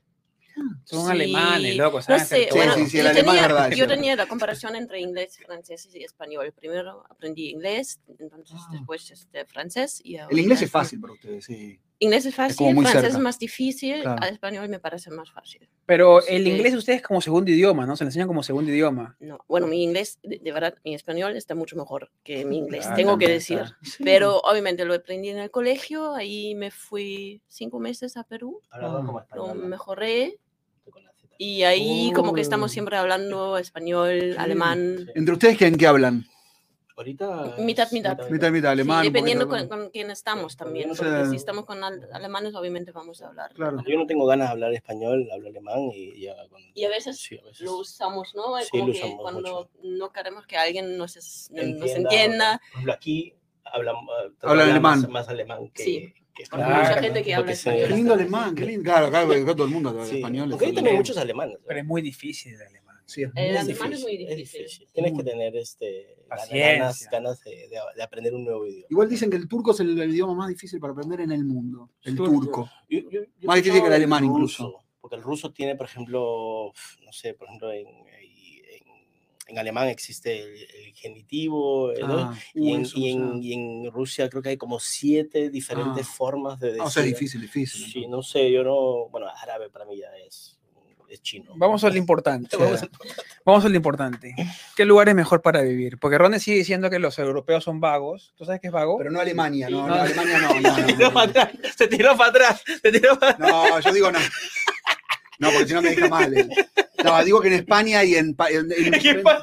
Son Sí, alemanes, loco, No ¿saben? sé, hacer Sí, bueno, todo. sí, sí, el yo, alemán tenía, es verdad, es yo verdad. tenía la comparación entre inglés, francés y español. Primero aprendí inglés, entonces Ah. después este, francés. Y El ahorita- inglés es fácil para ustedes, sí. Inglés es como fácil, muy francés cerca. es más difícil, Claro. al español me parece más fácil. Pero Sí. el inglés ustedes como segundo idioma, ¿no? Se lo enseñan como segundo idioma. No, bueno, mi inglés, de, de verdad, mi español está mucho mejor que mi inglés, Ah, tengo que también decir. está. Pero obviamente lo aprendí en el colegio, ahí me fui cinco meses a Perú, Hablaba como lo español, mejoré con la Z. y ahí como que estamos Oh. siempre hablando español, Sí, alemán, Sí. ¿Entre ustedes qué, en qué hablan? Ahorita. Mitad, es mitad. Mitad, mitad, Sí, alemán. un poquito dependiendo con, alemán. con quién estamos también. O porque sea- si estamos con al- alemanes, obviamente vamos a hablar. Claro. alemán. Yo no tengo ganas de hablar español, hablo alemán y ya. con- Y a veces Sí, a veces. Lo usamos, ¿no? Sí, Como lo que usamos cuando mucho. no queremos que alguien nos, es- nos Entienda, entienda. Por ejemplo, aquí hablamos, eh, Hablan alemán. Más, más alemán que. Sí. que Porque español. mucha gente que habla Porque se- español. Qué lindo alemán, qué lindo. Claro, claro, porque acá todo el mundo habla Sí. español. Porque yo es tengo alemán. muchos alemanes. ¿no? Pero es muy difícil el alemán. Sí, es El muy alemán difícil. es muy difícil. Tienes Muy. que tener este, ganas- ganas, Paciencia. ganas de, de- de aprender un nuevo idioma. Igual dicen que el turco es el, el idioma más difícil para aprender en el mundo. El Turco. turco. Yo- yo- yo Más difícil pensaba que el en alemán, ruso, incluso. Porque el ruso tiene, por ejemplo, no sé, por ejemplo, en, en- en alemán existe el, el genitivo, ¿no? Ah, y, uh, en, eso, y o sea. en- y en Rusia creo que hay como siete diferentes Ah. formas de decir. Ah, o sea, es difícil, difícil. Sí, no sé, yo no. Bueno, árabe para mí ya es, es chino. Vamos a lo importante. Sí. Vamos a, vamos a lo importante. ¿Qué lugar es mejor para vivir? Porque Ronnie sigue diciendo que los europeos son vagos. ¿Tú sabes qué es vago? Pero no Alemania, no, Sí. no, No. Alemania no. no, Se tiró no, para no, atrás, se tiró para atrás, se tiró para No, yo digo no. No, porque si no me deja mal. eh. No, digo que en España y en, pa- en- en- atrás.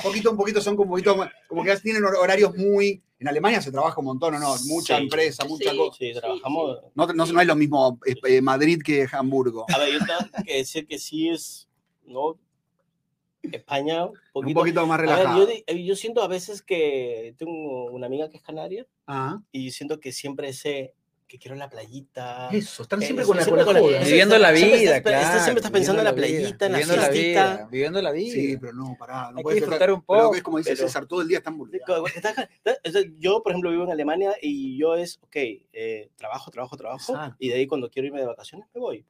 poquito, un poquito son como un poquito más- como que tienen hor- horarios muy. En Alemania se trabaja un montón, ¿o no? Mucha Sí. empresa, mucha Sí. cosa. Sí, trabajamos. No, no, no es lo mismo eh, eh, Madrid que Hamburgo. A ver, yo tengo que decir que sí es, ¿no? España, un Un poquito. poquito más A ver, yo, relajado. di- eh, yo siento a veces que tengo una amiga que es canaria Ah, y siento que siempre ese que quiero la playita. eso, están Eh, siempre sí, con la, siempre con la con la- joda. ¿eh? Sí. Viviendo la Siempre vida, estás pe- estás- claro. siempre estás pensando en la viviendo playita, en la viviendo fiestita. vida, viviendo la vida. Sí, pero no, pará. No Hay que puedes disfrutar tratar- un pero poco, es como dice pero- César, todo el día están burlados. Está- está- está- Yo, por ejemplo, vivo en Alemania y yo es, ok, eh, trabajo, trabajo, trabajo, Exacto. y de ahí cuando quiero irme de vacaciones me voy.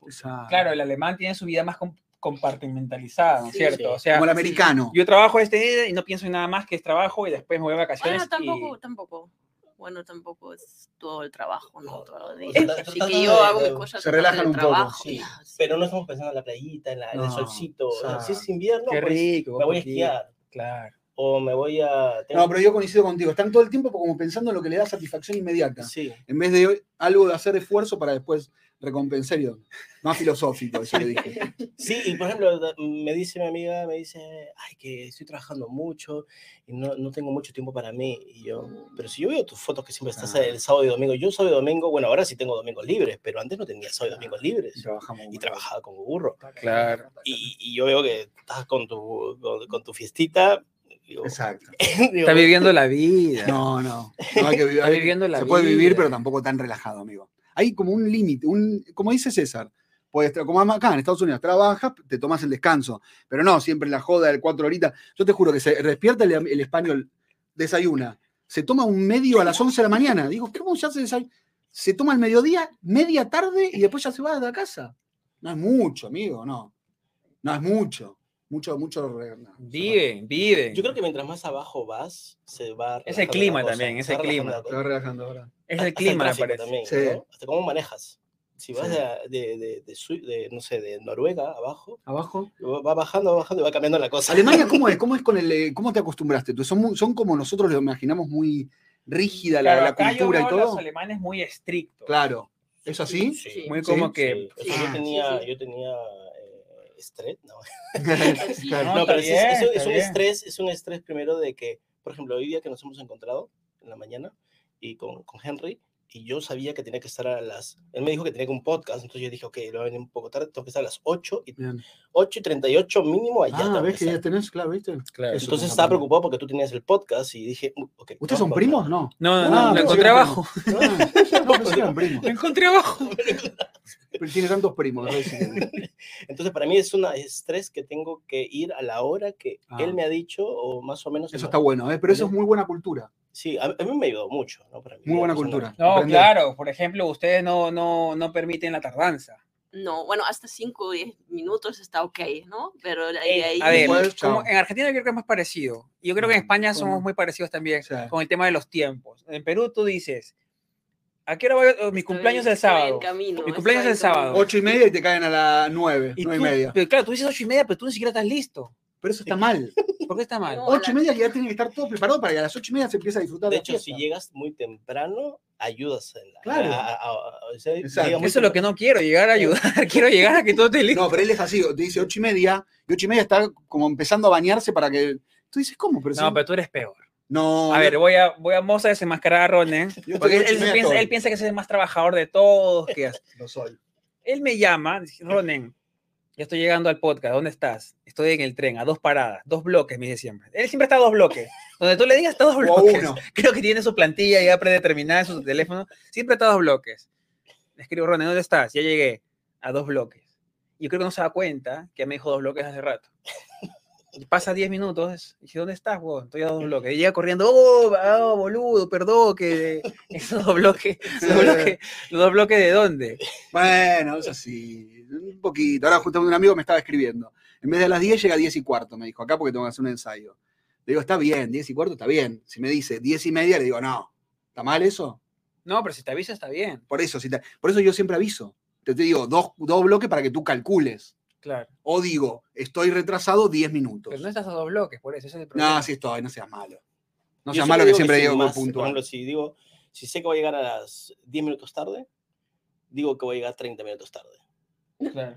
Claro, el alemán tiene su vida más com- compartimentalizada, ¿no es Sí. cierto? Sí. O sea, Como el americano. yo trabajo este día y no pienso en nada más que es trabajo y después me voy a vacaciones. Bueno, Ah, tampoco, y- tampoco. Bueno, tampoco es todo el trabajo, ¿no? Todo el O día. sea, la- Así tratando que yo de- hago de- mis cosas se aparte relajan del un poco, trabajo, sí. ya, sí. Pero no estamos pensando en la playita, en, la- en No, el solcito. o sea, exacto. si es invierno, Qué pues, rico. me voy a poquito, esquiar Claro. o me voy a... tengo- No, pero yo coincido contigo. Están todo el tiempo como pensando en lo que le da satisfacción inmediata. Sí. En vez de algo de hacer esfuerzo para después recompensar. y- Más filosófico, eso le dije. Sí, y por ejemplo, da- me dice mi amiga, me dice, ay, que estoy trabajando mucho y no, no tengo mucho tiempo para mí. Y yo, pero si yo veo tus fotos que siempre estás Ah. Claro. el sábado y domingo, yo sábado y domingo, bueno, ahora sí tengo domingos libres, pero antes no tenía sábado y domingos libres trabajamos. y trabajaba como burro. Claro. Y, y yo veo que estás con tu, con, con tu fiestita. Digo, Exacto. digo, Está viviendo la vida. No, no. no hay que vivir. Está viviendo la se puede vida. vivir, pero tampoco tan relajado, amigo. Hay como un límite, un, como dice César, pues, tra- como acá en Estados Unidos, trabajas, te tomas el descanso, pero no, siempre la joda del cuatro horitas. Yo te juro que se despierta el, el español, desayuna, se toma un medio a las 11 de la mañana. Digo, ¿cómo ya se desayuna? Se toma el mediodía, media tarde y después ya se va de la casa. No es mucho, amigo, no. No es mucho. Mucho, mucho. re- no. Vive, vive. Yo creo que mientras más abajo vas, se va. Es el relajando clima la cosa, también, es se va el relajando clima. la cosa. Te va relajando ahora. Es el Hasta clima, me tráfico parece. también, Sí. ¿no? Hasta cómo manejas. Si vas Sí. de, de, de, de Sui- de, no sé, de Noruega abajo, Abajo. va va bajando, va bajando y va cambiando la cosa. Alemania, ¿cómo es? ¿Cómo es con el, eh, cómo te acostumbraste? tú? Son, muy- son como nosotros lo imaginamos muy rígida la, Claro, la acá yo cultura y veo a todo. Los alemanes muy estrictos. Claro. ¿Es así? Muy Sí, como Sí, que. o sea, Ah, yo tenía, sí, sí. yo tenía eh, estrés, no, Claro. No, No, está pero sí es, es bien, un- es está un bien. estrés, es un estrés primero de que, por ejemplo, hoy día que nos hemos encontrado en la mañana y con, con Henry, y yo sabía que tenía que estar a las, él me dijo que tenía que un podcast, entonces yo dije, ok, lo voy a venir un poco tarde, tengo que estar a las 8 y, Bien. 8 y 38 mínimo allá. tengo Ah, que ves que ya estar. tenés, claro, ¿viste? Claro. Eso Entonces es estaba una pena. preocupado porque tú tenías el podcast y dije, "Mm, ok. ¿Ustedes vamos son a primos? hablar". No. No, no, Ah, no, lo pensé que encontré eran abajo. primos. Ah, no, pensé que eran primos. Lo encontré abajo. Pero tiene tantos primos. es decir, Entonces, para mí es un estrés que tengo que ir a la hora que Ah. él me ha dicho o más o menos. en Eso la- está bueno, ¿eh? pero eso es muy buena cultura. Sí, a, a mí me ayudó mucho, ¿no? Para mi Muy vida buena personal. cultura. No, Aprender. claro, por ejemplo, ustedes no, no, no permiten la tardanza. No, bueno, hasta 5 o 10 minutos está ok, ¿no? Pero de Eh, ahí. a ver, Igual, chao. como en Argentina creo que es más parecido. Yo creo que en España somos ¿cómo? muy parecidos también Sí. con el tema de los tiempos. En Perú tú dices, ¿a qué hora voy? a- Mi estoy- cumpleaños es el estoy en sábado. camino, Mi cumpleaños estoy es el en sábado. camino. Ocho y media y te caen a las nueve, Y nueve y tú- media. Pero claro, tú dices ocho y media, pero tú ni siquiera estás listo. Pero eso está mal. ¿Por qué está mal? No, Ocho y la- media que ya tiene que estar todo preparado para que a las ocho y media se empiece a disfrutar. De la hecho, si fiesta. llegas muy temprano, ayudas en la. Claro. a- a- a- o sea, Exacto. llega muy Eso es lo que no quiero, llegar a ayudar. quiero llegar a que todo esté listo. No, pero él es así, te dice ocho y media, y ocho y media está como empezando a bañarse para que. Tú dices, ¿cómo? Pero si- No, pero tú eres peor. No, Este yo- A ver, voy a, voy a moza a desenmascarar a Ronen. yo estoy Porque él, ocho y él media piensa, todo. él piensa que es el más trabajador de todos. Que Lo soy. él me llama, dice, Ronen, ya estoy llegando al podcast, ¿dónde estás? Estoy en el tren, a dos paradas, dos bloques, me dice siempre. Él siempre está a dos bloques. Donde tú le digas, está a dos O a bloques. uno. Creo que tiene su plantilla ya predeterminada en su teléfono. Siempre está a dos bloques. Le escribo, Ronen, ¿dónde estás? Ya llegué a dos bloques. Yo creo que no se da cuenta que me dijo dos bloques hace rato. Y Pasa 10 minutos, y dice, ¿dónde estás, huevón? Estoy a dos bloques. Y llega corriendo, oh, ah, boludo, perdón, que esos dos bloques, dos bloques, los dos bloques de dónde. Bueno, es así. Un poquito. Ahora justamente un amigo me estaba escribiendo. En vez de a las 10 llega a 10 y cuarto, me dijo, acá porque tengo que hacer un ensayo. Le digo, está bien, 10 y cuarto está bien. Si me dice 10 y media, le digo, no, ¿está mal eso? No, pero si te avisa está bien. Por eso, si te- por eso yo siempre aviso. Te, te digo, dos, dos bloques para que tú calcules. Claro. O digo, estoy retrasado 10 minutos. Pero no estás a dos bloques, por eso. Ese es el problema. No, sí estoy, no seas malo. No Yo seas malo que siempre soy digo más, Por puntual. ejemplo, si digo, si sé que voy a llegar a las 10 minutos tarde, digo que voy a llegar 30 minutos tarde, Claro.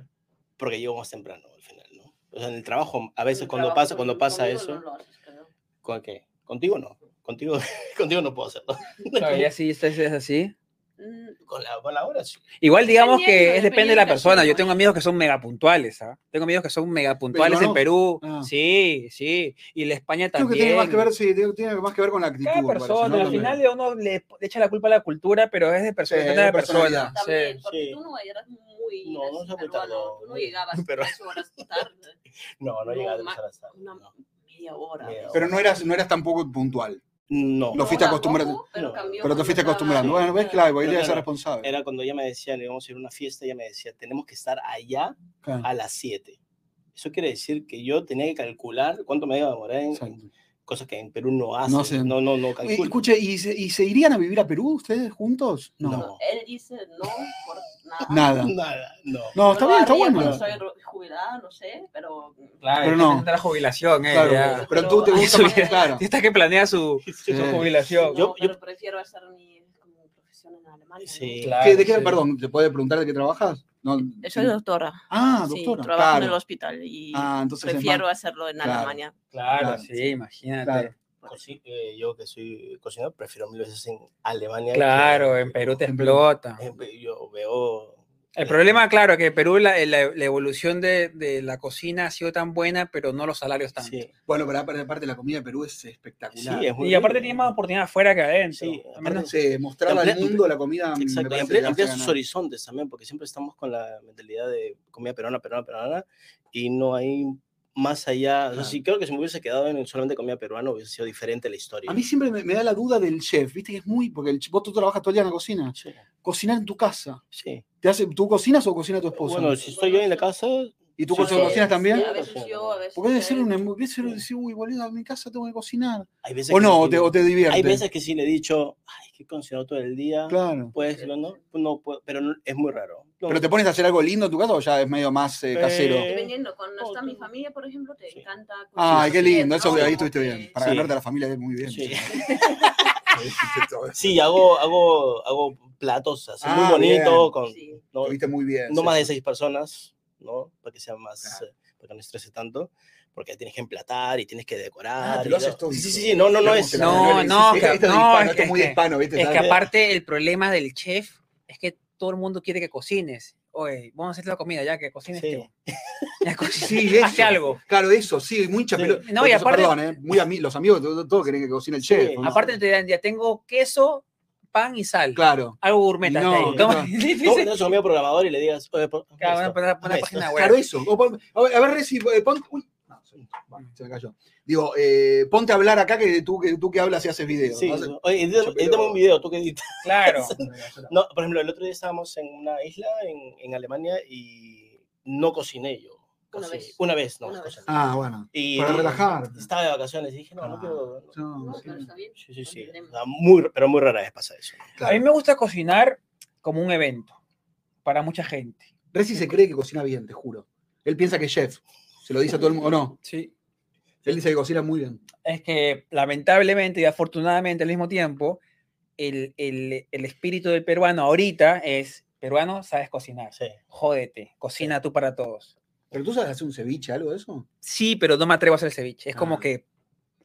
porque llego más temprano al final, ¿no? O sea, en el trabajo, a veces El cuando trabajo pasa, cuando con- pasa conmigo eso, no lo haces, creo. ¿con qué? Contigo no. Contigo, contigo no puedo hacerlo. Claro, ya sí, estás es así. Mm, Con la, con la hora sí. Igual digamos Dependiendo, que es depende de la dependiendo del persona. Yo persona. tengo amigos que son mega puntuales, ¿ah? Tengo amigos que son mega puntuales en no. Perú. Ah. Sí, sí. Y la España Creo también. que tiene más que ver, sí, tiene- tiene más que ver con la actitud. Cada me parece, persona, ¿no? al También. final de uno le le echa la culpa a la cultura, pero es de persona, Sí, depende de de la persona. personalidad. También, Sí. porque Sí. tú no eras muy. No, no así, soy muy peruano, tardón, Tú no muy- llegabas pero- tres horas tarde, No, no No, llega a ma- las horas tarde. una No. media hora. Media Pero no eras, no eras tampoco puntual. No. Lo fuiste No, tampoco, acostumbrando. Pero, No, cambió Pero te cuando fuiste estaba- acostumbrando. Bueno, ves, Claro. claro, él Pero debe ser claro, responsable. Era cuando ya me decían, íbamos a ir a una fiesta, ya me decía, tenemos que estar allá Claro, a las 7. Eso quiere decir que yo tenía que calcular cuánto me iba a demorar en, exacto. cosas que en Perú no hacen. No No, hacen. no, no, Y- calculan. escuche, ¿y se, ¿y se irían a vivir a Perú ustedes juntos? No. No. Él dice no por nada. Nada. Nada, no. No, Yo está lo bien, está haría bueno. cuando Soy ro- jubilada, no sé, pero. Claro, Pero pero no. no. la jubilación, eh, Claro, ya. pero tú te Pero- gusta más, claro. Eh, Y Esta que planea su, Sí. su jubilación. No, Yo- pero prefiero hacer mi como profesión en Alemania. ¿no? Sí. Claro, ¿Qué- de qué- sí. Perdón, ¿te puede preguntar de qué trabajas? No, Yo soy doctora. Ah, Sí, doctora. trabajo en el claro. hospital y Ah, entonces es prefiero más- hacerlo en Claro. Alemania. Claro, Claro, sí, imagínate. Claro. Claro. Cosi- eh, yo que soy cocinero, prefiero mil veces en Alemania. que- en Perú te En Perú. explota. en Pe- Eh, yo veo. El problema, claro, que en Perú la, la- la evolución de, de la cocina ha sido tan buena, pero no los salarios tanto. Sí, Bueno, pero aparte- aparte la comida de Perú es sí, espectacular. es muy Y aparte bien. tienes más oportunidad afuera que adentro. Sí, Al aparte- menos- Sí, mostrar al Amplia- mundo la comida. me Exacto, y parece amplía, que amplía hace sus ganar. horizontes también, porque siempre estamos con la mentalidad de comida peruana, peruana, peruana, y no hay más allá. O sea, Claro. sí, creo que si me hubiese quedado en solamente comida peruana, hubiese sido diferente la historia. A mí siempre me, me da la duda del chef, ¿viste? Que es muy. Porque el, ch- vos tú trabajas todo el día en la cocina. Sí, Cocinar en tu casa. sí. ¿Te hace, ¿Tú cocinas o cocina tu esposa? Bueno, si estoy yo en la casa, ¿Y tú sí, cocinas sí. cocinas también? Sí, a veces yo, a veces. Porque debe ser él. un emo- debe ser decir, uy, boludo, en mi casa tengo que cocinar. hay veces O que no, sí- o te, o te divierte. Hay veces que sí le he dicho, ay, que considero todo el día. Claro. Pues, no, no, no puedo, pero no- es muy raro. No, Pero te pones a hacer algo lindo en tu casa o ya es medio más eh, Eh, casero. Dependiendo, cuando está mi Otro. familia, por ejemplo, te Sí. encanta. Ay, cocinar, qué lindo, eso ¿no? ahí estuviste bien. Para Sí. ganarte a la familia es muy bien. Sí, Estuviste Sí, hago, hago, hago platos así Ah, muy bonito, bien. con Sí. no, muy bien. no sí, más de sí. seis personas, ¿no? Para que sea más, Claro. eh, para que no estrese tanto, porque tienes que emplatar y tienes que decorar. Ah, te y lo haces no- todo. Sí, sí, sí, no, no, no es. No, no, esto que- es de no, hispano, es esto es que- muy de hispano, ¿viste? Es que ¿sabes? aparte el problema del chef es que todo el mundo quiere que cocines. Oye, vamos a hacer la comida ya, que cocines Sí. tú. Ya cocina, Sí, Hace eso. algo. Claro, eso, sí, muy chapelo. No, y aparte- Perdón, ¿eh? Muy ami- los amigos, todos, todos quieren que cocine el Sí. chef. ¿no? Aparte te dan, ya tengo queso, pan y sal. Claro. Algo gourmet. No, ahí. ¿Cómo? no. Difícil. No, no es un amigo programador y le digas, oye, pon- pon Claro, esto. una, una- una Esto. página web. Claro, eso. O pon- a ver, a ver, Reci, eh, pon- uy, no, se- bueno, se me cayó. Digo, eh, ponte a hablar acá que tú que, tú que hablas y haces videos. Sí, ¿no? eso. oye, edítame, yo creo- edítame un video, tú que editas. claro. No, por ejemplo, el otro día estábamos en una isla en, en Alemania y no cociné yo. Una Cociné- vez. Una vez, no. Una vez. cociné. Ah, bueno. y Para y relajar. Estaba de vacaciones y dije, no, Ah, no quiero. no, sí. pero está bien. Sí, sí, sí. Entendemos. O sea, muy, pero muy rara vez pasa eso. A mí Claro. me gusta cocinar como un evento para mucha gente. Reci se cree que cocina bien, te juro. Él piensa que es chef. Se lo dice a todo el mundo. ¿O no? Sí. Él dice que cocina muy bien. Es que lamentablemente y afortunadamente al mismo tiempo, el, el- el espíritu del peruano ahorita es, peruano, sabes cocinar. Sí. Jódete, cocina tú para todos. ¿Pero tú sabes hacer un ceviche, algo de eso? Sí, pero no me atrevo a hacer el ceviche. Es Ah. como que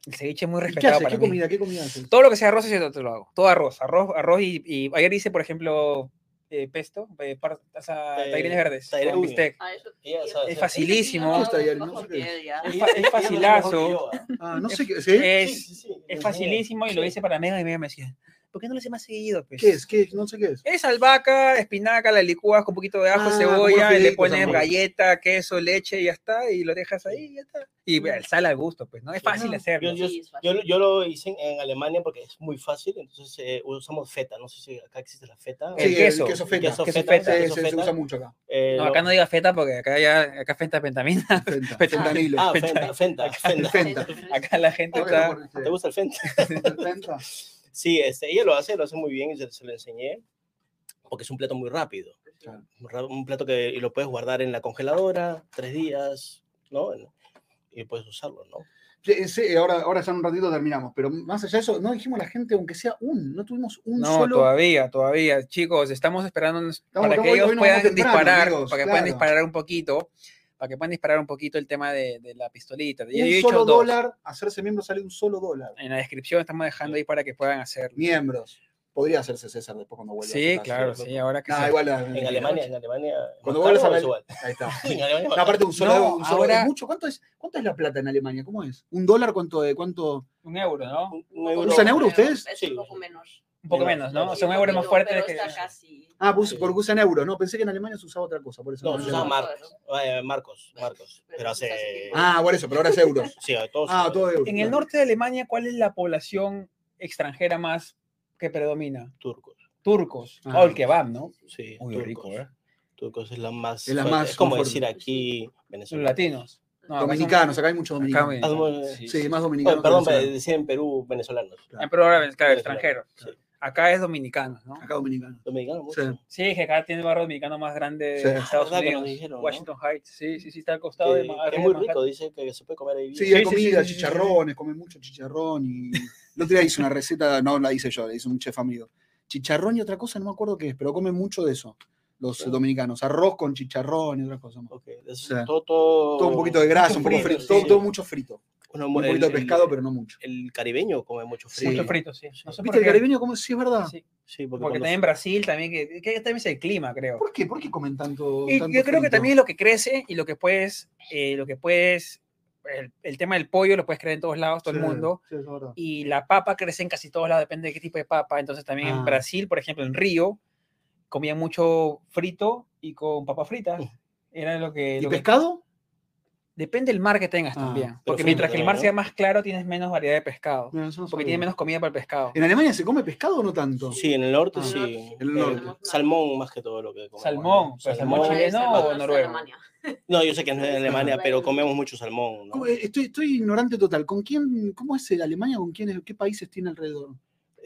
el ceviche es muy ¿Y ¿Qué respetado haces? para ¿Qué mí. comida? ¿Qué comida haces? Todo lo que sea arroz, yo te lo hago. Todo arroz, arroz, arroz y, y ayer hice, por ejemplo, eh, pesto, eh, par- o sea, Eh, tairines verdes, tairines. con bistec. Ah, eso- Ella eso- sabe. Es eso- facilísimo. eso sí, Está bien, bajo no sé piel, ya. Es, fa- es facilazo, Ah, no sé qué. ¿sí? es, es facilísimo y lo hice para mega y mega me decía, ¿por qué no lo hice más seguido? pues?". ¿Qué es? ¿Qué es? No sé qué es. Es albahaca, espinaca, la licúas con un poquito de ajo, Ah, como los cebolla, y le fideitos, pones amor. galleta, queso, leche y ya está, y lo dejas ahí y ya está. Y el sal al gusto, pues, ¿no? Es Sí. fácil Yo- hacerlo. Yo, Sí, es fácil. yo, lo- yo lo hice en, en Alemania porque es muy fácil, entonces eh, usamos feta, no sé si acá existe la feta. El queso. El queso feta. Queso Queso feta, feta. Sí, queso se, se feta. usa mucho acá. Eh, No, lo- acá no diga feta porque acá ya, acá fenta pentamina. Fenta. Feta. Fentanilo. Ah, fenta, fenta, fenta. Fenta. Acá la gente Ahora está... lo pones, ¿Te eh, gusta el fenta? Fenta. Sí, este, ella lo hace, lo hace muy bien y se, se lo enseñé porque es un plato muy rápido. Claro. Un ra- Un plato que y lo puedes guardar en la congeladora tres días, ¿no? En- Y puedes usarlo, ¿no? Sí, sí, ahora, ahora ya en un ratito terminamos, pero más allá de eso, no dijimos a la gente, aunque sea un, no tuvimos un No, solo. todavía, todavía. Chicos, estamos esperando nos- para estamos- que hoy- ellos hoy nos puedan vamos temprano, disparar, amigos, para que claro. puedan disparar un poquito, para que puedan disparar un poquito el tema de, de la pistolita. Yo un he dicho solo dos. dólar, hacerse miembro sale un solo dólar. En la descripción estamos dejando ahí para que puedan hacerlo. Miembros. Podría hacerse César después cuando vuelva. a su Sí, casa. claro, sí, sí, ahora que Nah, se- igual, eh, En Alemania, en Alemania. ¿es Cuando más vuelvas a caro o es igual? Ahí está. En Alemania. No, aparte, un solo, No, un solo- ahora- es mucho. ¿Cuánto es, ¿Cuánto es la plata en Alemania? ¿Cómo es? ¿Un dólar cuánto? eh, cuánto? Un euro, ¿no? un- un euro- ¿Usan euro ustedes? Es Sí. un poco menos. Un poco Menos, menos, ¿no? menos. O sea, un Sí, euro más poquito, fuerte pero que... está casi. Ah, pus- Sí. porque usan euros, ¿no? Pensé que en Alemania se usaba otra cosa, por eso. No, me se no, usaba llamaba. Marcos. eh, Marcos, Marcos. Pero hace. Ah, por eso, pero ahora es euros. Sí, a todos. Ah, todo euros. En el claro. norte de Alemania, ¿cuál es la población extranjera más que predomina? Turcos. Turcos. Ah. o el kebab, ¿no? Sí, Muy turcos. rico, ¿eh? Turcos es la más. Es la fuerte. más Es como fuerte. decir aquí Los Venezuela. latinos. No, acá son- Dominicanos, acá hay muchos acá, dominicanos. Ah, bueno, eh, Sí, más dominicanos. Bueno, perdón, que venezolanos. decía en Perú venezolanos. Ah, Pero ahora, claro, Venezolanos, extranjero. sí. Acá es dominicano, ¿no? Acá dominicanos. Dominicanos, Sí. mucho. Sí, que acá tiene el barrio dominicano más grande Sí. de Estados ¿Verdad que nos Unidos. dijeron, no? Washington Heights, sí, sí, sí, está al costado de Que, Ma- que es arriba muy de rico, dice que se puede comer ahí bien. Sí, Sí, hay sí, comida, sí, sí, sí, sí. chicharrones, comen mucho chicharrón. Y... El otro día hice una receta, no la hice yo, la hizo un chef amigo. Chicharrón y otra cosa, no me acuerdo qué es, pero comen mucho de eso los Sí. dominicanos. Arroz con chicharrón y otras cosas más. Ok, es Sí. todo, todo, Todo un poquito de grasa, Oh, mucho un poco frito, sí, todo, sí. todo mucho frito. Bueno, Un el- poquito de el- pescado, pero no mucho. El caribeño come mucho Sí. Mucho frío. frito, sí. No sé por ¿Viste el qué. caribeño cómo sí es verdad? Sí, Sí, porque, porque cuando- también en Brasil, también, que, que también es el clima, creo. ¿Por qué? ¿Por qué comen tanto? Y tanto yo creo que frito? también es lo que crece y lo que puedes, eh, lo que puedes, el, el tema del pollo lo puedes creer en todos lados, todo el Sí, mundo. sí, es verdad. Y la papa crece en casi todos lados, depende de qué tipo de papa. Entonces también Ah. en Brasil, por ejemplo, en Río, comían mucho frito y con papas fritas. Era lo que... Oh. ¿Y lo que- pescado? depende del mar que tengas Ah, también. pero Mm, Porque frito mientras que el también, mar ¿no? sea más claro, tienes menos variedad de pescado. Mira, eso no Porque sabía. tienes menos comida para el pescado. ¿En Alemania se come pescado o no tanto? Sí, en el norte Ah, sí. el Eh, norte. Salmón más que todo lo que comemos. Salmón, ¿no? pero salmón. salmón chileno o noruego. No, yo sé que no es en Alemania, Ajá. pero comemos mucho salmón. ¿no? ¿Cómo- eh, Estoy, estoy ignorante total. ¿Con quién, cómo es el Alemania? ¿Con quiénes, qué países tiene alrededor?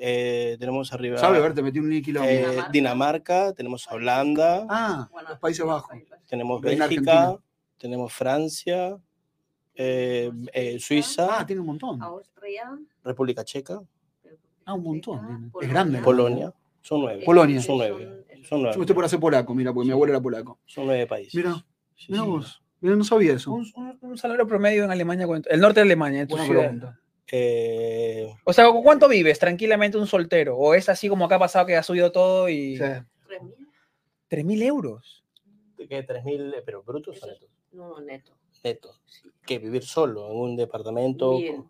Eh, tenemos arriba Sabe, a ver, te metí un kilo. eh, Dinamarca. Dinamarca, tenemos a Holanda, ah, los Países Bajos. tenemos en Bélgica, Argentina. tenemos Francia, eh, eh, ah, Suiza, tiene un montón. Ah, Austria. República Checa, Ah, un montón, tiene. Es Polonia. Eh, grande, ¿no? Polonia. Son nueve. Polonia. Son nueve. Son Yo me estoy por nueve. hacer polaco, mira, porque mi Sí. abuelo era polaco. Son nueve países. Mira, Sí, Mira sí. vos. Mira, no sabía eso. Un, un- un salario promedio en Alemania, ¿cuánto? el norte de Alemania, en tu Buena ciudad. pregunta. Eh, O sea, ¿cu- ¿cuánto vives tranquilamente un soltero? ¿O es así como acá ha pasado que ha subido todo y... O sea, tres mil euros? que 3.000, pero brutos o netos? No, neto. Netos. Que vivir solo en un departamento. Bien.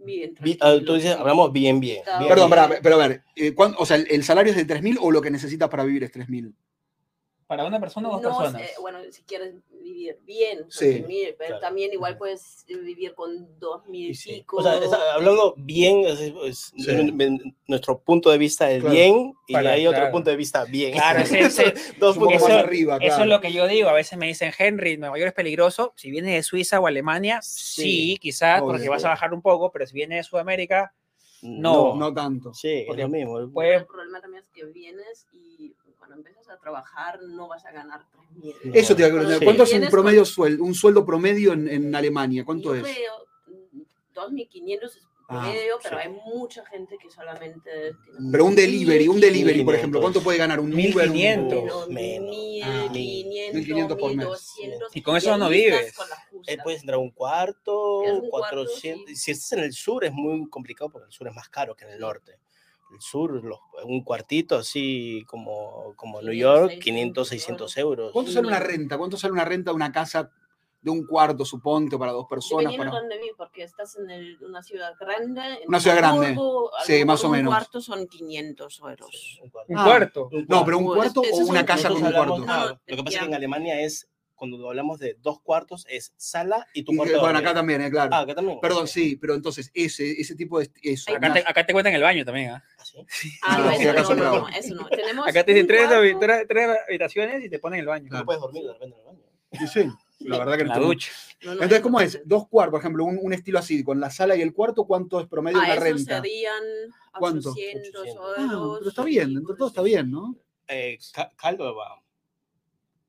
Bien, Vi- ah, tranquilo. tú dices, hablamos bien, bien. Está bien, Perdón, bien. pará, pero a ver, eh, ¿cuán- o sea, ¿el- ¿el salario es de 3.000 o lo que necesitas para vivir es 3.000? Para una persona o dos No, personas. eh, bueno, si quieres vivir bien, Sí, porque mire, pero claro. también igual puedes eh, vivir con dos mil Y y sí. pico. O sea, está hablando bien, es- es- Sí. de- de- nuestro punto de vista es Claro. bien y Para- hay claro. otro punto de vista bien. Claro, ese- ese- Dos Es un poco puntos eso- más de- arriba, claro. Eso es lo que yo digo. A veces me dicen, Henry, Nueva York es peligroso. Si vienes de Suiza o Alemania, sí, Sí, quizás, obvio, porque vas obvio. a bajar un poco, pero si vienes de Sudamérica, pues, No, No. no tanto. Sí, es Porque lo mismo. puede- El problema también es que vienes y cuando empiezas a trabajar no vas a ganar 3.000. No. Eso te iba a preguntar. Sí. ¿Cuánto es un Tienes promedio sueldo, un sueldo promedio en, en Alemania? ¿Cuánto Yo es? creo, mm, 2.500 es Ah, promedio, pero sí. hay mucha gente que solamente... tiene Pero un delivery, un delivery, por ejemplo, 1500. ¿cuánto puede ganar un Uber? un- 1500. menos, Menos. Ah, 1.500, 1500 por mes. 1.200. Y con eso ahí no estás vives. con las justas. Eh, puedes entrar a un cuarto, Es un cuarto, 400. sí. Si estás en el sur es muy complicado porque el sur es más caro que en el norte. El sur, los- un cuartito así como, como New 500, York, 600 500, 600 euros. ¿Cuánto sale una renta? ¿Cuánto sale una renta de una casa de un cuarto, suponte, para dos personas? Dependiendo de para- dónde vives, porque estás en el- una ciudad grande. en Una ciudad grande, Hamburgo, sí, algo- más o un menos. cuarto son 500 euros. Sí, un cuarto. un Ah. cuarto. Un No, pero un Pues, cuarto o esos son- una casa con un Nosotros cuarto. hablamos- cuarto. ah, lo que pasa es que en Alemania es, cuando hablamos de dos cuartos, es sala y tu Y, cuarto. de bueno, dormir. acá también, eh, claro. Ah, acá también. Perdón, Ok. sí, pero entonces ese, ese tipo de... Eso, Acá te, acá te cuentan el baño también. ¿ah? ¿Ah, sí? Ah, no, Ah, sí, eso acá no, son no, bravos. no, eso no. Tenemos Acá te dicen un tres, habi- cuarto, tres- tres habitaciones y te ponen el baño. Claro. No puedes dormir de repente en el baño. Sí, sí, la verdad que En la no- ducha. no, no, Entonces, eso ¿cómo no es? Dos cuartos, por ejemplo, un, un estilo así, con la sala y el cuarto, ¿cuánto es promedio Ah, una eso renta? serían ¿Cuánto? 800 800. Ah, euros. pero está bien, y entonces todo está bien, ¿no? Eh, ca- caldo va.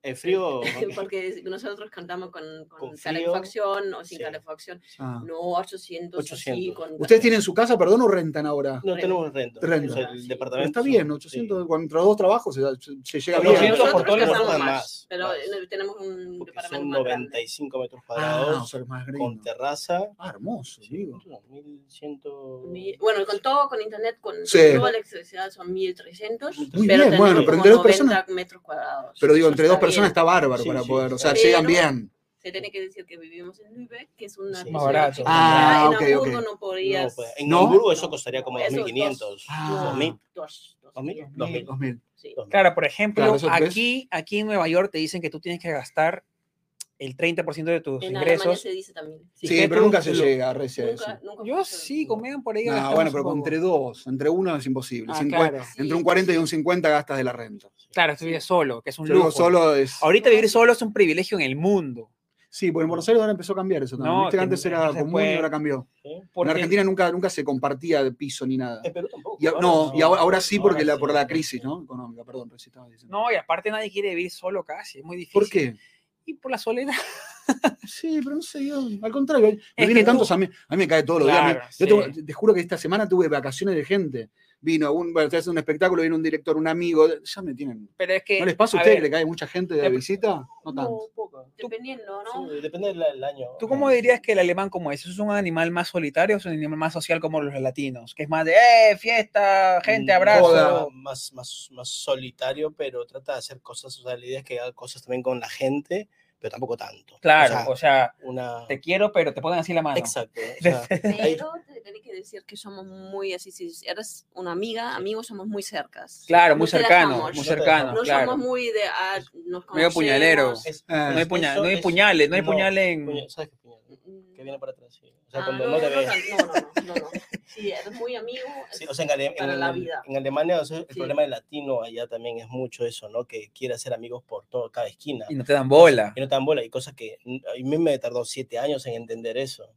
El frío. Porque es- nosotros cantamos con, con, Con frío, calefacción o sin sí. calefacción. Ah. No, 800. así, 800. con- ¿Ustedes tienen su casa, perdón, o rentan ahora? No tenemos renta. Renta. O sea, el Sí. Pero departamento. está bien, 800, con entre los dos trabajos se, da- se- se llega Pero bien. 800 Nosotros por todo el gastamos departamento. más, Pero Más. eh, tenemos un porque departamento son más grande. 95 metros Ah, o cuadrados sea, que es más con gringo. terraza. Ah, hermoso, digo. 1100. Mi- Bueno, con todo, con internet, con Sí. toda la electricidad son 1300. Muy pero bien, tenemos bueno, pero como entre dos 90 personas. metros cuadrados. Pero digo, Eso entre dos está personas bien. está bárbaro Sí, para sí, poder, o sea, pero- llegan bien. Se tiene que decir que vivimos en Lübeck, que es una Sí. ciudad Más barato. chiquita. Ah, en ok, ok. Hamburgo no podrías... No, pues, en ¿No? Hamburgo eso No, costaría como eso es 2500. Ah. 2000. Dos, dos, 2000. bien, 2000. 2000. sí. Claro, por ejemplo, Claro, eso ves. aquí, aquí en Nueva York te dicen que tú tienes que gastar el 30% de tus En Alemania ingresos. se dice también. Sí, que pero tú- nunca se lo- llega recién a eso. Nunca, nunca Yo funciona. sí, conmigo por ahí. Ah, gastamos bueno, un pero poco. entre dos, entre uno es imposible. Ah, Cincuenta- claro. Entre un Sí, 40 y sí. un 50 gastas de la renta. Claro, tú vives solo, que es un Yo digo, lujo. solo es... Ahorita vivir solo es un privilegio en el mundo. Sí, porque en Buenos Aires ahora empezó a cambiar eso también. No, Viste que que antes no era se común y puede. ahora cambió. Porque- En Argentina nunca, nunca se compartía de piso ni nada. En Perú tampoco. Y a- no, y ahora, ahora sí porque ahora la, sí. por la crisis ¿no? económica, perdón, recién estaba diciendo. No, y aparte nadie quiere vivir solo casi, es muy difícil. ¿Por qué? Y por la soledad. Sí, pero no sé, yo, al contrario, me que vienen tú- tantos a mí, a mí me cae todos los días. a mí- Claro, yo tengo- sí. te juro que esta semana tuve vacaciones de gente. Vino un, bueno, te hacen un espectáculo, vino un director, un amigo, ya me tienen. Pero es que. ¿No les pasa Eh, a a ustedes que ver, le cae mucha gente de te- visita? No No, tanto. poca. Dependiendo, ¿no? Sí, depende del, del año. ¿Tú cómo dirías que el alemán como es? ¿Es un animal más solitario o es un animal más social como los latinos? Que es más de, ¡eh, fiesta, gente, Mm, abrazo! joda. Más, más, más solitario, pero trata de hacer cosas, o sea, la idea es que haga cosas también con la gente, pero tampoco tanto. Claro, O sea, o sea, una... te quiero, pero te ponen así la mano. Exacto. o sea, ahí- Pero te tenés que decir que somos muy así. Si eres una amiga, amigos, somos muy cercas. Claro, No muy te cercano, dejamos. muy no te cercano, No claro. somos muy de. ah, nos Medio conocemos. puñalero. es- No hay, puña- eso no hay es- puñales, no hay no, puñales en... puñal- ¿Sabes qué puñal? Mm, Que viene para atrás. sí. O sea, ah, cuando no, no te no, ve. no, no, no, no, no. Si eres muy amigo. Sí, o sea, en, Ale- para en- la vida. en Alemania o sea, el Sí. problema del latino allá también es mucho eso, ¿no? Que quiere hacer amigos por todo, cada esquina. Y no te dan bola. Y no tan bola, hay cosas que a mí me tardó siete años en entender eso.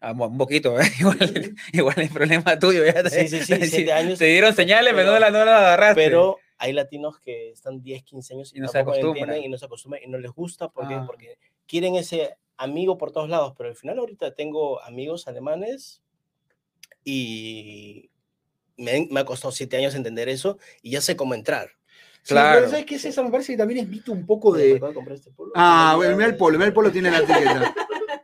Ah, bueno, un poquito, ¿eh? igual, igual el problema tuyo. ya te- Sí, sí, sí, te- siete años. Te dieron señales, pero, pero- no las no la agarraste. pero hay latinos que están 10, 15 años y, Y no se tampoco acostumbran. entienden y no se acostumbran y no les gusta ¿por qué? Ah. porque quieren ese amigo por todos lados, pero al final ahorita tengo amigos alemanes y me, me ha costado 7 años entender eso y ya sé cómo entrar. Sí, Claro. pero ¿Sabes qué es eso? Me parece que también es mito un poco Me de. acuerdo que compré este Eh, polo, Ah, me bueno, mira el olvidaba polo, de- mira el polo tiene la etiqueta.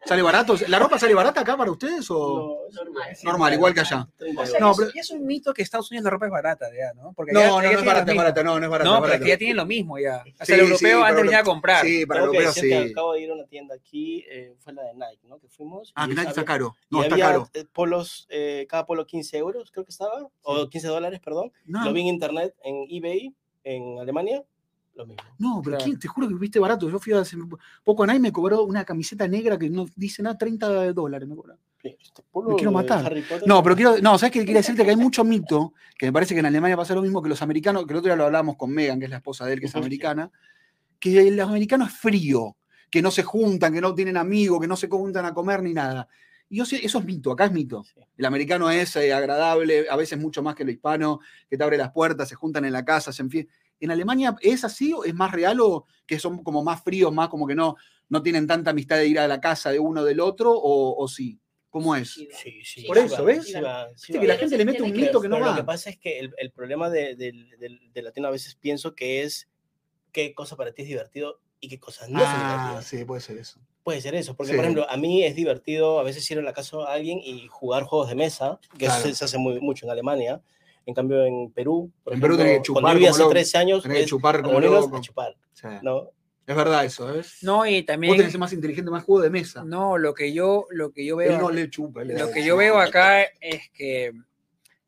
¿Sale barato? ¿La ropa sale barata acá para ustedes o...? No, es normal. Normal, igual que allá. Treinta O sea, No, que es- pero- y es un mito que Estados Unidos la ropa es barata, ya, ¿no? Porque No, allá- no, allá no es tienen barata, lo es mismo. barata, no, no es barata. No, es pero es barata. que ya tienen lo mismo ya. O sea, Sí, el sí, europeo para antes venía a Europa- comprar. Sí, para Tengo que europeos decir que sí. acabo de ir a una tienda aquí, eh, fue la de Nike, ¿no? Que fuimos. Ah, que y Nike está había- caro. y No, está había, caro. eh, Polos, eh, cada polo 15 euros, creo que estaba, o 15 dólares, perdón. No, Lo vi en internet, en eBay, en Alemania, lo mismo. no, pero Claro. ¿quién? te juro que viste barato. Yo fui hace poco a Nike y me cobró una camiseta negra que no dice nada, 30 dólares me cobró. Este polo Me quiero de matar. Harry Potter, No, pero quiero, no, ¿sabes qué? Quería decirte que hay mucho mito, que me parece que en Alemania pasa lo mismo que los americanos, que el otro día lo hablábamos con Megan, que es la esposa de él, que es Ujú. americana, que los americanos es frío, que no se juntan, que no tienen amigos, que no se juntan a comer ni nada. Y yo sé, eso es mito, acá es mito. Sí. El americano es eh, agradable, a veces mucho más que el hispano, que te abre las puertas, se juntan en la casa, se enfie... ¿En Alemania es así o es más real o que son como más fríos, más como que no, no tienen tanta amistad de ir a la casa de uno del otro o, o sí? ¿Cómo es? Sí, sí. Por eso, ¿ves? Sí va, sí Viste va. que la Pero gente se le mete un tiene Pero- mito que no pero Lo va. que pasa es que el, el problema de- del, del- del latino a veces pienso que es qué cosa para ti es divertido y qué cosas no son Ah, divertidas. sí, puede ser eso. Puede ser eso, porque Sí. por ejemplo, a mí es divertido a veces ir a la casa de alguien y jugar juegos de mesa, que eso Claro. se, se hace muy, mucho en Alemania. En cambio, en Perú, por En Perú tenés que ejemplo, chupar cuando viví como hace loco, 13 años, Tenés que es chupar como reunirnos loco. a chupar, Sí. ¿no? Es verdad eso, ¿ves? No, y Vos tenés que también, ser más inteligente, más juego de mesa. no, lo que yo, lo que yo Él veo, no le chupa. él le lo da que de yo chupar. veo acá es que,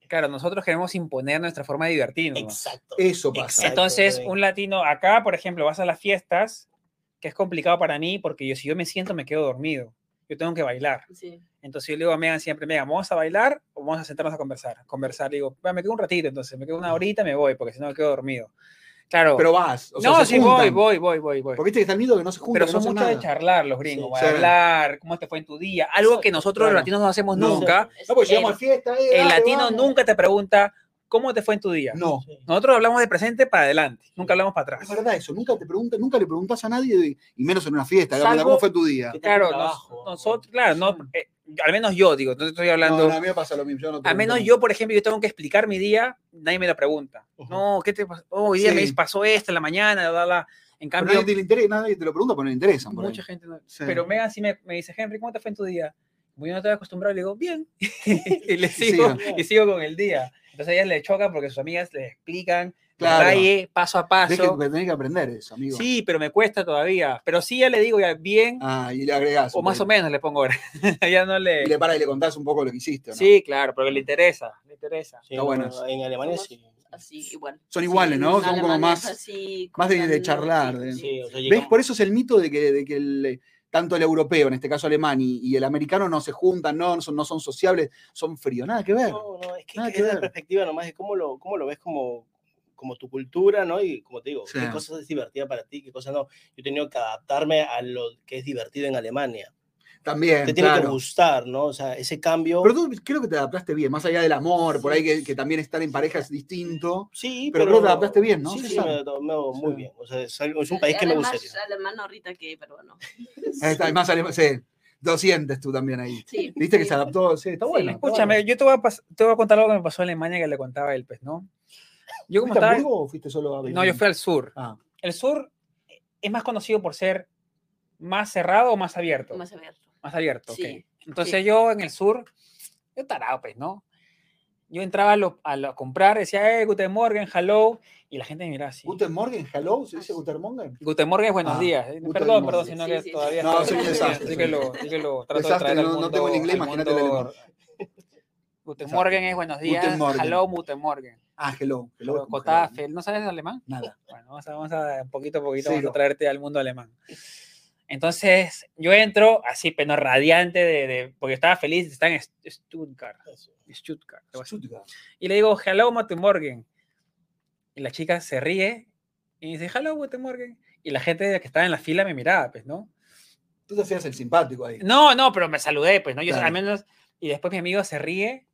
claro, nosotros queremos imponer nuestra forma de divertirnos. Exacto. Eso pasa. Exacto. Entonces, Exacto. un latino acá, por ejemplo, vas a las fiestas, que es complicado para mí porque yo, si yo me siento me quedo dormido. Yo tengo que bailar. Sí. Entonces yo le digo a Megan siempre, Megan, ¿vamos a bailar o vamos a sentarnos a conversar? Conversar, le digo, "Bueno, me quedo un ratito, entonces me quedo una horita, me voy, porque si no me quedo dormido. Claro. Pero vas. O sea, no, se sí, juntan. voy, voy, voy, voy, voy. Porque viste que está el miedo que no se juntan. Pero que son no mucho hacen de nada. charlar los gringos, Sí. voy a hablar, cómo te fue en tu día, algo que nosotros Claro. los latinos no hacemos No. nunca. No, porque Sí. llegamos a fiesta. eh, El dale, latino vamos. nunca te pregunta, ¿cómo te fue en tu día? No. Sí. Nosotros hablamos de presente para adelante, nunca hablamos para Es atrás. verdad eso. Nunca te preguntas, nunca le preguntás a nadie, de- y menos en una fiesta. Salvo- Gabriela, ¿Cómo fue tu día? ¿Qué tal tu Claro, nos- trabajo? nosotros, claro, no, eh, al menos yo digo, no estoy hablando... No, no, a mí me pasa lo mismo. Yo no A menos pregunto. yo, por ejemplo, yo tengo que explicar mi día, nadie me lo pregunta. Ujú. No, ¿qué te pasó? Oh, hoy día me Sí. pasó esto en la mañana, bla, bla. Pero En cambio, nadie, te interesa, nadie te lo pregunta porque no le interesan. por ahí. mucha gente no. Sí. Pero Megan sí me, me dice, Henry, ¿cómo te fue en tu día? Como yo no estaba acostumbrado, le digo, bien. y le Sí, sigo, bien. y sigo con el día. Entonces a elella le choca porque sus amigas les explican, Claro. detalle, paso a Ves paso. que tenés que aprender eso, amigo. Sí, pero me cuesta todavía. Pero sí ya le digo, ya bien, Ah, y le agregás. o un más o poquito. menos le pongo ahora. ya no le... Y le paras y le contás un poco lo que hiciste. ¿o no? Sí, claro, porque le interesa, le interesa. Sí, Está bueno no, En Alemania Somos- sí. Así, igual. Son iguales, Sí, ¿no? Son como alemanes más- así, más de- de contando, charlar, sí, de- sí, Sí, o sea, ¿Ves? llegamos- Por eso es el mito de que, de que el- eh, tanto el europeo, en este caso alemán, y, y el americano no se juntan, no, no son, no son sociables, son fríos, nada que ver. No, no, es que, Nada que que es ver. la perspectiva nomás de cómo lo, cómo lo ves como, como tu cultura, ¿no? Y como te digo, Sí. qué cosas es divertida para ti, qué cosas no. Yo he tenido que adaptarme a lo que es divertido en Alemania. También, Te tiene que claro. gustar, ¿no? O sea, ese cambio. Pero tú creo que te adaptaste bien, más allá del amor, por ahí que, que también estar en pareja es distinto. sí, pero pero, creo que te adaptaste bien, ¿no? Sí, Sí, sí, sabe. me, adapto- me hago muy Sí. bien. O sea, es, algo- es un país que me Alemán- gustaría. Alemán ahorita que peruano. Además, alema- sí, lo sientes tú también ahí. Sí. Viste que sí. se adaptó, sí, está Sí, bueno. está Escúchame, bueno. yo te voy, a pas- te voy a contar algo que me pasó en Alemania que le contaba él, pues, ¿no? Yo como ¿Fuiste a estaba... Hamburgo o fuiste solo a Berlín? No, yo fui al sur. Ah, El sur es más conocido por ser más cerrado o más abierto. Más, Vamos a ver. abierto, ok. Sí, Entonces yo en el sur, yo tarado, pues, ¿no? Yo entraba a, lo- a lo- a comprar, decía, eh, Guten Morgen, hello, y la gente me miraba así. ¿Guten Morgen? ¿Hello? ¿Se dice Guten Morgen? Guten Morgen es buenos Ah, días. Eh, Guten Perdón, Morgen. perdón, sino Sí, que sí, sí. todavía No, estoy- soy un sí, desastre, así soy que un lo, así que lo trato de Desastre, traer al no, no tengo el mundo- inglés, al imagínate el mundo- alemán. Guten Exacto. Morgen es buenos días. Morgen. Hello, Guten Morgen. Ah, hello. hello es Hello, como hello, ¿No sabes alemán? ¿no? Nada. Bueno, vamos a, vamos a poquito a poquito vamos Cero. a traerte al mundo alemán. Entonces, yo entro así, pero radiante, de, de- porque estaba feliz, está en Est- Stuttgart. Stuttgart. algo así. Stuttgart. Y le digo, hello, Guten Morgen. Y la chica se ríe y dice, hello, Guten Morgen. Y la gente que estaba en la fila me miraba, pues, ¿no? Tú te hacías el simpático ahí. No, no, pero me saludé, pues, ¿no? Yo Claro. al menos. Y después mi amigo se ríe.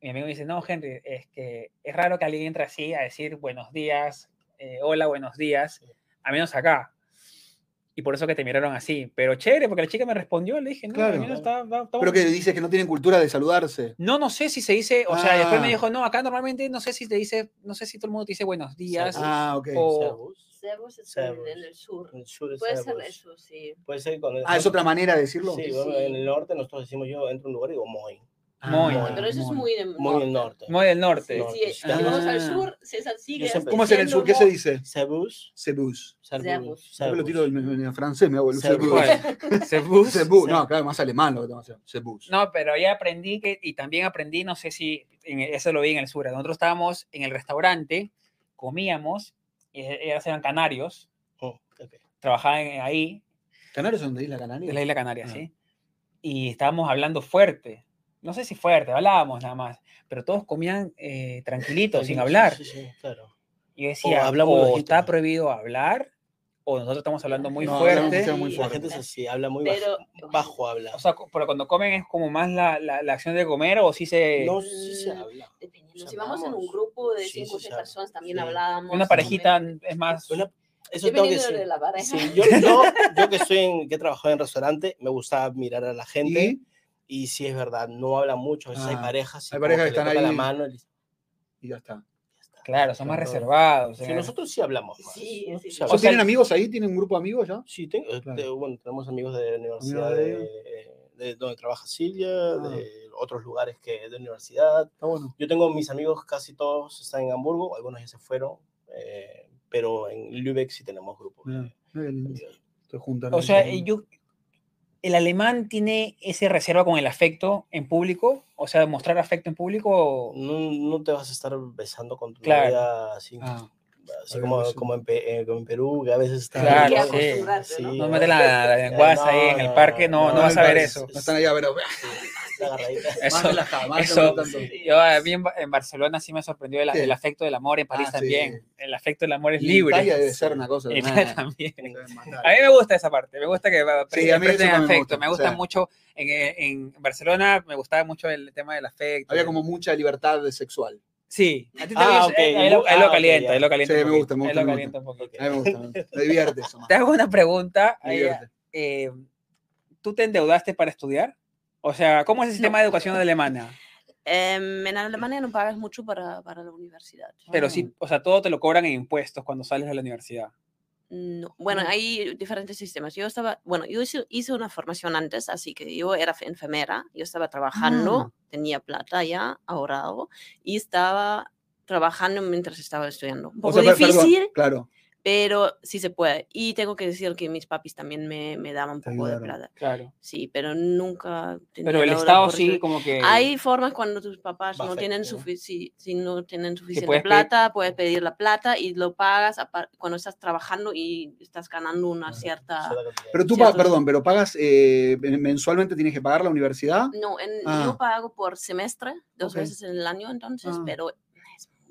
Mi amigo me dice, no, Henry, es que es raro que alguien entre así a decir buenos días, eh, hola, buenos días, a menos acá. Y por eso que te miraron así. Pero chévere, porque la chica me respondió, le dije, no, Claro. la vaina está, está- está Pero que buena". dices que no tienen cultura de saludarse. No, no sé si se dice, o sea, después me Ah. dijo, no, acá normalmente no sé si te dice, no sé si todo el mundo te dice buenos días. Sí. Ah, ok. O- Servus. Servus es en el- en Servus. el sur. En el sur es Puede ser servus. eso, sí. Puede ser cuando. Ah, es otra manera de decirlo. Sí, Sí. bueno, en el norte nosotros decimos yo entro a un lugar y digo moin. Ah, Muy. bueno, Pero eso es muy de Moin en el norte. Muy del norte. Sí, norte, sí, claro. si vamos al Ah. sur, César sigue. Yo siempre- ¿Cómo es en el sur? ¿Qué se dice? Servus. Sebus. Servus. Servus. Yo lo tiro servus. en, en- en francés, mi abuelo. Servus. Sebus. Bueno, se bus- Sebus. se- No, claro, más alemán lo que tengo que hacer. Sebus. No, pero ya aprendí que, y también aprendí, no sé si, en- e, eso lo vi en el sur, nosotros estábamos en el restaurante, comíamos, y e- ellas eran canarios, Oh, ok. trabajaban en- ahí, ¿Canarios son de Isla en Canaria? la isla Canaria, Ah. ¿sí? Y estábamos hablando fuerte, no sé si fuerte, hablábamos nada más, pero todos comían eh, tranquilitos, sin Sí, hablar. Sí, sí, claro. Y yo decía, hablamos o bajito". está prohibido hablar, o nosotros estamos hablando muy No, hablamos fuerte. demasiado muy La fuerte. gente es así, habla muy Pero- bajo, bajo habla. O sea, cu- pero cuando comen es como más la, la- la acción de comer o si se... no sé si Mm. se habla. Dependiendo. sea, Si vamos en un vamos. grupo de Sí, cinco sí, o seis sabe. personas, también Sí. hablábamos. Una parejita es más... Una- eso tengo que Dependiendo decir. de la pareja. Sí, yo, yo, yo que soy en, que he trabajado en restaurante, me gustaba mirar a la gente Y, y, sí es verdad, no habla mucho, a veces hay Ah, parejas, y hay como parejas que que le están toca la ahí. mano y le- y ya está. ya está. Claro, son más Claro. reservados. eh. Sí, en eso. nosotros sí hablamos más. Sí, nosotros sí, sí sí. ¿O hablamos. O sea- tienen amigos ahí? ¿Tienen un grupo de amigos ya? Sí, tengo- eh, Claro. te- bueno, tenemos amigos de la universidad de Ah. de, de donde trabaja Silvia, de otros lugares que de universidad. Está bueno. Yo tengo mis amigos, casi todos están en Hamburgo, algunos ya se fueron, eh, pero en Lübeck sí tenemos grupos. Mira, de mira qué lindo. amigos. Se juntan. O ahí sea, con- eh, yo... ¿El alemán tiene ese reserva con el afecto en público? O sea, mostrar afecto en público... No, no te vas a estar besando con tu Claro. novia así, Ah, así había como, beso. como, en Pe- eh, como en Perú, que a veces está... Claro, ¿no? sí. acostumbrarte, ¿no? Sí, No mete la, la lenguaza ahí en el parque, no, no, no, vas no, a ver es- eso. no están ahí a ver. ah, la agarradita. Más Eso, relajada, más eso- relajada, tanto. yo a mí en, Ba- en Barcelona sí me sorprendió el, ¿Qué? el afecto del amor, en París Ah, sí. también. El afecto del amor es Y libre. Italia debe ser una cosa. En de Italia nada. también. Deben matar. A mí me gusta esa parte, me gusta que va- Sí, a mí interpreten eso también me afecto, gusta, me o gusta sea. mucho, en, en Barcelona me gustaba mucho el tema del afecto. Había como mucha libertad sexual. Sí, a ti te Ah, gusta, ok, eh, ahí lo, mu- ahí lo ah, ok, calienta, ya. ahí lo calienta. Sí, un me gusta, me poquito, gusta, ahí lo me calienta un poquito. A mí me gusta. me gusta. Me divierte eso. más. Te hago una pregunta, Me ahí, divierte. eh, ¿tú te endeudaste para estudiar? O sea, ¿cómo es el sistema de educación alemana? Em, en Alemania no pagas mucho para, para la universidad. Pero Ah. sí, o sea, todo te lo cobran en impuestos cuando sales de la universidad. No, Bueno, hay diferentes sistemas. Yo estaba, bueno, yo hice, hice una formación antes, así que yo era fe- enfermera, yo estaba trabajando, tenía plata ya ahorrado y estaba trabajando mientras estaba estudiando. Un O poco sea, per- perdón, difícil, Claro. pero sí se puede. Y tengo que decir que mis papis también me, me daban un Te poco de ayudaron. plata. Claro. Sí, pero nunca. tenía Pero el la hora Estado por sí, eso. como que... Hay formas cuando tus papás no Buffett, tienen, ¿no? sufi- si, si no tienen suficiente puedes pedir- plata, puedes pedir la plata y lo pagas apar- cuando estás trabajando y estás ganando una Claro. cierta... Sola cantidad. Pero tú, Cierto. pa- perdón, pero pagas eh, mensualmente, tienes que pagar la universidad. No, en, Ah. yo pago por semestre, dos Ok. veces en el año entonces, Ah. pero es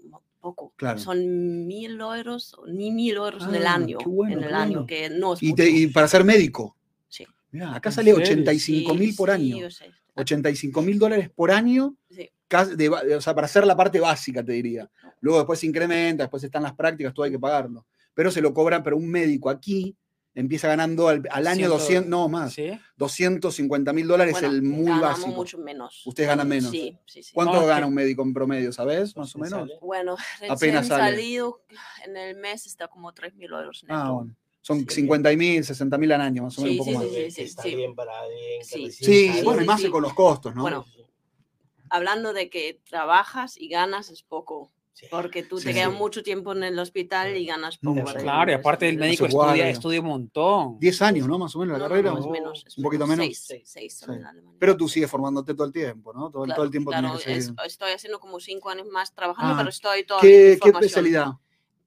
mo- poco. Claro. Son mil euros, o ni mil euros en el Ah, año, qué bueno, en qué el año, bueno. que no es Y, te- mucho. y para ser médico. Sí. Mirá, acá ¿En sale serio? 85 mil Sí, por sí, año. yo sé. 85 mil dólares por año. Sí. cas- de ba- o sea, para hacer la parte básica, te diría. Luego después se incrementa, después están las prácticas, todo hay que pagarlo. Pero se lo cobran, pero un médico aquí empieza ganando al, al año Ciento- 200, no más, Sí. 250 mil dólares Bueno, el muy ganamos básico. mucho menos. Ustedes ganan menos. Sí, sí, sí. ¿Cuánto No, es que- gana un médico en promedio, sabes? Más o Entonces menos. sale- Bueno, recién Apenas sale. salido en el mes está como 3.000 euros neto. Ah, bueno. Son Sí. 50 mil, 60 mil al año, más o menos, Sí, un poco sí, más. sí, sí, sí, Está sí. bien para alguien que Sí. recién Sí, sale. bueno, y sí, más sí. con los costos, ¿no? Bueno. Hablando de que trabajas y ganas es poco, Sí. porque tú Sí, te quedas sí. mucho tiempo en el hospital y ganas poco. Mucho. ¿verdad? Claro, y Entonces, aparte el no- médico se guarda. estudia, estudia un montón. 10 años, ¿no? Más o menos no, la no, carrera. no, es ¿no? menos, es Un poquito menos. Seis, seis son Sí. en Alemania. Pero tú sigues formándote todo el tiempo, ¿no? Todo, el- Claro, todo el tiempo claro, tenés que seguir. es- estoy haciendo como cinco años más trabajando, Ah, pero estoy todo ¿Qué, qué especialidad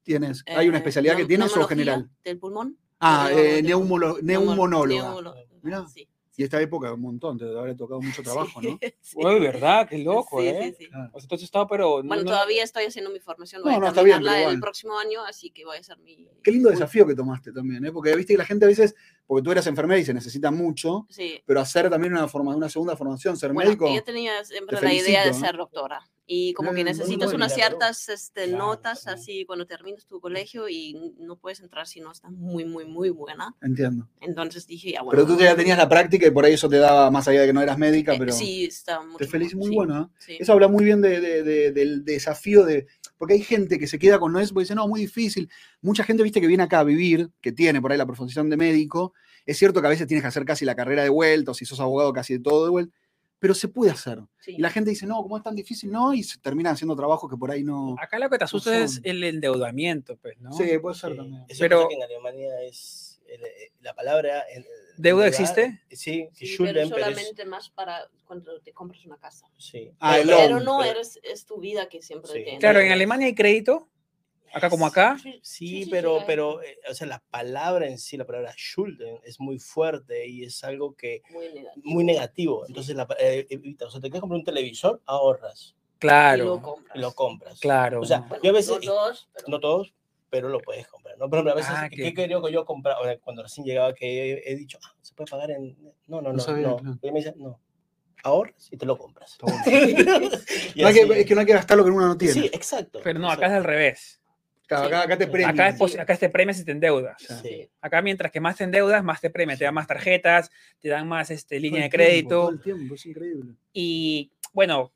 tienes? ¿Hay una especialidad que tienes o general? eh, Del pulmón. Ah, neumolo- eh, neum- neumolo- neumonóloga. neumolo- Mirá. sí, Y esta época, un montón, te habrá tocado mucho trabajo, ¿no? sí. Uy, ¿verdad? Qué loco, Sí, sí, ¿eh? sí. Claro. O sea, entonces estaba, pero... no- Bueno, no- todavía estoy haciendo mi formación. eh, No, voy a no, está bien, terminarla pero igual. el próximo año, así que voy a hacer mi. Qué lindo Uy, desafío que tomaste también, ¿eh? Porque viste que la gente a veces, porque tú eras enfermera y se necesita mucho, Sí. pero hacer también una, forma, una segunda formación, ser Bueno, médico. yo tenía siempre te la idea de felicito, ¿eh? ser doctora. y como que Mm, muy necesitas buen unas milagro. ciertas este, Claro, notas también. así cuando terminas tu colegio y no puedes entrar si no está muy, muy, muy buena. Entiendo. Entonces dije, ya bueno. Pero tú ya tenías la práctica y por ahí eso te daba, más allá de que no eras médica, eh, pero sí, está mucho te feliz mejor, muy sí, bueno. ¿eh? sí. Eso habla muy bien de- de- de- del desafío de. Porque hay gente que se queda con no es, porque dice, no, muy difícil. Mucha gente, viste, que viene acá a vivir, que tiene por ahí la profesión de médico. Es cierto que a veces tienes que hacer casi la carrera de vuelta, o si sos abogado, casi de todo de vuelta. Pero se puede hacer. Sí. Y la gente dice, no, ¿cómo es tan difícil? No, y se terminan haciendo trabajos que por ahí no. Acá lo que te asusta Ojo. es el endeudamiento, pues, ¿no? Sí, puede ser Sí, también. eso Pero- pasa que en Alemania es el- eh, la palabra. el- el- ¿Deuda deuda, existe? Sí, sí, Sí, pero Schulden, pero es- solamente más para cuando te compras una casa. sí. Ah, el Pero loan, no pero- eres, es tu vida que siempre Sí. te... Claro, en Alemania hay crédito, acá como acá. Sí, Sí, sí, pero, hay. pero, eh, o sea, la palabra en sí, la palabra Schulden, es muy fuerte y es algo que Muy negativo. muy negativo. Entonces, la, pa- eh, evita, o sea, te quieres comprar un televisor, ahorras, Y lo Claro, compras. y lo compras. claro. O sea, Bueno, yo a veces, no todos, pero no todos, pero lo puedes comprar, ¿no? Por ejemplo, a veces, Ah, ¿qué que- quería que yo comprar? O sea, cuando recién llegaba, que he, he dicho, ah, se puede pagar en... No, no, no, no. sabía, claro. Y me dice, no, ahorras y te lo compras. Está bueno. Y No hay así- que, es que no hay que gastar lo que uno no tiene. Sí, exacto. Pero no, acá es al revés. Claro, acá, acá te Acá premian. Acá, es Sí. posi- acá te premias y te endeudas. exacto. Sí. Acá mientras que más te endeudas, más te premia, te dan más tarjetas, te dan más este, Todo el línea de tiempo, crédito. todo el tiempo, es increíble. Y bueno,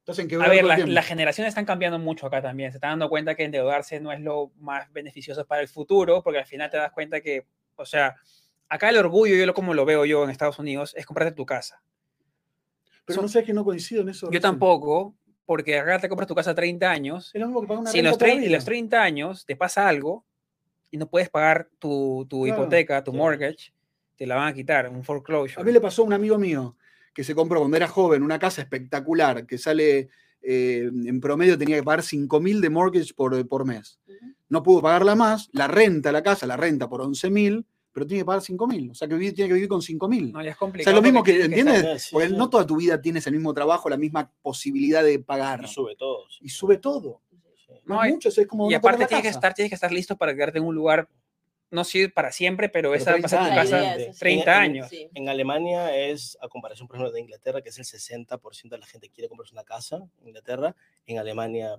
Estás en a quebrada ver, todo el la- las tiempo. generaciones están cambiando mucho acá también. Se están dando cuenta que endeudarse no es lo más beneficioso para el futuro, porque al final te das cuenta que, o sea, acá el orgullo, yo lo, como lo veo yo en Estados Unidos, es comprarte tu casa. Pero son- no sabes que no coincido en eso. Yo Renzo. tampoco, porque acá te compras tu casa a 30 años. Es lo mismo que pagar una Si en los, renta toda trein- la en los vida. 30 años te pasa algo y no puedes pagar tu, tu Claro, hipoteca, tu claro. mortgage, te la van a quitar, un foreclosure. A mí le pasó a un amigo mío que se compró cuando era joven una casa espectacular que sale, eh, en promedio tenía que pagar 5 mil de mortgage por, por mes. Ujú. No pudo pagarla más, la renta la casa, la renta por 11 mil, pero tiene que pagar 5 mil. O sea que vive- tiene que vivir con 5 mil. No, ya es o complicado. sea, es lo mismo porque que, tienes estar- ¿entiendes? sacar, sí, Porque sí. pues, no toda tu vida tienes el mismo trabajo, la misma posibilidad de pagar. Y sube todo. sí. Y sube todo. pues, Sí. No, y- mucho, es como Y no tocar aparte la tienes que, casa. estar, tienes que estar listo para quedarte en un lugar, no sé para siempre, pero, Pero esa va a 30 ser tu años. La casa idea es así. 30 Sí. años. Sí. En Alemania es, a comparación, por ejemplo, de Inglaterra, que es el 60% de la gente quiere comprarse una casa en Inglaterra. En Alemania,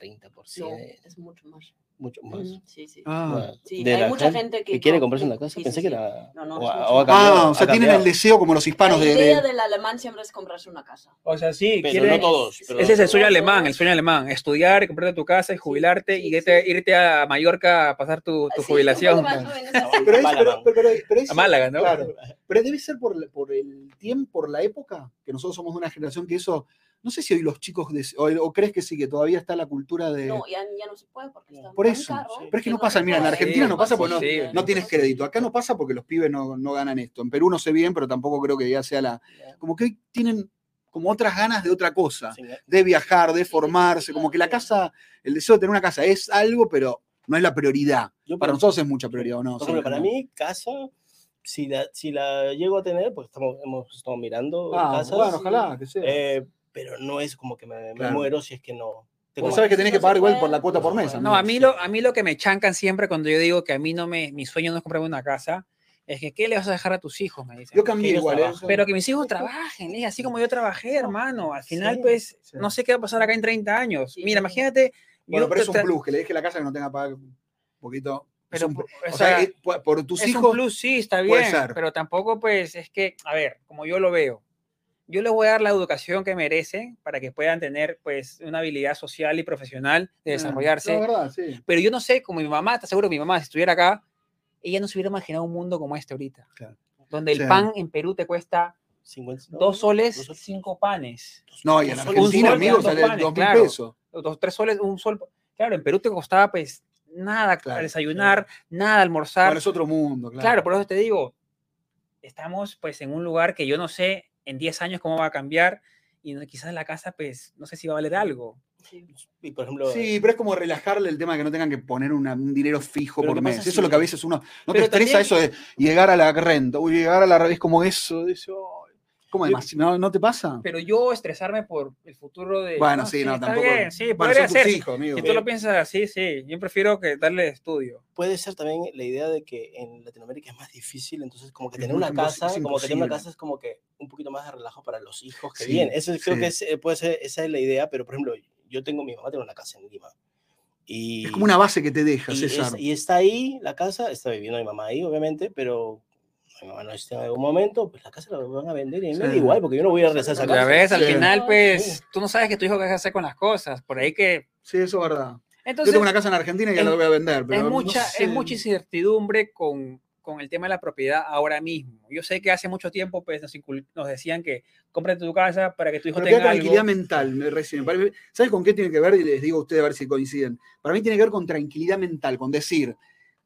30%, No, es mucho más. mucho más. Ujú, Sí, sí. Ah. Bueno, Sí, de hay la mucha gente que, que quiere no- comprarse una sí, casa. sí, Pensé sí. que era... No, no, o es ha- mucho o ha más. cambiado, Ah, o ha sea, tienen el cambiado. deseo como los hispanos la de- idea de... del alemán siempre es comprarse una casa. O sea, sí, Pero quieren- no todos. pero- Ese es el sueño No alemán, todos. el sueño alemán. Estudiar, comprarte tu casa y jubilarte sí, y irte, sí. irte a Mallorca a pasar tu, tu Sí, jubilación. un poco más jóvenes Ah, así. Pero, es- Málaga, pero- pero- pero- pero es- A Málaga, ¿no? Claro. Pero debe ser por, la- por el tiempo, por la época, que nosotros somos de una generación que eso, no sé si hoy los chicos, des- o, o crees que sí, que todavía está la cultura de... No, ya, ya no se puede porque está Por tan eso, caro sí. Pero es que no se pasa, mira, en puede. Argentina no pasa porque no- Sí, no tienes crédito. Acá no pasa porque los pibes no, no ganan esto. En Perú no sé bien, pero tampoco creo que ya sea la... Como que hoy tienen como otras ganas de otra cosa, Sí, sí, de viajar, de sí, sí, formarse, claro, como que la sí. casa, el deseo de tener una casa es algo, pero no es la prioridad. yo Para por- nosotros es mucha prioridad, ¿o no? por ejemplo, para mí, casa, si la, si la llego a tener, pues estamos, hemos estado mirando Ah, casas. bueno, ojalá que sea. eh, pero no es como que me, me Claro. muero si es que no. tengo Vos sabés que Sí, tenés no que se pagar igual puede. por la cuota por No, mes. No, a mí, lo, a mí lo que me chancan siempre cuando yo digo que a mí no me, mi sueño no es comprarme una casa, es que ¿qué le vas a dejar a tus hijos? Me dicen. Yo cambié ellos igual, ¿eh? trabajan. Pero que mis hijos trabajen, ¿eh? así como yo trabajé, hermano. Al final, Sí, pues, sí. no sé qué va a pasar acá en 30 años. Sí. Mira, imagínate. Bueno, yo pero es un tra- plus, que le deje la casa que no tenga que pagar un poquito. Es pero, pues, un- o o sea, sea, es por, por tus es hijos. un plus, sí, está puede bien, ser. pero tampoco pues es que, a ver, como yo lo veo, yo les voy a dar la educación que merecen para que puedan tener pues una habilidad social y profesional de Mm, desarrollarse, no, es verdad, sí. pero yo no sé, como mi mamá, te aseguro que mi mamá si estuviera acá, ella no se hubiera imaginado un mundo como este ahorita, Claro. donde el Sí. pan en Perú te cuesta 50, no, dos soles, dos soles. cinco panes, No, y en Un Argentina, sol, amigos, dos sale dos panes, mil claro. pesos. o dos, tres soles, un sol, claro, en Perú te costaba pues nada Claro, para desayunar, nada almorzar, Bueno, es otro mundo, claro. Claro, por eso te digo, estamos pues en un lugar que yo no sé en 10 años cómo va a cambiar y no- quizás la casa pues no sé si va a valer algo. Y por ejemplo, Sí, pero es como relajarle el tema de que no tengan que poner una- un dinero fijo Pero por ¿qué pasa mes. Eso es si- lo que a veces uno. No te Pero estresa también- eso de llegar a la renta. Uy, llegar a la renta es como eso. de eso. ¿Cómo Yo- demasi- ¿No, ¿No te pasa? Pero yo estresarme por el futuro de. Bueno, sí, no, está tampoco- bien, sí, Bueno, podría son tus ser. hijos, amigo. Si tú lo piensas así, sí. Yo prefiero que darle estudio. Puede ser también la idea de que en Latinoamérica es más difícil, entonces como que Es tener muy- una es casa, como que tener una imposible. casa es como que un poquito más de relajo para los hijos que Sí, vienen. Eso creo sí. que es- eh, puede ser, esa es la idea, pero por ejemplo, yo tengo, mi mamá tiene una casa en Lima. Y Es como una base que te deja, y, es- César. y está ahí la casa, está viviendo mi mamá ahí, obviamente, pero mi mamá no está en algún momento, pues la casa la van a vender y a mí me da Sí. igual, porque yo no voy a regresar a esa Ya casa. ves, al Sí. final, pues, tú no sabes que tu hijo qué hacer con las cosas. Por ahí que. Sí, eso es verdad. Yo Entonces, tengo una casa en Argentina y ya es- la voy a vender. Pero es, no mucha, sé. es mucha incertidumbre con, con el tema de la propiedad ahora mismo. Yo sé que hace mucho tiempo pues, nos, incul- nos decían que cómprate tu casa para que tu hijo Pero queda tenga con algo. tranquilidad mental, me recién. me parece- ¿Sabes con qué tiene que ver? Y les digo a ustedes a ver si coinciden. Para mí tiene que ver con tranquilidad mental, con decir,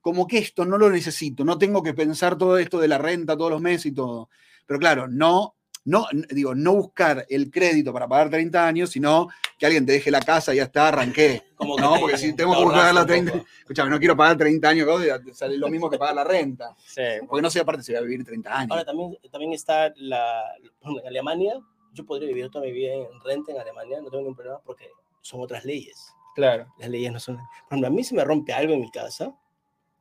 como que esto no lo necesito, no tengo que pensar todo esto de la renta todos los meses y todo. Pero claro, no, no, n- digo, no buscar el crédito para pagar 30 años, sino que alguien te deje la casa y ya está, arranqué. Como No, te- porque si te tengo que ahorras buscar la un 30 poco. Escuchame, no quiero pagar 30 años, cosa, te sale lo mismo que pagar la renta. Sí. Porque no sé, aparte, si voy a vivir 30 años. Ahora también, también está la, en Alemania, yo podría vivir toda mi vida en renta en Alemania, no tengo ningún problema porque son otras leyes. Claro. Las leyes no son... Por ejemplo, a mí se me rompe algo en mi casa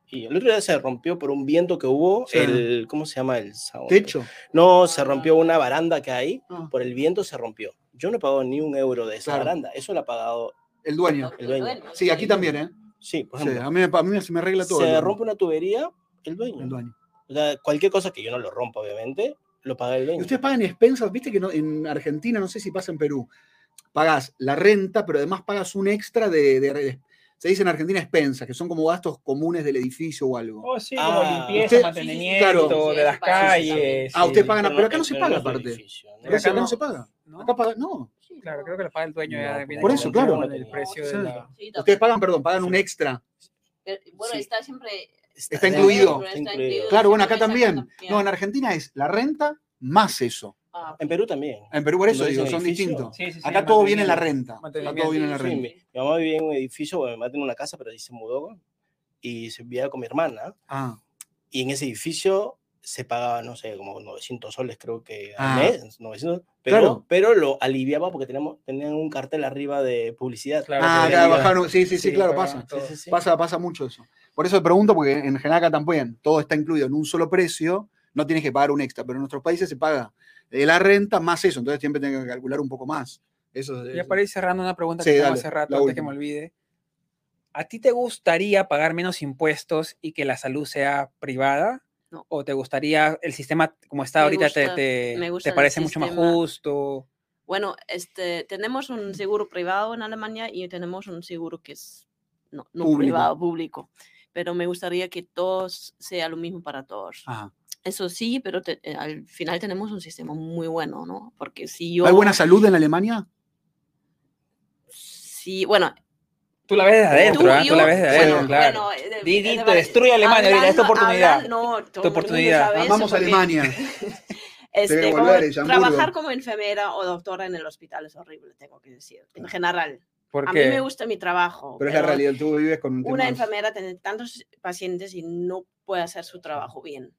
y el otro día se rompió por un viento que hubo, Sí. el, ¿cómo se llama? El sauna. Techo. No, se rompió una baranda que hay, Ah. por el viento se rompió. Yo no he pagado ni un euro de esa Claro. baranda, eso lo ha pagado, El dueño. Porque el dueño. Sí, aquí también, ¿eh? sí, por Sí, ejemplo. a mí, me- a mí se me arregla todo. el se dueño. rompe una tubería, el dueño. El dueño. O sea, cualquier cosa que yo no lo rompa, obviamente, lo paga el Y dueño. ustedes pagan expensas, viste que no- en Argentina, no sé si pasa en Perú, pagás la renta, pero además pagas un extra de, de- de- Se dice en Argentina expensas, que son como gastos comunes del edificio o algo. Oh, sí, Ah, como limpieza, usted- mantenimiento claro. de Sí, sí, las sí, calles. eh, Ah, usted paga- Pero pero acá no se pero paga, es del aparte. edificio, ¿no? Pero acá no, no. se paga. ¿no? Acá pagan, no. Claro, creo que lo paga el dueño. No, ya por viene Por eso, claro. con El precio de Sí. la... Sí, Ustedes también. pagan, perdón, pagan un Sí. extra. Pero, Eh, bueno, Sí. está siempre. Está dentro, incluido. está incluido. Claro, bueno, acá Pero acá también. también. No, en Argentina es la renta más eso. ah, En Perú también. En Perú por eso ¿No es digo, un son edificio? distintos. Sí, sí, sí, Acá todo viene en la renta. mantenimiento. Acá todo Mantenimiento, viene en la sí, renta. mi, mi mamá vivía en un edificio, bueno, mi mamá tenía una casa, pero ahí se mudó y se vivía con mi hermana. Ah, Y en ese edificio se pagaba, no sé, como 900 soles, creo que al Ah. mes, 900, pero, Claro. pero lo aliviaba porque teníamos, tenían un cartel arriba de publicidad. Claro, ah que acá diga- bajaron. Sí, sí, sí, claro, paga pasa. todo. Sí, sí, sí. Pasa, pasa mucho eso. Por eso te pregunto, porque en general acá también todo está incluido en un solo precio, no tienes que pagar un extra, pero en nuestros países se paga eh, la renta más eso, entonces siempre tienen que calcular un poco más. Eso es- eh, Ya para ir cerrando una pregunta Sí, que tengo dale, hace la rato antes que me última. olvide. ¿A ti te gustaría pagar menos impuestos y que la salud sea privada? No. ¿O te gustaría el sistema como está Me ahorita gusta- te, me te, gusta te el parece mucho más sistema. justo? Bueno, este, tenemos un seguro privado en Alemania y tenemos un seguro que es no, no Público. privado, público. Pero me gustaría que todos sea lo mismo para todos. Ajá. Eso sí, pero te- eh, al final tenemos un sistema muy bueno, ¿no? Porque si yo... ¿Hay buena salud en Alemania? Si, bueno, Tú la ves desde adentro, tú, ¿ah? tú yo- la ves desde adentro, bueno, claro. bueno, eh, de- Di- de- di, de- te destruye Alemania, ahorita, esta hablando- oportunidad. hablan- no, todo el mundo oportunidad. sabe eso Amamos porque- Alemania. Este, Debe como volver, es trabajar Hamburgo. como enfermera o doctora en el hospital es horrible, tengo que decir, en general. A mí Porque me gusta mi trabajo. Pero es la pero realidad, tú vives con un tema- Una enfermera tiene tantos pacientes y no puede hacer su trabajo bien.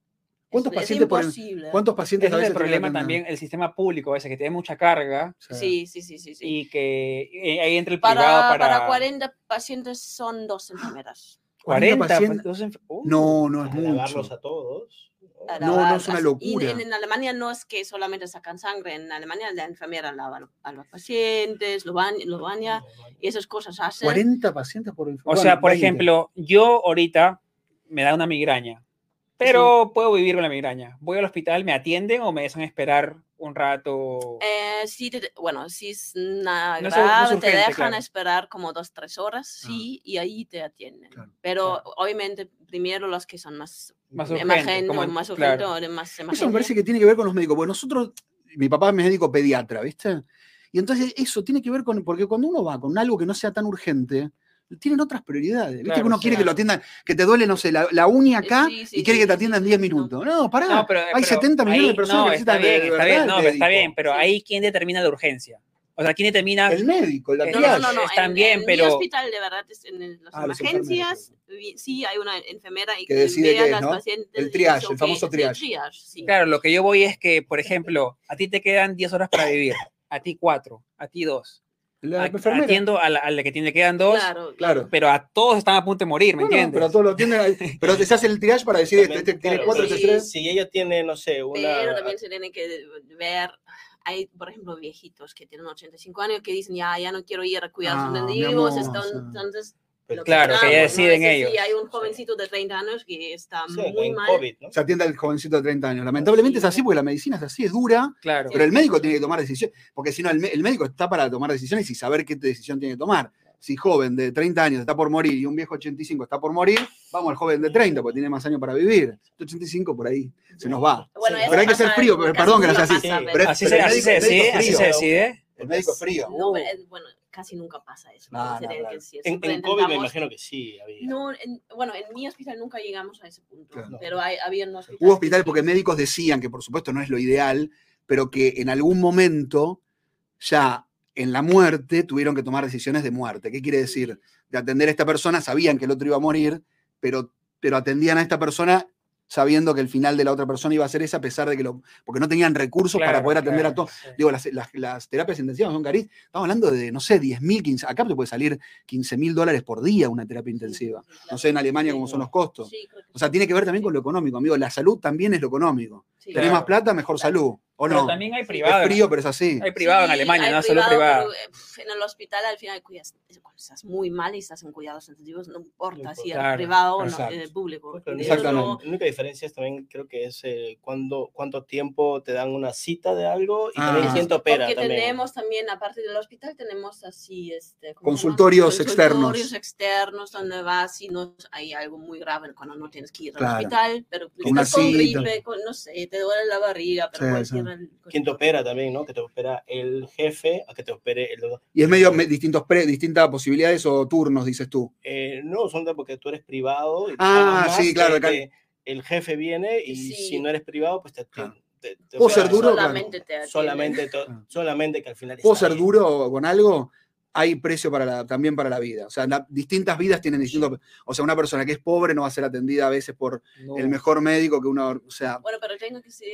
¿Cuántos es, pacientes por en- Es imposible. ¿Cuántos pacientes ese a es veces el tenés que problema atender? también, el sistema público ese, que tiene mucha carga O sea, Sí, sí, sí, sí. sí. y que eh, ahí entra el Para, privado para... para... 40 pacientes son dos enfermeras. 40 pacientes. dos enfer- pues, uh, No, no es Para lavarlos mucho. a todos. para No, no lavar es una las- y locura. en, en Alemania no es que solamente sacan sangre, en Alemania la enfermera lava lo- a los pacientes, lo baña, lo baña este, y esas cosas hacen. 40 pacientes por O enfermedad. sea, por ejemplo, yo ahorita me da una migraña, pero puedo vivir con la migraña. Voy al hospital, me atienden o me dejan esperar un rato. Eh, si te- bueno, si es nada No es- no es grave, te urgente, dejan claro. esperar como dos, tres horas, sí, y ahí te atienden. Ah. Claro, Pero obviamente primero los que son más Más emergentes, urgente, como- más claro. urgentes o de más Eso me emergencia. parece que tiene que ver con los médicos. Porque nosotros, mi papá es médico pediatra, ¿viste? Y entonces eso tiene que ver con, porque cuando uno va con algo que no sea tan urgente, tienen otras prioridades. ¿Viste Claro, que uno sí. quiere que lo atiendan, que te duele, no sé, la, la uña Eh, acá sí, sí, y quiere sí, que te sí, atiendan sí, 10 no. minutos. No, pará. No, pero- Ah, hay pero 70 millones ahí- de personas no, que está necesitan de- bien, de está bien, verdad no, pero está médico. bien, pero Sí. ahí quién determina la urgencia. O sea, ¿quién determina? El médico, la Eh, No, tía. no, no, no. están en, bien, en pero- mi hospital, de verdad, es en el- las Ah, los emergencias, vi- sí hay una enfermera y Que decide ve a qué, las ¿no? pacientes. El y triage, dice, el famoso "Ok, triage". El triage, sí. Claro, lo que yo voy es que, por ejemplo, a ti te quedan 10 horas para vivir, a ti 4, a ti 2. La enfermera. Atiendo a la, a la que tiene, le quedan 2, Claro, Claro. pero a todos están a punto de morir, ¿me No, no, entiendes? pero todo lo tiene. Pero te hace el triage para decir este, También, este tiene claro, cuatro, pero este sí. tres. Si ella tiene, no sé, una... Pero también se tiene que ver, hay, por ejemplo, viejitos que tienen 85 años que dicen, ya, ya no quiero ir a cuidar Ah, a mi sus mendigos, amor, están- sí. entonces... Pero lo Claro, que ya hagamos, deciden Ese sí, ellos. hay un Sí. jovencito de 30 años que está sí, muy en mal. COVID, ¿no? Se atiende al jovencito de 30 años. Lamentablemente es así porque la medicina es así, es dura. Claro. Pero el médico tiene que tomar decisiones, porque si no, el, me- el médico está para tomar decisiones y saber qué decisión tiene que tomar. Si joven de 30 años está por morir y un viejo 85 está por morir, vamos al joven de 30, porque tiene más años para vivir. Este 85 por ahí se nos va. Bueno, Sí, eso pero hay que ser pasa frío, en pero- casos perdón que no las así. pasa, Sí. pero- así pero se, el así médico- se el médico decide, así frío. se decide. El médico es frío. No, eh, bueno, casi nunca pasa eso. No, entonces no, tienen claro. que sí, En, siempre en COVID me intentamos- imagino que sí había. No, en- bueno, en mi hospital nunca llegamos a ese punto, Claro. pero hay, había un hospital. Hubo hospitales porque médicos decían que, por supuesto, no es lo ideal, pero que en algún momento, ya en la muerte, tuvieron que tomar decisiones de muerte. ¿Qué quiere decir? De atender a esta persona, sabían que el otro iba a morir, pero, pero atendían a esta persona sabiendo que el final de la otra persona iba a ser esa, a pesar de que lo. porque no tenían recursos para Claro, poder atender a claro, todos. sí. Digo, las, las- las terapias intensivas son carísimas. Estamos hablando de, no sé, 10 mil, 15. Acá te puede salir 15 mil dólares por día una terapia intensiva. No sé en Alemania cómo son los costos. O sea, tiene que ver también con lo económico, amigo. La salud también es lo económico. Tenés Claro. más plata, mejor salud. ¿O Pero no? también hay privado. Es frío, pero es así. Hay privado en Sí, Alemania, hay no solo privado. pero, eh, pf, en el hospital al final cuidas, cuando estás muy mal y estás en cuidados intensivos, no importa si eres Claro, privado o no, exacto. eh, público. Pero la única- Exactamente. La única diferencia es también creo que es eh, cuando, cuánto tiempo te dan una cita de algo y también Ah. quién te opera. Porque también. tenemos también, aparte del hospital, tenemos así, este, ¿cómo se llama? Consultorios externos. Consultorios externos donde vas si no hay algo muy grave cuando no tienes que ir al Claro. hospital, pero Con una estás con cita. gripe, con- no sé, te duele la barriga, pero Sí, puedes sí. ir al ¿Quién te opera también, no? Que te opera el jefe a que te opere el doctor. Y es medio me- distintos pre- distintas posibilidades o turnos, dices tú. Eh, no, son de- porque tú eres privado. Y te Ah, pagan más sí, claro, que acá- te- el jefe viene y Sí. si no eres privado, pues te. te- Claro. te- te Puede opera ser duro, Solamente te atienden. Solamente, to- Ah. solamente que al final. ¿Puedo está ser ahí. duro con algo? Hay precio para la- también para la vida. O sea, la- distintas vidas tienen distintos. O sea, una persona que es pobre no va a ser atendida a veces por el mejor médico que uno. O sea, Bueno, pero tengo que decir,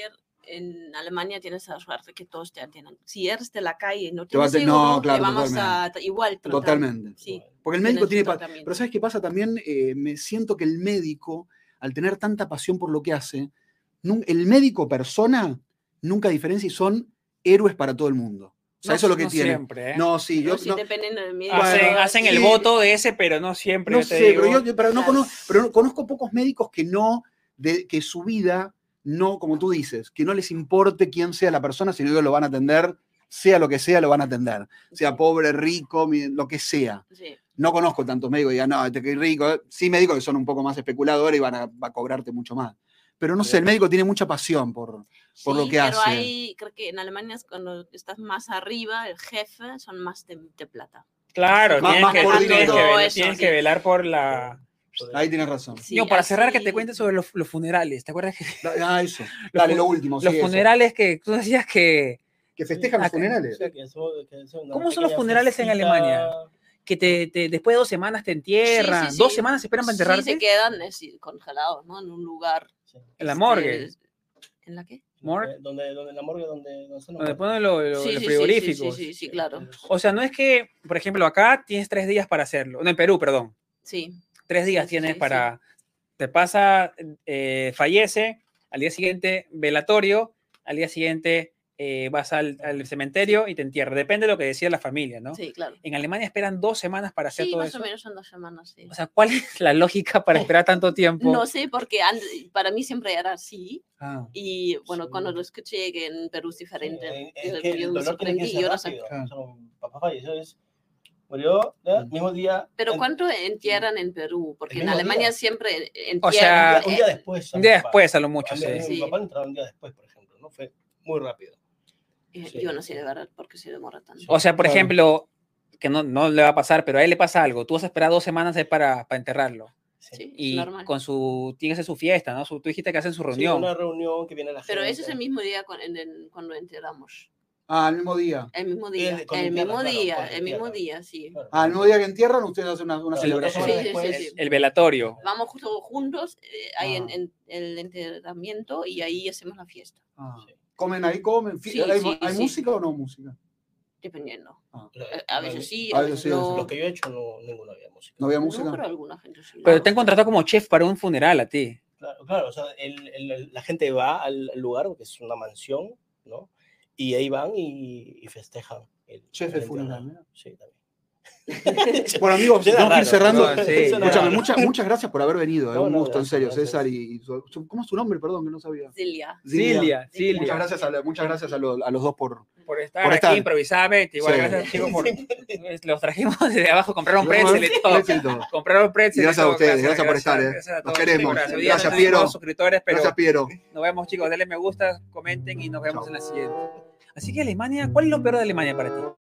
en Alemania tienes la suerte que todos te atienden. Si eres de la calle y no Te va a tienes te- no, seguro, claro, te vamos a tra- igual tratar. totalmente. Sí, Porque el médico tiene. tienes tu pa- tratamiento. Pero ¿sabes qué pasa también? Eh, me siento que el médico, al tener tanta pasión por lo que hace, nun- el médico persona nunca diferencia y son héroes para todo el mundo. O sea, No- eso es lo que no tiene. siempre, ¿eh? No, sí, yo Pero sí no, dependen de mí. hacen Bueno, hacen el sí. voto de ese, pero no siempre. no yo te sé, digo. pero yo pero no Claro. conozco, pero no- conozco pocos médicos que no, de, que su vida, no, como tú dices, que no les importe quién sea la persona, sino que lo van a atender, sea lo que sea, lo van a atender. Sea pobre, rico, mi- lo que sea. Sí. no conozco tantos médicos que digan, no, este que rico. eh. Sí, médicos que son un poco más especuladores y van a, va a cobrarte mucho más. Pero no sé, el médico tiene mucha pasión por. Por lo Sí, que pero hace. hay, creo que en Alemania es cuando estás más arriba, el jefe son más de, de plata. Claro, Más- tienes, más que, coordinado. tienes que Todo velar, eso, tienes sí. que velar por la. Ahí tienes razón. Sí, yo, para cerrar, que te así- cuente sobre los, los funerales. ¿Te acuerdas que Da- Ah, eso. Dale, fun- lo último. sí, los eso. funerales que tú decías que, Que festejan los Acá- funerales. O sea, que hacemos- que hacemos una ¿Cómo son los pequeña funerales en fiestita. Alemania? que te, te- después de dos semanas te entierran? sí, ¿Dos sí. semanas esperan para Sí, se enterrarte? quedan eh, sí, congelados, ¿no? En un lugar. Sí. en la este, morgue. ¿En la qué? Morgue. Donde, donde en la morgue, donde, donde son los Donde Eh, muertos. ponen lo- lo- los Sí, sí, sí, sí, frigoríficos. Sí, sí, sí, claro. O sea, no es que, por ejemplo, acá tienes tres días para hacerlo. No, en Perú, perdón. Sí. Tres días Sí, tienes sí. para. Te pasa, eh, fallece, al día siguiente velatorio, al día siguiente eh, vas al, al cementerio y te entierran. Depende de lo que decida la familia, ¿no? Sí, claro. En Alemania esperan dos semanas para hacer Sí, todo más eso. o menos son dos semanas, sí. O sea, ¿cuál es la lógica para esperar tanto tiempo? No sé, porque an- para mí siempre era así. Ah, Y bueno, Sí. cuando lo escuché que en Perú es diferente, Sí, eh, es yo- que yo el me dolor tiene que sorprendí irse y ahora rápido. saca. O sea, mi papá falleció, es, murió, ¿ya? Mm. mismo día. Pero en- ¿cuánto entierran en Perú? Porque en mismo Alemania día. siempre entierran. O un sea, día- Ah, un día eh, después. a un mi día papá. después, a lo A mucho. mí- sí. a Mi Sí. papá le entraba un día después, por ejemplo, ¿no? Fue muy rápido. eh, sí. Yo no sé de verdad por qué se demora tanto. O sea, por Claro. ejemplo, que no, no le va a pasar, pero a él le pasa algo. Tú vas a esperar dos semanas ahí para, para enterrarlo. Sí. Sí, es Y normal. con su, tiene que hacer su fiesta, ¿no? Su, tú dijiste que hacen su Sí, reunión. una reunión que viene la gente. Pero eso es el mismo día con- en- en- cuando enterramos. Ah, al mismo día. El mismo día. El- con El entierro, mismo claro, día, con el mismo entierro. día, sí. Claro. Ah, al mismo día que entierran, ustedes hacen una, una Claro, celebración. dos horas Sí, sí, sí, después, sí. El velatorio. Vamos justo juntos eh, ahí en, Ah. en el enterramiento y ahí hacemos la fiesta, Ah. Sí. Comen ahí, comen. fi- Sí, ¿Hay, sí, ¿hay sí. música o no música? dependiendo. Lo- A- A veces sí, Ah, a A veces veces sí, a veces no. Lo que yo he hecho, no, ninguno había música. No había No, música. pero alguna gente sí. Pero te han contratado como chef para un funeral a ti. Claro, claro, o sea, el- el- el- la gente va al al lugar, que es una mansión, ¿no? Y ahí van y, y festejan. El, Chef el de entierro. funeral, mira. Sí, también. Bueno, amigos, tenemos Suena que ir raro, cerrando. no, sí. Suena Escúchame, raro. muchas, muchas gracias por haber venido. Es No, un no, gusto, en gracias, serio, gracias. César. Y, y su- ¿Cómo es tu nombre? Perdón, que no sabía. Celia. Silvia, Silvia. Muchas Silvia. gracias a, la- muchas gracias a, lo- a los dos por. Por estar por aquí estar. improvisadamente. Igual Sí. gracias, chicos, por. Los trajimos desde abajo, compraron pretzel y todo. Gracias, y todo. Compraron pretzel. y Y gracias a todo. ustedes, gracias por estar, eh. gracias a Los todos, queremos. chicos, Hoy día Gracias, no tuvimos Piero. suscriptores, pero Gracias, Piero. nos vemos, chicos. Denle me gusta, comenten y nos vemos Chao. en la siguiente. Así que Alemania, ¿cuál es lo peor de Alemania para ti?